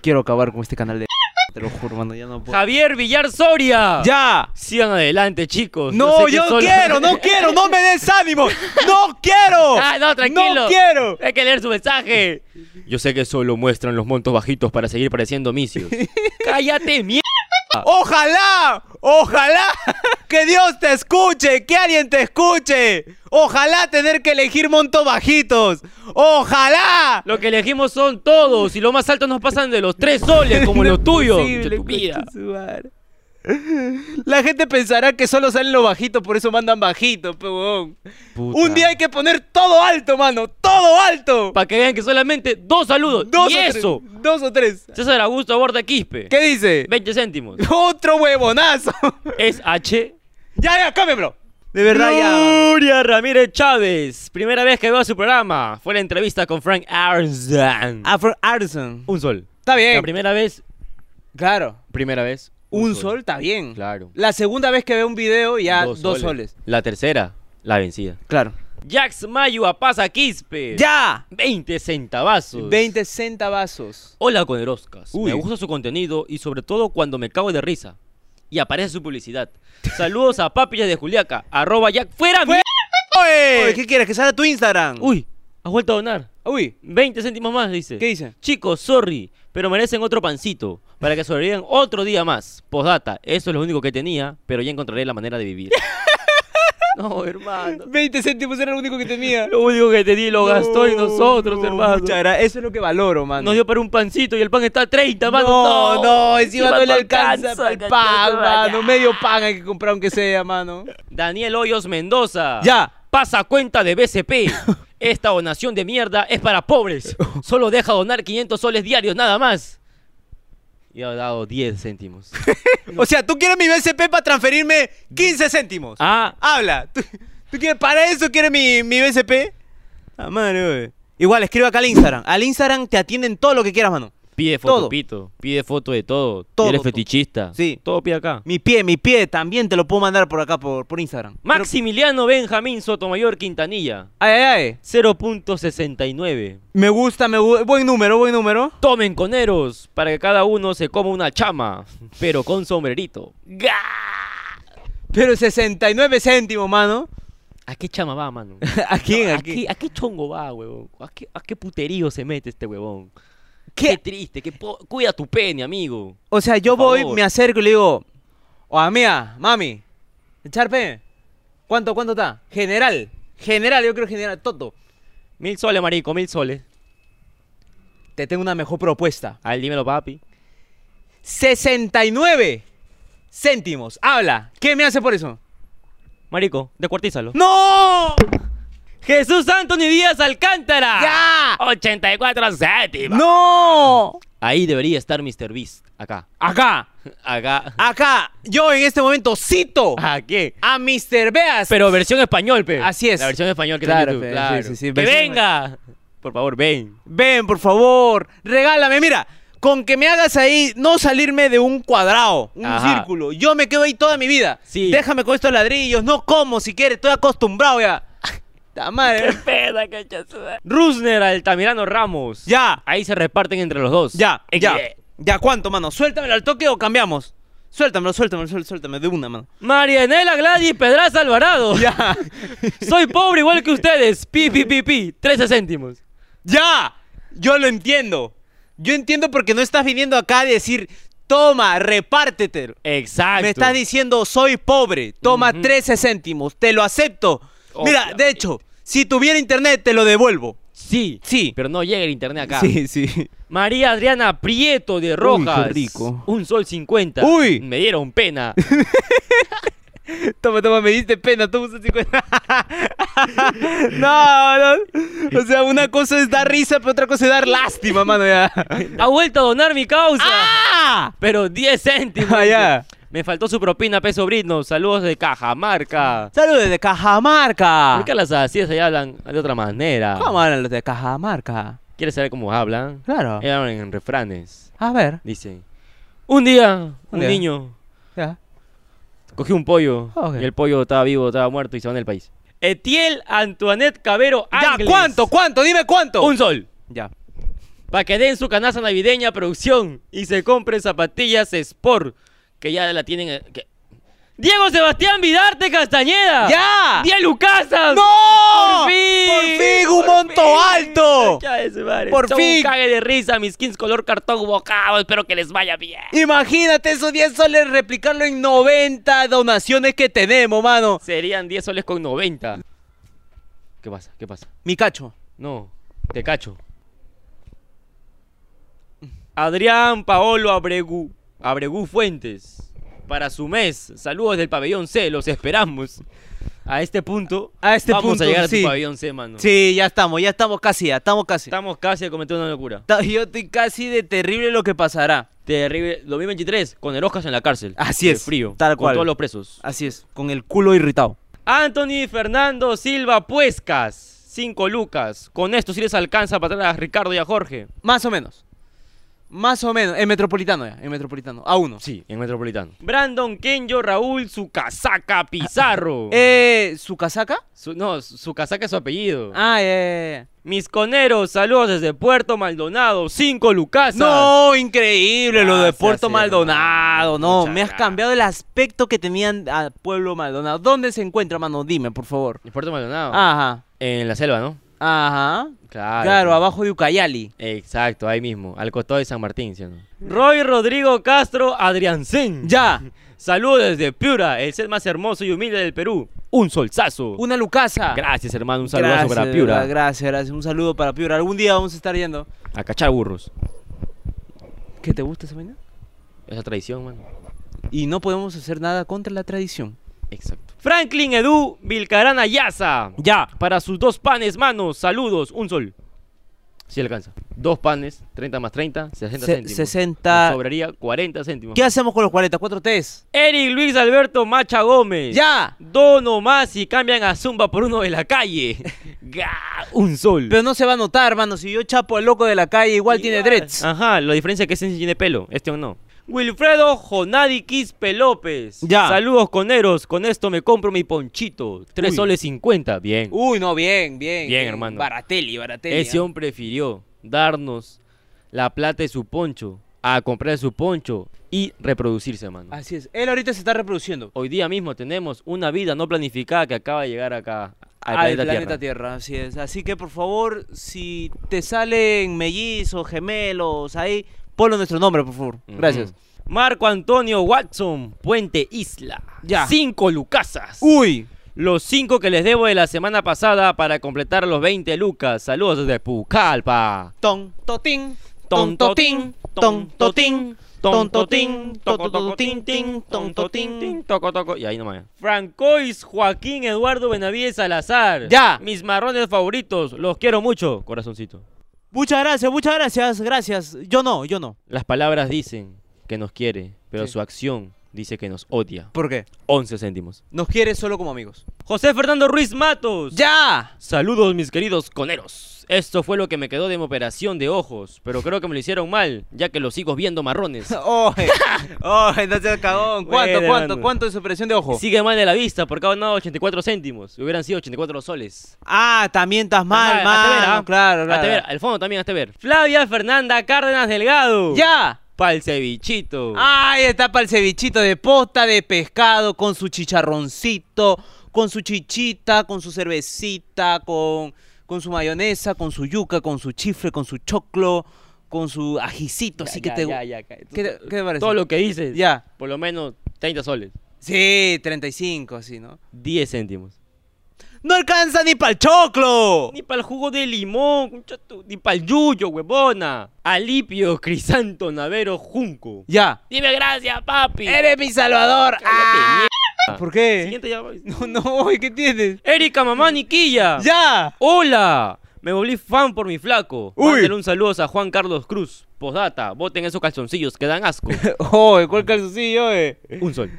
[SPEAKER 1] Quiero acabar con este canal de... [LAUGHS] Te lo juro, mano, ya no puedo.
[SPEAKER 3] Javier Villar Soria.
[SPEAKER 1] ¡Ya!
[SPEAKER 3] Sigan adelante, chicos.
[SPEAKER 1] No,
[SPEAKER 3] sé qué
[SPEAKER 1] yo no
[SPEAKER 3] solo- [LAUGHS]
[SPEAKER 1] quiero, no quiero, no me des ánimo. No [LAUGHS] quiero.
[SPEAKER 3] Ah, no, tranquilo.
[SPEAKER 1] No quiero.
[SPEAKER 3] [LAUGHS] Hay que leer su mensaje. Yo sé que solo muestran los montos bajitos para seguir pareciendo misios. [LAUGHS] Cállate, mierda.
[SPEAKER 1] Ojalá, ojalá [LAUGHS] que Dios te escuche, que alguien te escuche. Ojalá tener que elegir montos bajitos. Ojalá.
[SPEAKER 3] Lo que elegimos son todos y lo más alto nos pasan de los tres soles, [LAUGHS] como los tuyos. Concha tu vida.
[SPEAKER 1] La gente pensará que solo salen los bajitos, por eso mandan bajitos, pe, huevón.
[SPEAKER 3] Puta.
[SPEAKER 1] Un día hay que poner todo alto, mano, todo alto.
[SPEAKER 3] Para que vean que solamente dos saludos.
[SPEAKER 1] Dos
[SPEAKER 3] y
[SPEAKER 1] o
[SPEAKER 3] eso.
[SPEAKER 1] tres, dos o tres.
[SPEAKER 3] César Augusto Borda Quispe.
[SPEAKER 1] ¿Qué dice?
[SPEAKER 3] 20 céntimos.
[SPEAKER 1] Otro huevonazo.
[SPEAKER 3] Es [LAUGHS] H.
[SPEAKER 1] [LAUGHS] ya, ya, cámbiamelo. De
[SPEAKER 3] Gloria Ramírez Chávez. Primera vez que veo su programa. Fue la entrevista con Frank Arsdan.
[SPEAKER 1] Afro Arson.
[SPEAKER 3] Ah, Un sol.
[SPEAKER 1] Está
[SPEAKER 3] La
[SPEAKER 1] bien.
[SPEAKER 3] primera vez.
[SPEAKER 1] Claro.
[SPEAKER 3] Primera vez.
[SPEAKER 1] Un sol está bien.
[SPEAKER 3] Claro.
[SPEAKER 1] La segunda vez que ve un video ya dos, soles.
[SPEAKER 3] La tercera, la vencida.
[SPEAKER 1] Claro.
[SPEAKER 3] Jax Mayua pasa Quispe.
[SPEAKER 1] ¡Ya!
[SPEAKER 3] 20 centavazos.
[SPEAKER 1] 20 centavazos.
[SPEAKER 3] Hola con Eroscas.
[SPEAKER 1] Uy.
[SPEAKER 3] Me gusta su contenido y sobre todo cuando me cago de risa. Y aparece su publicidad. Saludos a papillas de Juliaca. Arroba Jack. ¡Fuera! mi-
[SPEAKER 1] Oye, ¿qué quieres? Que salga tu Instagram.
[SPEAKER 3] Uy, has vuelto a donar.
[SPEAKER 1] Uy,
[SPEAKER 3] 20 céntimos más, dice.
[SPEAKER 1] ¿qué dice?
[SPEAKER 3] Chicos, sorry, pero merecen otro pancito para que sobrevivan otro día más. Postdata, eso es lo único que tenía, pero ya encontraré la manera
[SPEAKER 1] [LAUGHS]
[SPEAKER 3] de vivir. no, hermano.
[SPEAKER 1] 20 céntimos era lo único que tenía.
[SPEAKER 3] Lo único que tenía lo gastó en nosotros,
[SPEAKER 1] No,
[SPEAKER 3] hermano.
[SPEAKER 1] muchas gracias. Eso es lo que valoro, mano.
[SPEAKER 3] Nos dio para un pancito y el pan está a 30, mano.
[SPEAKER 1] No, no, encima no le
[SPEAKER 3] alcanza
[SPEAKER 1] alcanza para el pan, mano. Medio pan hay que comprar aunque sea, mano.
[SPEAKER 3] Daniel Hoyos Mendoza.
[SPEAKER 1] Ya.
[SPEAKER 3] Pasa cuenta
[SPEAKER 1] [LAUGHS]
[SPEAKER 3] de BCP. Esta donación de mierda es para pobres. Solo deja donar 500 soles diarios nada más. Y ha dado
[SPEAKER 1] [LAUGHS]
[SPEAKER 3] 10 céntimos.
[SPEAKER 1] O sea, tú quieres mi BCP para transferirme 15 céntimos.
[SPEAKER 3] Ah,
[SPEAKER 1] Habla. ¿Tú, tú quieres, para eso quieres mi, mi BCP? Ah, madre, güey. Igual, escribe acá al Instagram. Al Instagram te atienden todo lo que quieras, mano.
[SPEAKER 3] pide
[SPEAKER 1] Todo.
[SPEAKER 3] foto, pito. Pide foto de todo.
[SPEAKER 1] Todo,
[SPEAKER 3] Eres
[SPEAKER 1] todo.
[SPEAKER 3] fetichista.
[SPEAKER 1] Sí.
[SPEAKER 3] Todo pide acá.
[SPEAKER 1] Mi pie, mi pie, también te lo puedo mandar por acá, por, por Instagram.
[SPEAKER 3] Maximiliano Benjamín Sotomayor Quintanilla.
[SPEAKER 1] Ay, ay, ay.
[SPEAKER 3] 0.69.
[SPEAKER 1] Me gusta, me gusta. Buen número, buen número.
[SPEAKER 3] Tomen coneros para que cada uno se coma una chama, pero con sombrerito.
[SPEAKER 1] Pero 69 céntimos, mano.
[SPEAKER 3] ¿A qué chama
[SPEAKER 1] [LAUGHS]
[SPEAKER 3] va, mano?
[SPEAKER 1] ¿A quién?
[SPEAKER 3] No,
[SPEAKER 1] ¿A quién?
[SPEAKER 3] ¿A qué chongo va, huevón? ¿A qué, a qué puterío se mete este huevón?
[SPEAKER 1] ¿Qué?
[SPEAKER 3] Qué, triste, que po- cuida tu pene, amigo.
[SPEAKER 1] O sea, yo
[SPEAKER 3] Por
[SPEAKER 1] voy,
[SPEAKER 3] favor.
[SPEAKER 1] me acerco y le digo, o a mía, mami, echarpe. ¿Cuánto, cuánto está? General, general, yo creo general, Toto.
[SPEAKER 3] Mil soles, marico, mil soles.
[SPEAKER 1] Te tengo una mejor propuesta.
[SPEAKER 3] A ver, dímelo, papi.
[SPEAKER 1] 69 céntimos. Habla, ¿qué me hace por eso?
[SPEAKER 3] Marico, descuartízalo.
[SPEAKER 1] ¡No!
[SPEAKER 3] ¡Jesús Anthony Díaz Alcántara!
[SPEAKER 1] ¡Ya!
[SPEAKER 3] 84 céntimos.
[SPEAKER 1] ¡No!
[SPEAKER 3] Ahí debería estar Mr. Beast. Acá.
[SPEAKER 1] Acá,
[SPEAKER 3] [LAUGHS] Acá.
[SPEAKER 1] acá, yo en este momento cito
[SPEAKER 3] ¿A qué?
[SPEAKER 1] a Mr. Beas.
[SPEAKER 3] Pero versión español, pe.
[SPEAKER 1] Así es.
[SPEAKER 3] La versión español que está en
[SPEAKER 1] Claro,
[SPEAKER 3] YouTube,
[SPEAKER 1] pe,
[SPEAKER 3] claro.
[SPEAKER 1] sí, sí, sí,
[SPEAKER 3] ¡Que
[SPEAKER 1] versión-
[SPEAKER 3] venga! Por favor, ven.
[SPEAKER 1] Ven, por favor, regálame. Mira, con que me hagas ahí no salirme de un cuadrado, un
[SPEAKER 3] Ajá.
[SPEAKER 1] círculo. Yo me quedo ahí toda mi vida.
[SPEAKER 3] Sí.
[SPEAKER 1] Déjame con estos ladrillos, no como si quieres, estoy acostumbrado ya. Ta madre.
[SPEAKER 3] peda, cachazuda. Rusner Altamirano Ramos.
[SPEAKER 1] ya,
[SPEAKER 3] Ahí se reparten entre los dos. Eh,
[SPEAKER 1] ya,
[SPEAKER 3] XD.
[SPEAKER 1] ya. Ya, ¿cuánto, mano? Suéltamelo al toque o cambiamos. Suéltamelo, suéltamelo, suél- suéltame de una, mano.
[SPEAKER 3] Marianela Gladys Pedraza Alvarado.
[SPEAKER 1] Ya,
[SPEAKER 3] Soy pobre igual que ustedes. Pi, pi, pi, pi. 13 céntimos.
[SPEAKER 1] ya. Yo lo entiendo. Yo entiendo porque no estás viniendo acá a decir, toma, repártetelo.
[SPEAKER 3] Exacto.
[SPEAKER 1] Me estás diciendo, soy pobre, toma 13 céntimos, te lo acepto.
[SPEAKER 3] Oh,
[SPEAKER 1] Mira, de
[SPEAKER 3] Obviamente.
[SPEAKER 1] hecho, si tuviera internet, te lo devuelvo.
[SPEAKER 3] Sí.
[SPEAKER 1] Sí.
[SPEAKER 3] Pero no llega el internet acá.
[SPEAKER 1] sí. [LAUGHS]
[SPEAKER 3] María Adriana Prieto de Rojas.
[SPEAKER 1] rico.
[SPEAKER 3] Un sol 50.
[SPEAKER 1] Uy.
[SPEAKER 3] Me
[SPEAKER 1] [LAUGHS]
[SPEAKER 3] dieron pena.
[SPEAKER 1] Toma, toma, me diste pena, toma un 50. [LAUGHS] no, no. O sea, una cosa es dar risa, pero otra cosa es dar lástima, mano.
[SPEAKER 3] [LAUGHS]
[SPEAKER 1] Ya.
[SPEAKER 3] ha vuelto a donar mi causa.
[SPEAKER 1] ¡Ah!
[SPEAKER 3] Pero 10 céntimos.
[SPEAKER 1] Ah, ya.
[SPEAKER 3] Me faltó su propina, peso brino. Saludos de Cajamarca.
[SPEAKER 1] Saludos de Cajamarca.
[SPEAKER 3] ¿Por qué las asías allá hablan de otra manera?
[SPEAKER 1] ¿Cómo hablan los de Cajamarca?
[SPEAKER 3] ¿Quieres saber cómo hablan?
[SPEAKER 1] Claro.
[SPEAKER 3] Ellos hablan en refranes.
[SPEAKER 1] A ver.
[SPEAKER 3] Dicen, un día un
[SPEAKER 1] Ya.
[SPEAKER 3] niño
[SPEAKER 1] ya.
[SPEAKER 3] cogió un pollo
[SPEAKER 1] Ah, ok.
[SPEAKER 3] y el pollo estaba vivo, estaba muerto y se va del país. Etiel Antoinette Cabero
[SPEAKER 1] Ya,
[SPEAKER 3] Ángeles.
[SPEAKER 1] ¿cuánto? ¿Cuánto? Dime cuánto.
[SPEAKER 3] Ah, Un sol.
[SPEAKER 1] Ya.
[SPEAKER 3] Para que den su canasta navideña producción y se compren zapatillas Sport, que ya la tienen... eh, que- Diego Sebastián Vidarte Castañeda.
[SPEAKER 1] ¡Ya!
[SPEAKER 3] ¡Diez Lucasas!
[SPEAKER 1] ¡No!
[SPEAKER 3] ¡Por fin!
[SPEAKER 1] ¡Por fin, un
[SPEAKER 3] ¡Por
[SPEAKER 1] monto
[SPEAKER 3] fin!
[SPEAKER 1] alto!
[SPEAKER 3] Ya, ese madre.
[SPEAKER 1] ¡Por
[SPEAKER 3] Son
[SPEAKER 1] fin!
[SPEAKER 3] Un cague de risa, mis skins color cartón bocado. Espero que les vaya bien.
[SPEAKER 1] Imagínate esos 10 soles replicarlo en 90 donaciones que tenemos, mano.
[SPEAKER 3] Serían 10 soles con 90. ¿Qué pasa? ¿Qué pasa?
[SPEAKER 1] Mi cacho.
[SPEAKER 3] No, te cacho. Adrián Paolo Abregu. Abregu Fuentes. Para su mes. Saludos del pabellón C. Los esperamos. A este punto.
[SPEAKER 1] A este
[SPEAKER 3] vamos
[SPEAKER 1] punto,
[SPEAKER 3] a llegar a
[SPEAKER 1] sí.
[SPEAKER 3] tu pabellón C, mano.
[SPEAKER 1] Sí, ya estamos, ya estamos casi, ya estamos casi.
[SPEAKER 3] Estamos casi a cometer una locura.
[SPEAKER 1] Ta- Yo estoy casi de terrible lo que pasará.
[SPEAKER 3] Terrible. 2023, con el Oscar en la cárcel.
[SPEAKER 1] Así
[SPEAKER 3] De
[SPEAKER 1] es,
[SPEAKER 3] frío.
[SPEAKER 1] tal
[SPEAKER 3] Con
[SPEAKER 1] cual.
[SPEAKER 3] todos los presos.
[SPEAKER 1] Así es, con el culo irritado.
[SPEAKER 3] Anthony Fernando Silva Puescas. 5 lucas. Con esto sí les alcanza para atrás a Ricardo y a Jorge.
[SPEAKER 1] Más o menos. Más o menos. En Metropolitano ya, en Metropolitano. A uno.
[SPEAKER 3] Sí, en Metropolitano. Brandon Kenyo Raúl su casaca Pizarro.
[SPEAKER 1] [LAUGHS] Eh, ¿Su casaca?
[SPEAKER 3] Su- no, su casaca es su apellido.
[SPEAKER 1] Ah, eh.
[SPEAKER 3] Mis coneros, saludos desde Puerto Maldonado, 5 Lucas.
[SPEAKER 1] No, increíble lo de
[SPEAKER 3] Gracias,
[SPEAKER 1] Puerto
[SPEAKER 3] hermano.
[SPEAKER 1] Maldonado. No,
[SPEAKER 3] Muchas
[SPEAKER 1] me has
[SPEAKER 3] gracias.
[SPEAKER 1] cambiado el aspecto que tenían a Pueblo Maldonado. ¿Dónde se encuentra, mano? Dime, por favor.
[SPEAKER 3] Puerto Maldonado.
[SPEAKER 1] Ajá,
[SPEAKER 3] En la selva, ¿no?
[SPEAKER 1] ajá.
[SPEAKER 3] Claro.
[SPEAKER 1] Claro, abajo de Ucayali.
[SPEAKER 3] Exacto, ahí mismo, al costado de San Martín, ¿sí o no? Mm. Roy Rodrigo Castro Adriansen. [LAUGHS]
[SPEAKER 1] Ya,
[SPEAKER 3] Saludos desde Piura, el set más hermoso y humilde del Perú. Un solzazo.
[SPEAKER 1] una Lucasa.
[SPEAKER 3] Gracias, hermano, un saludazo
[SPEAKER 1] Gracias,
[SPEAKER 3] para
[SPEAKER 1] de
[SPEAKER 3] Piura.
[SPEAKER 1] verdad, Gracias, gracias. Un saludo para Piura. Algún día vamos a estar yendo.
[SPEAKER 3] A cachar burros.
[SPEAKER 1] ¿Qué te gusta esa vaina?
[SPEAKER 3] Esa tradición, mano.
[SPEAKER 1] Y no podemos hacer nada contra la tradición.
[SPEAKER 3] Exacto. Franklin Edu Vilcarana Yaza.
[SPEAKER 1] Ya.
[SPEAKER 3] Para sus dos panes, manos, saludos, un sol. Si alcanza. Dos panes, 30 más 30, 60
[SPEAKER 1] Se-
[SPEAKER 3] céntimos.
[SPEAKER 1] 60.
[SPEAKER 3] Nos sobraría 40 céntimos.
[SPEAKER 1] ¿Qué hacemos con los 44 T's?
[SPEAKER 3] Eric Luis Alberto Macha Gómez.
[SPEAKER 1] Ya.
[SPEAKER 3] Dono más y cambian a Zumba por uno de
[SPEAKER 1] [LAUGHS]
[SPEAKER 3] la calle. Ga, un sol.
[SPEAKER 1] Pero no se va a notar, mano. Si yo chapo al loco de la calle, igual tiene dreads.
[SPEAKER 3] Ajá, la diferencia es que ese sí tiene pelo, este aún no. Wilfredo Jonadi Quispe López.
[SPEAKER 1] Ya.
[SPEAKER 3] Saludos coneros, con esto me compro mi ponchito. 3
[SPEAKER 1] Uy.
[SPEAKER 3] soles 50. Bien.
[SPEAKER 1] Uy, no, bien, bien.
[SPEAKER 3] Bien, hermano.
[SPEAKER 1] Baratelli, Baratelli.
[SPEAKER 3] Ese
[SPEAKER 1] ¿ah?
[SPEAKER 3] hombre prefirió darnos la plata de su poncho a comprar su poncho y reproducirse, hermano.
[SPEAKER 1] Así es. Él ahorita se está reproduciendo.
[SPEAKER 3] Hoy día mismo tenemos una vida no planificada que acaba de llegar acá al,
[SPEAKER 1] Al
[SPEAKER 3] planeta, Tierra.
[SPEAKER 1] así es. Así que por favor, si te salen mellizos, gemelos, ahí, ponlo nuestro nombre, por favor. Gracias.
[SPEAKER 3] Ujú. Marco Antonio Watson, Puente Isla.
[SPEAKER 1] Ya. Uh.
[SPEAKER 3] Cinco lucasas.
[SPEAKER 1] Uy,
[SPEAKER 3] Los cinco que les debo de la semana pasada para completar los 20 lucas. Saludos desde Pucallpa.
[SPEAKER 1] ton, totín, ton,
[SPEAKER 3] Tontotín,
[SPEAKER 1] totín, ton, totín.
[SPEAKER 3] tontotín, tontotín, tocotocotín, tin, tontotín, tin, tocotoco. Y ahí nomás. Francois Joaquín Eduardo Benavides Salazar.
[SPEAKER 1] Ya.
[SPEAKER 3] Mis marrones favoritos. Los quiero mucho, corazoncito.
[SPEAKER 1] Muchas gracias, muchas gracias, gracias. Yo no, yo no.
[SPEAKER 3] Las palabras dicen que nos quiere, pero su acción dice que nos odia.
[SPEAKER 1] ¿Por qué?
[SPEAKER 3] 11 céntimos.
[SPEAKER 1] Nos quieres solo como amigos.
[SPEAKER 3] José Fernando Ruiz Matos.
[SPEAKER 1] ¡Ya!
[SPEAKER 3] Saludos mis queridos coneros. Esto fue lo que me quedó de mi operación de ojos, pero creo que me lo hicieron mal, ya que los sigo viendo marrones.
[SPEAKER 1] [LAUGHS] Oye, oye, no seas cagón. ¿Cuánto,
[SPEAKER 3] Buena,
[SPEAKER 1] cuánto,
[SPEAKER 3] mano.
[SPEAKER 1] cuánto de su operación de [LAUGHS] ojo?
[SPEAKER 3] Sigue mal de la vista, porque ha ganado 84 céntimos. Hubieran sido 84 soles.
[SPEAKER 1] Ah, también estás mal,
[SPEAKER 3] Ajá, hazte ver,
[SPEAKER 1] mal.
[SPEAKER 3] ¿ah?
[SPEAKER 1] Claro, claro.
[SPEAKER 3] Hazte ver, al fondo también hazte ver. Flavia Fernanda Cárdenas Delgado.
[SPEAKER 1] ¡Ya! Ah,
[SPEAKER 3] Pa'l cevichito.
[SPEAKER 1] Ahí está para el cevichito de posta de pescado con su chicharroncito, con su chichita, con su cervecita, con, con su mayonesa, con su yuca, con su chifre, con su choclo, con su ajicito. Así que te. ¿Qué, te- qué te parece?
[SPEAKER 3] Todo lo que dices.
[SPEAKER 1] Ya.
[SPEAKER 3] Por lo menos 30 soles.
[SPEAKER 1] Sí, 35, así, ¿no?
[SPEAKER 3] 10 céntimos.
[SPEAKER 1] ¡No alcanza ni para el choclo!
[SPEAKER 3] Ni para el jugo de limón, concha tu- ni para el yuyo, huevona. Alipio, Crisanto, Navero, Junco.
[SPEAKER 1] Ya.
[SPEAKER 3] Dime gracias, papi.
[SPEAKER 1] ¡Eres mi salvador! Ah, ¿Por [LAUGHS] qué?
[SPEAKER 3] Siguiente ya, pues.
[SPEAKER 1] No, no, ¿y ¿qué tienes?
[SPEAKER 3] Erika, mamá, Niquilla.
[SPEAKER 1] ¡Ya!
[SPEAKER 3] Hola. Me volví fan por mi flaco.
[SPEAKER 1] Uy.
[SPEAKER 3] Mándale un saludo a Juan Carlos Cruz. Postdata, voten esos calzoncillos que
[SPEAKER 1] [LAUGHS]
[SPEAKER 3] dan asco.
[SPEAKER 1] ¡Oh, cuál calzoncillo, eh!
[SPEAKER 3] un sol.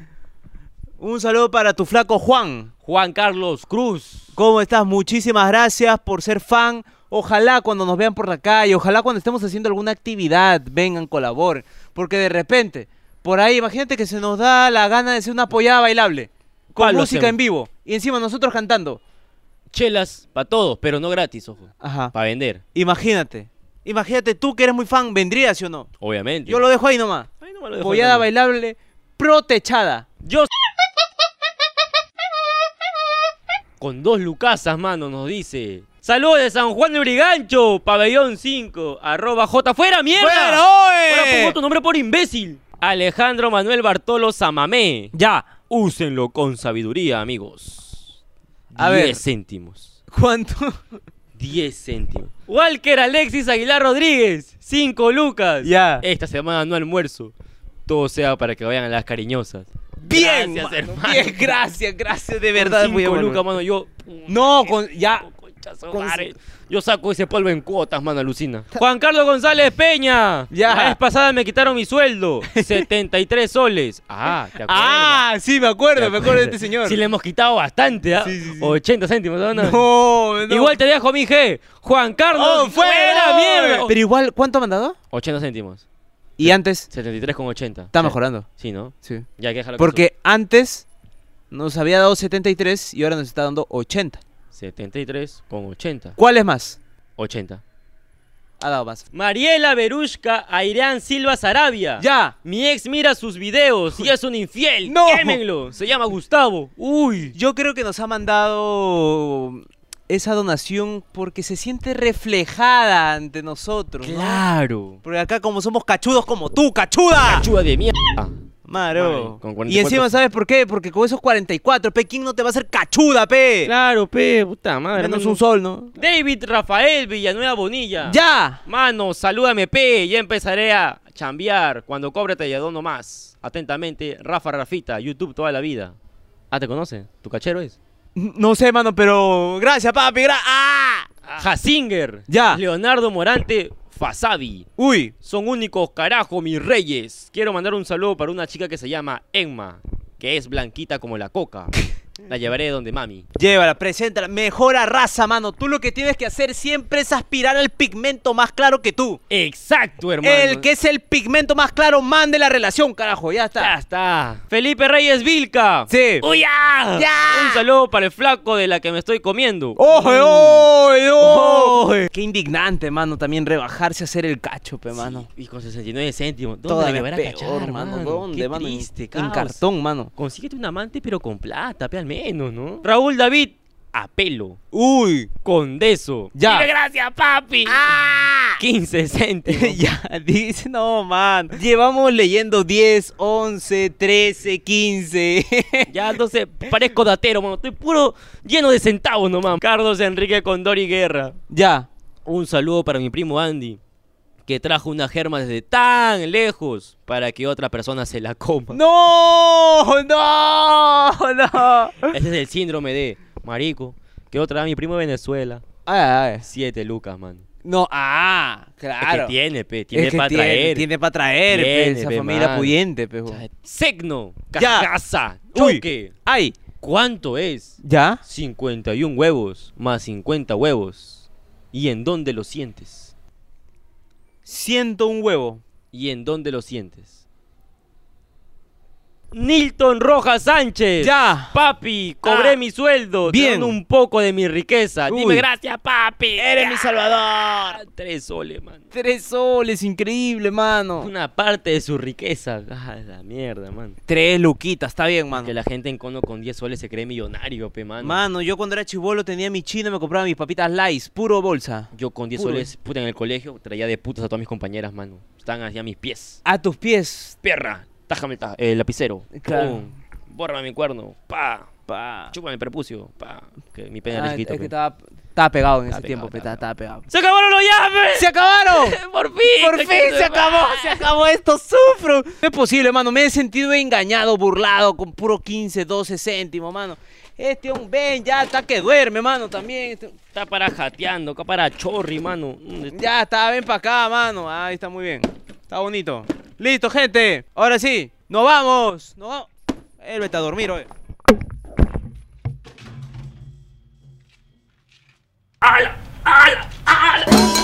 [SPEAKER 1] Un saludo para tu flaco Juan.
[SPEAKER 3] Juan Carlos Cruz.
[SPEAKER 1] ¿Cómo estás? Muchísimas gracias por ser fan. Ojalá cuando nos vean por la calle, ojalá cuando estemos haciendo alguna actividad, vengan, colaboren. Porque de repente, por ahí, imagínate que se nos da la gana de hacer una pollada bailable. Con
[SPEAKER 3] ¿Cuál lo
[SPEAKER 1] música
[SPEAKER 3] hacemos?
[SPEAKER 1] en vivo. Y encima nosotros cantando.
[SPEAKER 3] Chelas para todos, pero no gratis, ojo.
[SPEAKER 1] Ajá.
[SPEAKER 3] Para vender,
[SPEAKER 1] Imagínate. Imagínate tú que eres muy fan, ¿vendrías sí o no?
[SPEAKER 3] obviamente.
[SPEAKER 1] Yo lo dejo ahí nomás.
[SPEAKER 3] Ay, no me lo dejo
[SPEAKER 1] Pollada
[SPEAKER 3] hablando.
[SPEAKER 1] bailable protechada.
[SPEAKER 3] Yo. Con dos lucasas, mano, nos dice. Saludos de San Juan de Brigancho, pabellón 5, arroba J. ¡Fuera, mierda!
[SPEAKER 1] ¡Fuera, oe!
[SPEAKER 3] Ahora pongo tu nombre por imbécil. Alejandro Manuel Bartolo Samamé. Ya. Úsenlo con sabiduría, amigos.
[SPEAKER 1] A
[SPEAKER 3] Diez
[SPEAKER 1] ver.
[SPEAKER 3] céntimos. [LAUGHS]
[SPEAKER 1] ¿Cuánto?
[SPEAKER 3] 10 céntimos. Walker Alexis Aguilar Rodríguez. 5 lucas.
[SPEAKER 1] Ya.
[SPEAKER 3] Esta semana no almuerzo. Todo sea para que vayan a las cariñosas.
[SPEAKER 1] Bien,
[SPEAKER 3] Gracias,
[SPEAKER 1] mano.
[SPEAKER 3] hermano.
[SPEAKER 1] Bien, gracias, gracias, de verdad.
[SPEAKER 3] Con
[SPEAKER 1] muy
[SPEAKER 3] cinco
[SPEAKER 1] amable.
[SPEAKER 3] lucas, mano, yo.
[SPEAKER 1] No, con- ya.
[SPEAKER 3] Concha su
[SPEAKER 1] Con
[SPEAKER 3] madre. Yo saco ese polvo en cuotas, mano, alucina. Juan Carlos González Peña.
[SPEAKER 1] Ya.
[SPEAKER 3] La vez pasada me quitaron
[SPEAKER 1] [LAUGHS]
[SPEAKER 3] mi sueldo. 73 soles. Ah, te acuerdas.
[SPEAKER 1] Ah, sí, me
[SPEAKER 3] Te
[SPEAKER 1] acuerdo, me acuerdo de este
[SPEAKER 3] acuerdas.
[SPEAKER 1] señor.
[SPEAKER 3] Sí, le hemos quitado bastante, ¿ah? 80 céntimos, ¿no?
[SPEAKER 1] No, no.
[SPEAKER 3] Igual te dejo mi G. Juan Carlos.
[SPEAKER 1] Oh, fuera,
[SPEAKER 3] mierda!
[SPEAKER 1] Pero igual, ¿cuánto ha mandado?
[SPEAKER 3] 80 céntimos.
[SPEAKER 1] Y antes
[SPEAKER 3] 73,80.
[SPEAKER 1] está
[SPEAKER 3] Sí.
[SPEAKER 1] mejorando.
[SPEAKER 3] Sí, ¿no?
[SPEAKER 1] Sí.
[SPEAKER 3] Ya que déjalo que
[SPEAKER 1] Porque antes nos había dado 73 y ahora nos está dando 80.
[SPEAKER 3] sube. 73,80.
[SPEAKER 1] ¿Cuál es más?
[SPEAKER 3] 80.
[SPEAKER 1] Ha dado más.
[SPEAKER 3] Mariela Berushka Airán Silva Sarabia.
[SPEAKER 1] Ya.
[SPEAKER 3] Mi ex mira sus videos y es un infiel.
[SPEAKER 1] No.
[SPEAKER 3] Quémenlo. Se llama Gustavo.
[SPEAKER 1] Uy. Yo creo que nos ha mandado esa donación porque se siente reflejada ante nosotros. ¿no?
[SPEAKER 3] Claro.
[SPEAKER 1] Porque acá como somos cachudos como tú, cachuda.
[SPEAKER 3] Chúa de mierda.
[SPEAKER 1] Maro.
[SPEAKER 3] Madre, con 44.
[SPEAKER 1] Y encima, ¿sabes por qué? Porque con esos 44, pe, ¿quién no te va a hacer cachuda, pe?
[SPEAKER 3] Claro, pe, puta madre.
[SPEAKER 1] Menos
[SPEAKER 3] mano.
[SPEAKER 1] un sol, ¿no?
[SPEAKER 3] David Rafael Villanueva
[SPEAKER 1] Ah.
[SPEAKER 3] Bonilla.
[SPEAKER 1] ¡Ya!
[SPEAKER 3] Mano, salúdame, P. Ya empezaré a chambear. Cuando cobre te dono más. Atentamente, Rafa Rafita, YouTube toda la vida. Ah, ¿te conoce? ¿Tu cachero es?
[SPEAKER 1] No sé, mano, pero gracias, papi. gra- ¡Ah!
[SPEAKER 3] Hasinger.
[SPEAKER 1] Ya.
[SPEAKER 3] Leonardo Morante Fasabi.
[SPEAKER 1] Uy.
[SPEAKER 3] Son únicos, carajo, mis reyes. Quiero mandar un saludo para una chica que se llama Emma, que es blanquita como la coca. La llevaré donde mami.
[SPEAKER 1] Llévala, preséntala. Mejora raza, mano. Tú lo que tienes que hacer siempre es aspirar al pigmento más claro que tú.
[SPEAKER 3] Exacto, hermano.
[SPEAKER 1] El que es el pigmento más claro, mande la relación, carajo. Ya
[SPEAKER 3] Ya
[SPEAKER 1] está.
[SPEAKER 3] está. Felipe Reyes Vilca.
[SPEAKER 1] Sí.
[SPEAKER 3] ¡Uya!
[SPEAKER 1] Ya. Oh.
[SPEAKER 3] Un saludo para el flaco de la que me estoy comiendo.
[SPEAKER 1] ¡Ojo,
[SPEAKER 3] Oh.
[SPEAKER 1] ojo, ojo! Qué indignante, mano, también rebajarse a hacer el cacho, pe, mano.
[SPEAKER 3] Y con 69 céntimos. ¿Dónde
[SPEAKER 1] Todavía
[SPEAKER 3] le van a
[SPEAKER 1] peor,
[SPEAKER 3] cachar,
[SPEAKER 1] mano,
[SPEAKER 3] mano?
[SPEAKER 1] ¿dónde,
[SPEAKER 3] Qué
[SPEAKER 1] mano? En-
[SPEAKER 3] triste,
[SPEAKER 1] en
[SPEAKER 3] caos.
[SPEAKER 1] cartón, mano.
[SPEAKER 3] Consíguete un amante, pero con plata, pe, al menos, ¿no? Raúl David, apelo.
[SPEAKER 1] [LAUGHS] Uy,
[SPEAKER 3] Condeso.
[SPEAKER 1] Ya.
[SPEAKER 3] Dile gracias, papi. 15 céntimos.
[SPEAKER 1] ya, dice, no, man. Llevamos leyendo 10, 11, 13, 15.
[SPEAKER 3] [LAUGHS] Ya, entonces, parezco datero, mano. Estoy puro lleno de centavos nomás. Carlos Enrique Condori Guerra.
[SPEAKER 1] [LAUGHS] ya.
[SPEAKER 3] Un saludo para mi primo Andy, que trajo una germa desde tan lejos para que otra persona se la coma.
[SPEAKER 1] ¡No! ¡No! ¡No!
[SPEAKER 3] Ese es el síndrome de, marico, que otra, mi primo de Venezuela.
[SPEAKER 1] Ay, ay.
[SPEAKER 3] Siete lucas, man.
[SPEAKER 1] No, ah, claro.
[SPEAKER 3] Es que tiene, pe. Tiene
[SPEAKER 1] Es que
[SPEAKER 3] para
[SPEAKER 1] tiene,
[SPEAKER 3] traer.
[SPEAKER 1] Tiene para traer, pe,
[SPEAKER 3] Tiene,
[SPEAKER 1] esa
[SPEAKER 3] pe,
[SPEAKER 1] familia
[SPEAKER 3] mano.
[SPEAKER 1] pudiente, pe.
[SPEAKER 3] O sea, Segno.
[SPEAKER 1] Ya.
[SPEAKER 3] Casa.
[SPEAKER 1] Uy.
[SPEAKER 3] Choque.
[SPEAKER 1] Ay,
[SPEAKER 3] ¿Cuánto es?
[SPEAKER 1] ¿ya?
[SPEAKER 3] 51 huevos más 50 huevos. ¿Y en dónde lo sientes?
[SPEAKER 1] Siento un huevo.
[SPEAKER 3] ¿Y en dónde lo sientes? Nilton Rojas Sánchez.
[SPEAKER 1] Ya.
[SPEAKER 3] Papi, cobré
[SPEAKER 1] Ah.
[SPEAKER 3] mi sueldo. Bien.
[SPEAKER 1] Bien.
[SPEAKER 3] un poco de mi riqueza.
[SPEAKER 1] Uy.
[SPEAKER 3] Dime gracias, papi. Eres mi salvador. Tres soles, man.
[SPEAKER 1] Tres soles, increíble, mano.
[SPEAKER 3] Una parte de su riqueza. Ah, la mierda, man.
[SPEAKER 1] Tres luquitas, está bien, mano.
[SPEAKER 3] Que la gente en cono con 10 soles se cree millonario, pe, mano.
[SPEAKER 1] Mano, yo cuando era chivolo tenía mi chino y me compraba mis papitas Lice, puro bolsa.
[SPEAKER 3] Yo con 10
[SPEAKER 1] Puro,
[SPEAKER 3] soles, puta, en el colegio traía de putas a todas mis compañeras, mano. Estaban hacia mis pies.
[SPEAKER 1] A tus pies.
[SPEAKER 3] Perra, tájame el, ta- el lapicero.
[SPEAKER 1] Claro.
[SPEAKER 3] Pum. Bórrame mi cuerno. Pa.
[SPEAKER 1] Pa.
[SPEAKER 3] Chúpame el prepucio. Pa. Que mi pena
[SPEAKER 1] Ah,
[SPEAKER 3] era chiquita,
[SPEAKER 1] es que
[SPEAKER 3] pe.
[SPEAKER 1] estaba, estaba pegado en
[SPEAKER 3] Estaba
[SPEAKER 1] ese tiempo, pe,
[SPEAKER 3] pegado,
[SPEAKER 1] estaba, estaba pegado.
[SPEAKER 3] ¡Se acabaron los llaves!
[SPEAKER 1] ¡Se acabaron!
[SPEAKER 3] [LAUGHS] ¡Por fin!
[SPEAKER 1] Por fin se acabó, se acabó esto, sufro. No es posible, mano. Me he sentido engañado, burlado, con puro 15, 12 céntimos, mano. Este un Ben ya está que duerme, mano, también. Este-
[SPEAKER 3] Está para jateando, está para chorri, mano. Mm, está-
[SPEAKER 1] Ya está, ven para acá, mano. Ahí está muy bien. Está bonito. Listo, gente. Ahora sí, nos vamos. Nos vamos. Él vete a dormir, oye.
[SPEAKER 3] ¡Ala! ¡Ala! ¡Ala!